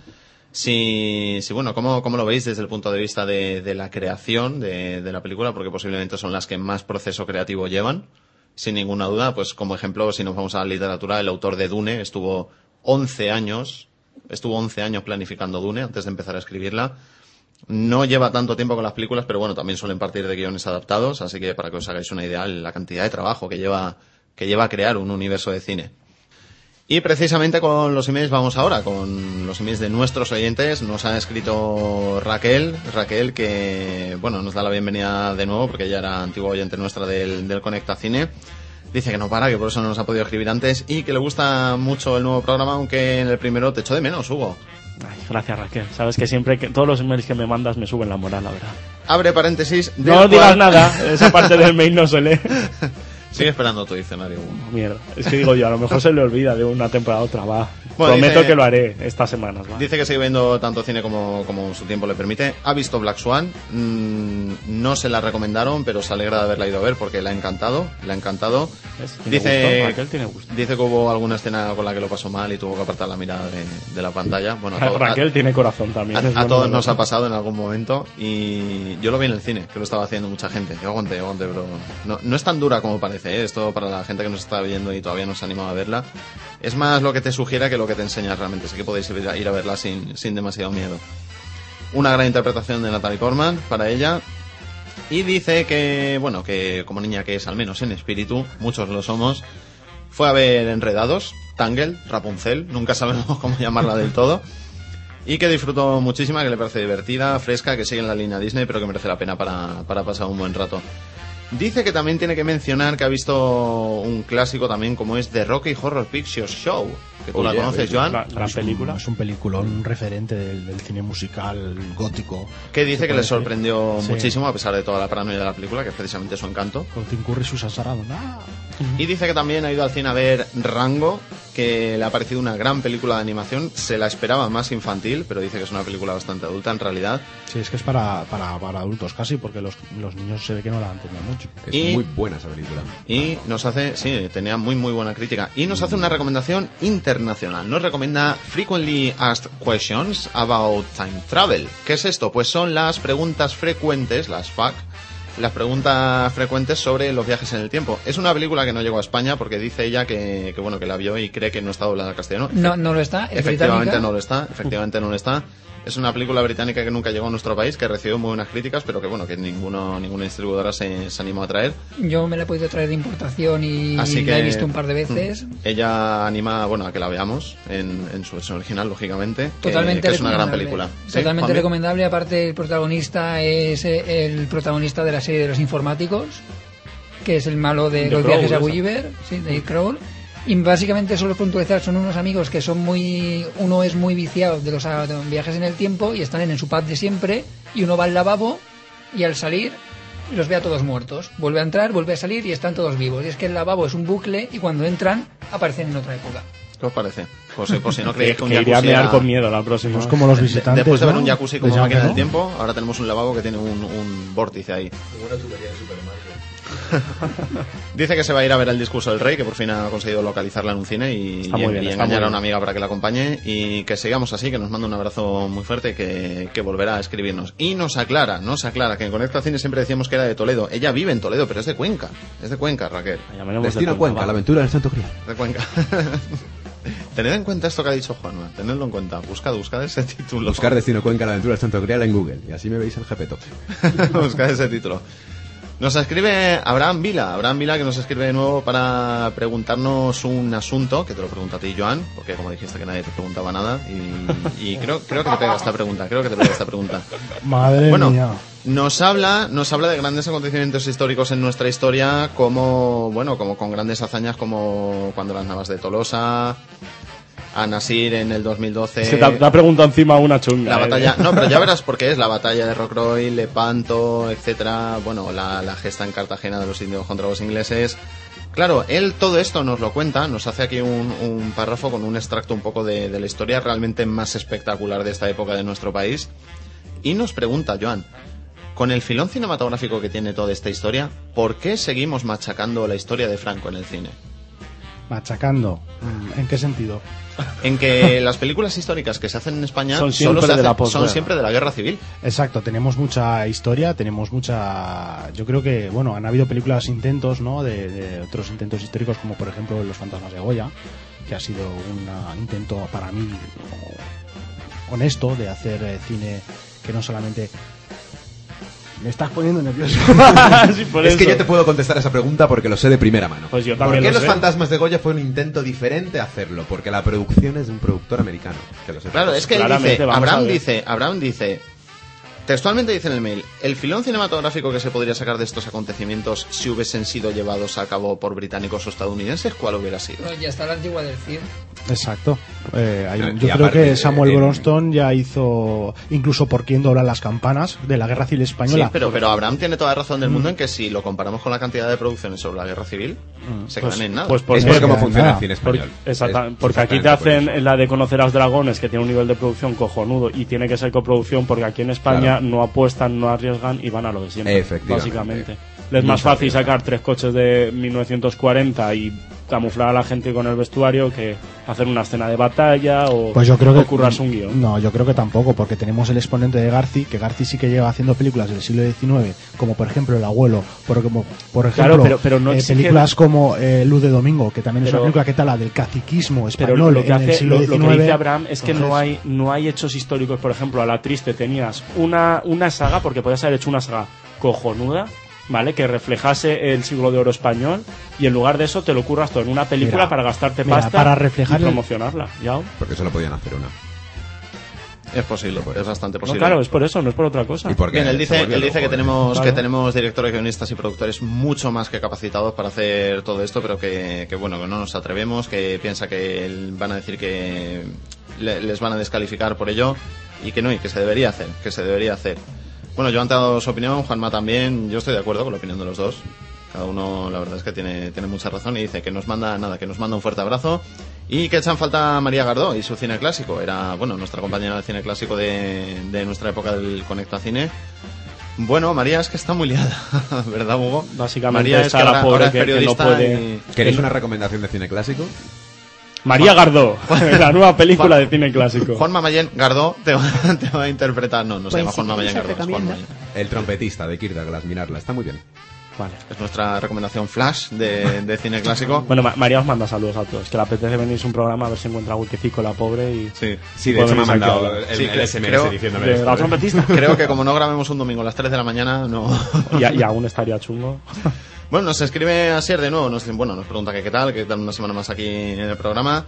F: Si, si bueno, ¿cómo, cómo lo veis desde el punto de vista de, de la creación de, de la película? Porque posiblemente son las que más proceso creativo llevan. Sin ninguna duda, pues como ejemplo, si nos vamos a la literatura, el autor de Dune estuvo 11 años, estuvo 11 años planificando Dune antes de empezar a escribirla. No lleva tanto tiempo con las películas, pero bueno, también suelen partir de guiones adaptados, así que para que os hagáis una idea la cantidad de trabajo que lleva, que lleva a crear un universo de cine. Y precisamente con los emails vamos ahora, con los emails de nuestros oyentes. Nos ha escrito Raquel, Raquel que, bueno, nos da la bienvenida de nuevo porque ella era antigua oyente nuestra del, del Conecta Cine. Dice que no para, que por eso no nos ha podido escribir antes y que le gusta mucho el nuevo programa, aunque en el primero te echó de menos, Hugo.
G: Ay, gracias Raquel. Sabes que siempre que todos los emails que me mandas me suben la moral, la verdad.
F: Abre paréntesis. del
G: No digas
F: cual-
G: nada, esa parte del mail no se lee. [LAUGHS]
F: Sigue esperando tu diccionario, Hugo.
G: Mierda. Es que digo yo, a lo mejor se le olvida de una temporada a otra, va.
F: Bueno,
G: Prometo
F: dice-
G: que lo haré estas semanas, va.
F: Dice que sigue viendo tanto cine como, como su tiempo le permite. Ha visto Black Swan. mm, no se la recomendaron, pero se alegra de haberla ido a ver porque la ha encantado. La ha encantado.
G: Tiene gusto,
F: Dice,
G: Raquel tiene gusto.
F: dice que hubo alguna escena con la que lo pasó mal y tuvo que apartar la mirada de, de la pantalla. Bueno,
G: [LAUGHS]
F: a, todo- a-
G: Raquel tiene corazón también.
F: a-
I: Ah,
G: es
F: a
G: bueno
F: todos
G: verlo.
F: nos ha pasado en algún momento. Y yo lo vi en el cine, que lo estaba haciendo mucha gente. Yo aguanté, yo aguanté, pero no, no es tan dura como parece. ¿eh? Esto para la gente que nos está viendo y todavía no se ha animado a verla. Es más lo que te sugiera que lo que te enseña realmente. Así que podéis ir a- ir a verla sin, sin demasiado miedo. Una gran interpretación de Natalie Portman para ella. Y dice que, bueno, que como niña que es, al menos en espíritu, muchos lo somos, fue a ver Enredados, Tangle, Rapunzel, nunca sabemos [LAUGHS] cómo llamarla del todo. Y que disfruto muchísima, que le parece divertida, fresca, que sigue en la línea Disney, pero que merece la pena para, para pasar un buen rato. Dice que también tiene que mencionar que ha visto un clásico también como es The Rocky Horror Picture Show, que tú la
I: Oye,
F: conoces,
I: oye,
F: Joan.
I: Es un- Es un película, un referente del, del cine musical gótico.
F: Que dice
I: Se puede
F: que le
I: decir.
F: sorprendió
I: Sí.
F: muchísimo a pesar de toda la paranoia de la película, que es precisamente su encanto.
I: Con Tim Curry y Susan Sarandon. Ah,
F: Y dice que también ha ido al cine a ver Rango, que le ha parecido una gran película de animación. Se la esperaba más infantil, pero dice que es una película bastante adulta en realidad.
I: Sí, es que es para, para, para adultos casi, porque los, los niños se ve que no la entienden mucho.
F: Es Y- muy
H: buena esa película.
F: Y nos hace, sí, tenía muy muy buena crítica. Y nos hace una recomendación internacional. Nos recomienda Frequently Asked Questions About Time Travel. ¿Qué es esto? Pues son las preguntas frecuentes, las FAQ, las preguntas frecuentes sobre los viajes en el tiempo. Es una película que no llegó a España porque dice ella que, que bueno, que la vio y cree que no está doblada al castellano.
J: No, no lo está. Es
F: Efectivamente
J: británica.
F: no lo está, efectivamente no lo está. Es una película británica que nunca llegó a nuestro país, que recibió muy buenas críticas, pero que bueno, que ninguno, ninguna distribuidora se, se animó a traer.
J: Yo me la he podido traer de importación y
F: Así que
J: la he visto un par de veces.
F: mm, Ella anima, bueno, a que la veamos en, en su versión original, lógicamente. que-
J: Totalmente
F: que, es una gran
J: recomendable.
F: película. ¿Sí,
J: Totalmente
F: Juanmi?
J: recomendable. Aparte, el protagonista es eh, el protagonista de la serie de los informáticos, que es el malo de
K: De
J: los
K: Crow,
J: viajes a
K: esa.
J: Gulliver, sí, de Crowl. Y básicamente solo puntualizar, son unos amigos que son muy. Uno es muy viciado de los a- de los viajes en el tiempo y están en su pub de siempre. Y uno va al lavabo y al salir los ve a todos muertos. Vuelve a entrar, vuelve a salir y están todos vivos. Y es que el lavabo es un bucle y cuando entran aparecen en otra época.
F: ¿Qué os parece? Pues, eh, por
G: [LAUGHS]
F: si no
G: Que-
F: creéis que un
G: que iré
F: jacuzzi.
G: a mear
F: era-
G: con miedo la próxima
I: Pues como los visitantes,
F: Después de haber
I: ¿no?
F: un jacuzzi como
I: Les llaman,
F: máquina del
I: ¿no?
F: tiempo, ahora tenemos un lavabo que tiene un, un vórtice ahí. [LAUGHS] Dice que se va a ir a ver el discurso del rey, que por fin ha conseguido localizarla en un cine y,
G: Está
F: y-
G: muy bien,
F: y
G: está muy
F: engañar a
G: bien.
F: una amiga para que la acompañe y que sigamos así, que nos manda un abrazo muy fuerte, que, que volverá a escribirnos. Y nos aclara, nos aclara, que en Conecta Cine siempre decíamos que era de Toledo. Ella vive en Toledo, pero es de Cuenca. Es de Cuenca, Raquel.
H: Destino Cuenca, la aventura del Santo Grial.
F: De Cuenca. [LAUGHS] Tened en cuenta esto que ha dicho Juanma, tenedlo en cuenta. Buscad, buscad ese título.
H: Buscar Destino Cuenca, la aventura del Santo Grial en Google. Y así me veis el jepeto.
F: [LAUGHS] Buscad ese título. Nos escribe Abraham Vila, Abraham Vila que nos escribe de nuevo para preguntarnos un asunto, que te lo pregunto a ti, Joan, porque como dijiste que nadie te preguntaba nada, y, y creo, creo que te pega esta pregunta, creo que te pega esta pregunta.
I: Madre
F: Bueno,
I: mía.
F: Nos habla, nos habla de grandes acontecimientos históricos en nuestra historia, como, bueno, como con grandes hazañas como cuando las navas de Tolosa, a Nasir en el 2012.
G: Es que te ha- te ha preguntado encima una chunga.
F: La
G: eh.
F: batalla, no, pero
I: [LAUGHS]
F: ya verás por qué es la batalla de Rockroy, Lepanto, etcétera. Bueno, la, la gesta en Cartagena de los indios contra los ingleses. Claro, él todo esto nos lo cuenta, nos hace aquí un, un párrafo con un extracto un poco de, de la historia realmente más espectacular de esta época de nuestro país. Y nos pregunta, Joan, con el filón cinematográfico que tiene toda esta historia, ¿por qué seguimos machacando la historia de Franco en el cine?
I: Machacando. Mm, ¿En qué sentido? [LAUGHS]
F: En que las películas históricas que se hacen en España
I: Son
F: solo
I: siempre
F: se
I: de la
F: hacen- son
I: posguerra.
F: siempre de la guerra civil.
I: Exacto, tenemos mucha historia, tenemos mucha... Yo creo que, bueno, han habido películas intentos, ¿no? De, de otros intentos históricos, como por ejemplo Los Fantasmas de Goya, que ha sido una- un ah, intento para mí honesto de hacer eh, cine que no solamente... Me estás poniendo
F: [LAUGHS]
I: nervioso.
H: es que yo te puedo contestar esa pregunta porque lo sé de primera mano.
G: Pues yo
H: ¿Por
G: también
H: qué
G: lo
H: Los
G: sé.
H: Fantasmas de Goya fue un intento diferente a hacerlo? Porque la producción es de un productor americano. Que lo sepas.
F: Claro, es que él dice, Abraham dice, Abraham dice, textualmente dice en el mail, el filón cinematográfico que se podría sacar de estos acontecimientos si hubiesen sido llevados a cabo por británicos o estadounidenses, ¿cuál hubiera sido?
J: Bueno, ya está la antigua del CID.
I: Exacto. Eh, hay- yo
F: Y
I: creo
F: aparte,
I: que Samuel
F: eh,
I: Bronston ya hizo, incluso por quién doblan las campanas, de la Guerra Civil Española.
F: Sí, pero, pero Abraham tiene toda la razón del
G: Mm.
F: mundo en que si lo comparamos con la cantidad de producciones sobre la guerra civil, se quedan
G: Pues-
F: en nada.
G: pues porque- Por- exacta- porque aquí te hacen la de conocer a los dragones, que tiene un nivel de producción cojonudo y tiene que ser coproducción porque aquí en España
H: Claro.
G: no apuestan, no arriesgan y van a lo de siempre.
H: Efectivamente.
G: Básicamente. Les es
H: No
G: más
H: se
G: fácil sacar tres coches de 1940 y camuflar a la gente con el vestuario que hacer una escena de batalla o,
I: Pues yo creo que.
G: o currarse un guión.
I: No, yo creo que tampoco, porque tenemos el exponente de Garci, que Garci sí que lleva haciendo películas del siglo XIX, como por ejemplo El Abuelo, por, como, por
G: Claro,
I: ejemplo
G: pero- pero no
I: eh,
G: exigen-
I: películas como eh, Luz de Domingo, que también es
G: Pero-
I: una película que tala del caciquismo
G: Pero
I: español
G: lo que,
I: en el
G: hace,
I: siglo
G: lo, lo
I: XIX.
G: que dice Abraham es que no
I: Entonces,
G: hay, no hay hechos históricos. Por ejemplo, a la triste tenías una, una saga, porque podías haber hecho una saga cojonuda, ¿vale? Que reflejase el siglo de oro español, y en lugar de eso te lo curras todo en una película
H: Mira,
G: para gastarte
H: mira,
G: pasta
H: para reflejar
G: y
H: el-
G: promocionarla. ¿ya?
H: Porque solo podían hacer una.
F: Es posible, es bastante
G: No,
F: posible.
G: claro, es por eso, no es por otra cosa.
F: Bien, él dice, él dice
H: ¿eh?
F: que tenemos
G: Claro.
F: que tenemos directores, guionistas y productores mucho más que capacitados para hacer todo esto, pero que, que, bueno, que no nos atrevemos, que piensa que el- van a decir que le- les van a descalificar por ello y que no, y que se debería hacer, que se debería hacer. Bueno, yo han dado su opinión, Juanma también, yo estoy de acuerdo con la opinión de los dos. Cada uno, la verdad es que tiene, tiene mucha razón y dice que nos manda, nada, que nos manda un fuerte abrazo Y que echan falta a María Gardó y su cine clásico. Era, bueno, nuestra compañera de cine clásico de, de nuestra época del Conecta Cine. Bueno, María es que está muy liada, [LAUGHS] ¿verdad, Hugo?
G: Básicamente
F: María
G: está la pobre que- que no puede-
H: ¿Queréis
F: y-
H: una recomendación de cine clásico?
G: María
F: Juan-
G: Gardó, [LAUGHS]
F: Juan-
G: la nueva película
F: Juan-
G: de cine clásico.
F: Juan Mamayén Gardó te va, [LAUGHS] te va a interpretar. No, no se llama Juan Mamayén Gardó. es Juan Mamayén.
H: El trompetista de Kirdalas, mirarla, está muy bien.
G: Vale.
F: Es nuestra recomendación flash de, de cine clásico.
G: [LAUGHS] Bueno, Ma- María os manda saludos a todos. Que le apetece venirse un programa a ver si encuentra a Wikifico, la pobre. Y
F: sí,
H: Sí, de hecho me ha mandado el,
F: Sí,
H: el
F: cre-
H: SMS
F: creo-
H: diciéndome
G: de
H: esto,
G: la
H: ¿eh?
G: trompetista.
F: [LAUGHS] Creo que como no grabemos un domingo a las 3 de la mañana, no. [LAUGHS]
G: Y, a- y aún estaría chungo.
F: Bueno, nos escribe Asier de nuevo, nos, bueno, nos pregunta que qué tal, que tal una semana más aquí en el programa.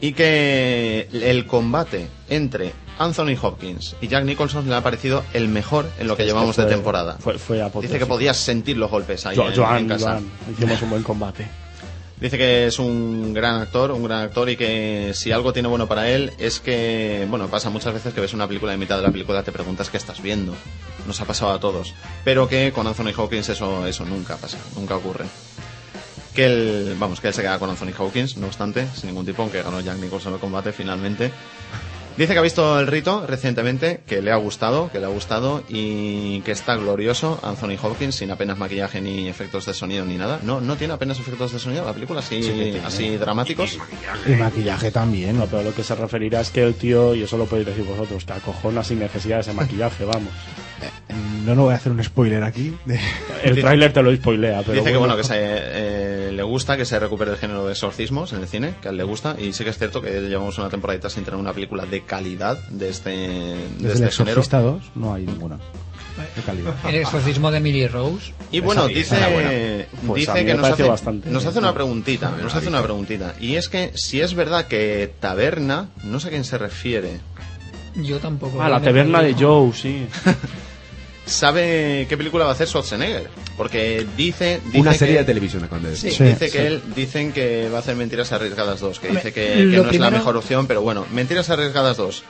F: Y que el combate entre Anthony Hopkins y Jack Nicholson le ha parecido el mejor en lo que
G: Es que
F: llevamos de
G: fue-
F: temporada.
G: Pues, Fue, fue
F: Dice que
G: apoteósico.
F: podías sentir los golpes ahí
G: Jo-
F: en,
G: Joan,
F: en casa.
G: Joan, hicimos un buen combate.
F: Dice que es un gran actor, un gran actor y que si algo tiene bueno para él es que, bueno, pasa muchas veces que ves una película y en mitad de la película te preguntas qué estás viendo. Nos ha pasado a todos. Pero que con Anthony Hawkins eso, eso nunca pasa, nunca ocurre. Que él, vamos, que él se queda con Anthony Hawkins, no obstante, sin ningún tipo, aunque ganó Jack Nicholson el combate finalmente. Dice que ha visto el rito recientemente, que le ha gustado, que le ha gustado y que está glorioso Anthony Hopkins sin apenas maquillaje ni efectos de sonido ni nada. No, no tiene apenas efectos de sonido la película, así,
I: Sí que tiene.
F: así dramáticos.
I: Y maquillaje también.
G: No, pero lo que se referirá es que el tío, y eso lo podéis decir vosotros, te acojona sin necesidad de ese maquillaje, vamos.
I: Eh, No, no voy a hacer un spoiler aquí.
G: El tráiler te lo spoilea, pero.
F: Dice que bueno,
G: bueno.
F: que se, eh, le gusta que se recupere el género de exorcismos en el cine, que a él le gusta, y sí que es cierto que llevamos una temporadita sin tener una película de calidad de este, de
I: Desde
F: este
I: el
F: género.
I: Exorcista 2 no hay ninguna. Qué calidad.
J: El exorcismo de Emily Rose.
F: Y bueno,
I: Esa-
F: dice,
I: esa buena.
G: Pues a mí
F: dice
G: me
F: que nos
G: pareció
F: hace,
G: bastante.
F: nos hace una preguntita, nos hace una preguntita. Y es que si es verdad que taberna, no sé a quién se refiere,
J: Yo tampoco.
G: Ah, la taberna de Joe, sí.
F: ¿sabe qué película va a hacer Schwarzenegger? Porque dice, dice
H: Una
F: que-
H: serie de televisión, acaban de decir.
F: Sí, dice que él, dicen que va a hacer Mentiras Arriesgadas 2, que
H: Hombre,
F: dice que, que
H: lo
F: no es la
H: primero-
F: mejor opción, pero bueno, Mentiras Arriesgadas 2.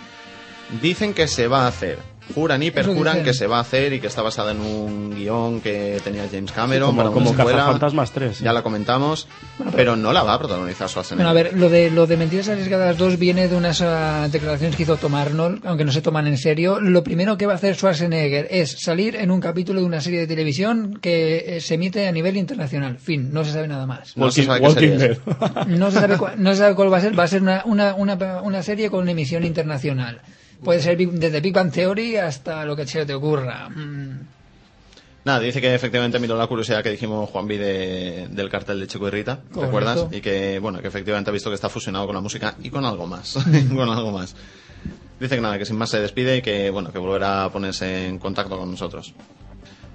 F: Dicen que se va a hacer. Juran y perjuran
G: dicen.
F: que se va a hacer y que está basada en un guión que tenía James
G: Sí,
F: Cameron
G: como-
F: para una
G: como
F: secuela.
G: Cazafantasmas 3, sí.
F: Ya la comentamos, pero no la va a protagonizar Schwarzenegger.
J: Bueno, a ver, lo de, lo de Mentiras Arriesgadas 2 viene de unas ah, declaraciones que hizo Tom Arnold, aunque no se toman en serio. Lo primero que va a hacer Schwarzenegger es salir en un capítulo de una serie de televisión que eh, se emite a nivel internacional. Fin, no se sabe nada más.
F: No se
G: Walking-
F: sabe qué serie
G: Walking
F: es. [LAUGHS]
J: No se sabe, cua- no se sabe cuál va a ser. Va a ser una, una, una, una serie con emisión internacional. Puede ser Big- desde Big Bang Theory hasta lo que se te ocurra. Mm.
F: Nada, dice que efectivamente miró la curiosidad que dijimos Juan B de- del cartel de Chico y Rita, ¿te
J: Correcto.
F: acuerdas? Y que, bueno, que efectivamente ha visto que está fusionado con la música y con algo más, y con algo más. Dice que nada, que sin más se despide y que, bueno, que volverá a ponerse en contacto con nosotros.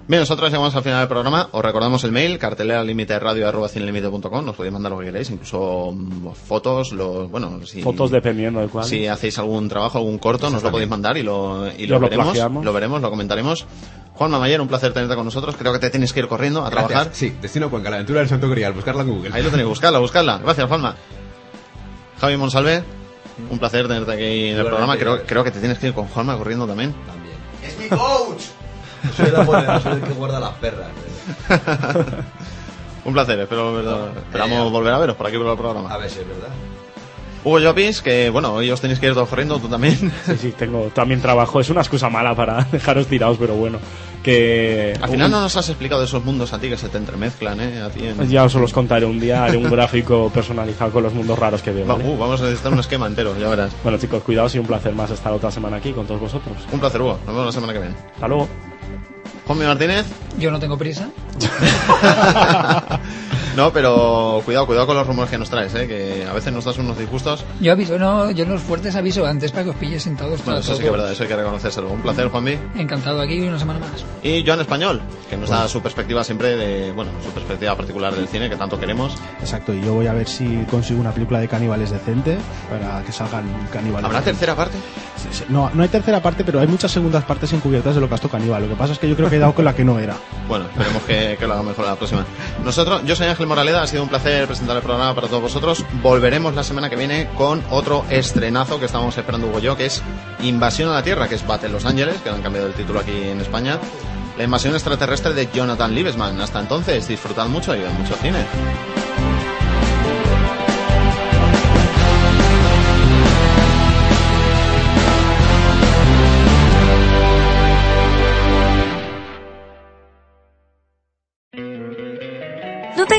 F: Bien, nosotros llegamos al final del programa. Os recordamos el mail, cartelera límite radio arroba cinelímite.com. Nos podéis mandar lo que queráis, incluso mm, fotos, los, bueno, si,
G: [LAUGHS] Fotos dependiendo de cuál.
F: si hacéis algún trabajo, algún corto, nos lo podéis mandar y lo, y
G: Yo
F: lo,
G: lo
F: veremos,
G: plagiamos.
F: lo veremos, lo comentaremos. Juan Mamayer, un placer tenerte con nosotros. Creo que te tienes que ir corriendo a
H: Gracias.
F: trabajar.
H: Sí, Destino Cuenca, la aventura del Santo Grial, buscarla en Google.
F: Ahí lo tenéis, buscarla, buscarla. Gracias, Juanma. Javi Monsalve, un placer tenerte aquí en el
M: Igualmente,
F: programa. Creo,
M: Javi.
F: creo que te tienes que ir con Juanma corriendo también.
M: ¡Es mi coach! Soy el abuelo, soy el que guarda las perras.
F: un placer, espero, volver- esperamos volver a veros por aquí por el programa.
M: A veces, ¿verdad?
F: Hugo Llopis, que bueno, hoy os tenéis que ir todos corriendo, tú
G: [LAUGHS]
F: también.
G: Sí, sí, tengo también trabajo. Es una excusa mala para [LAUGHS] dejaros tirados, pero bueno. Que.
F: Al final
G: un-
F: no nos has explicado esos mundos a ti que se te entremezclan, ¿eh? A ti en-
G: Ya os los contaré un día, haré un gráfico [LAUGHS] personalizado con los mundos raros que veo.
F: Va-
G: ¿vale?
F: uh, vamos a necesitar un esquema entero, ya verás.
G: Bueno chicos, cuidaos y un placer más estar otra semana aquí con todos vosotros.
F: Un placer, Hugo. Nos vemos la semana que viene.
G: Hasta luego.
F: Juanmi Martínez.
J: Yo no tengo prisa.
F: No, pero cuidado, cuidado con los rumores que nos traes, ¿eh? que a veces nos das unos disgustos.
J: Yo aviso, no, yo en los fuertes aviso antes para que os pilléis
F: Bueno,
J: sentados. para
F: eso sí
J: todo.
F: que es verdad, eso hay que reconocérselo. Un placer, Juanmi.
J: Encantado aquí una semana más.
F: Y Joan Español, que nos da su perspectiva siempre de, bueno, su perspectiva particular del cine que tanto queremos.
I: Exacto, y yo voy a ver si consigo una película de caníbales decente para que salgan caníbales.
F: ¿Habrá tercera parte?
I: No, no hay tercera parte, pero hay muchas segundas partes encubiertas de lo Holocausto Caníbal. Lo que pasa es que yo creo que he dado con la que no era.
F: Bueno, esperemos que, que lo haga mejor la próxima. Nosotros, yo soy Ángel Moraleda, ha sido un placer presentar el programa para todos vosotros. Volveremos la semana que viene con otro estrenazo que estábamos esperando Hugo y yo, que es Invasión a la Tierra, que es Battle Los Ángeles, que le han cambiado el título aquí en España. La invasión extraterrestre de Jonathan Liebesman. Hasta entonces, disfrutad mucho y vean mucho cine.
K: ¿No te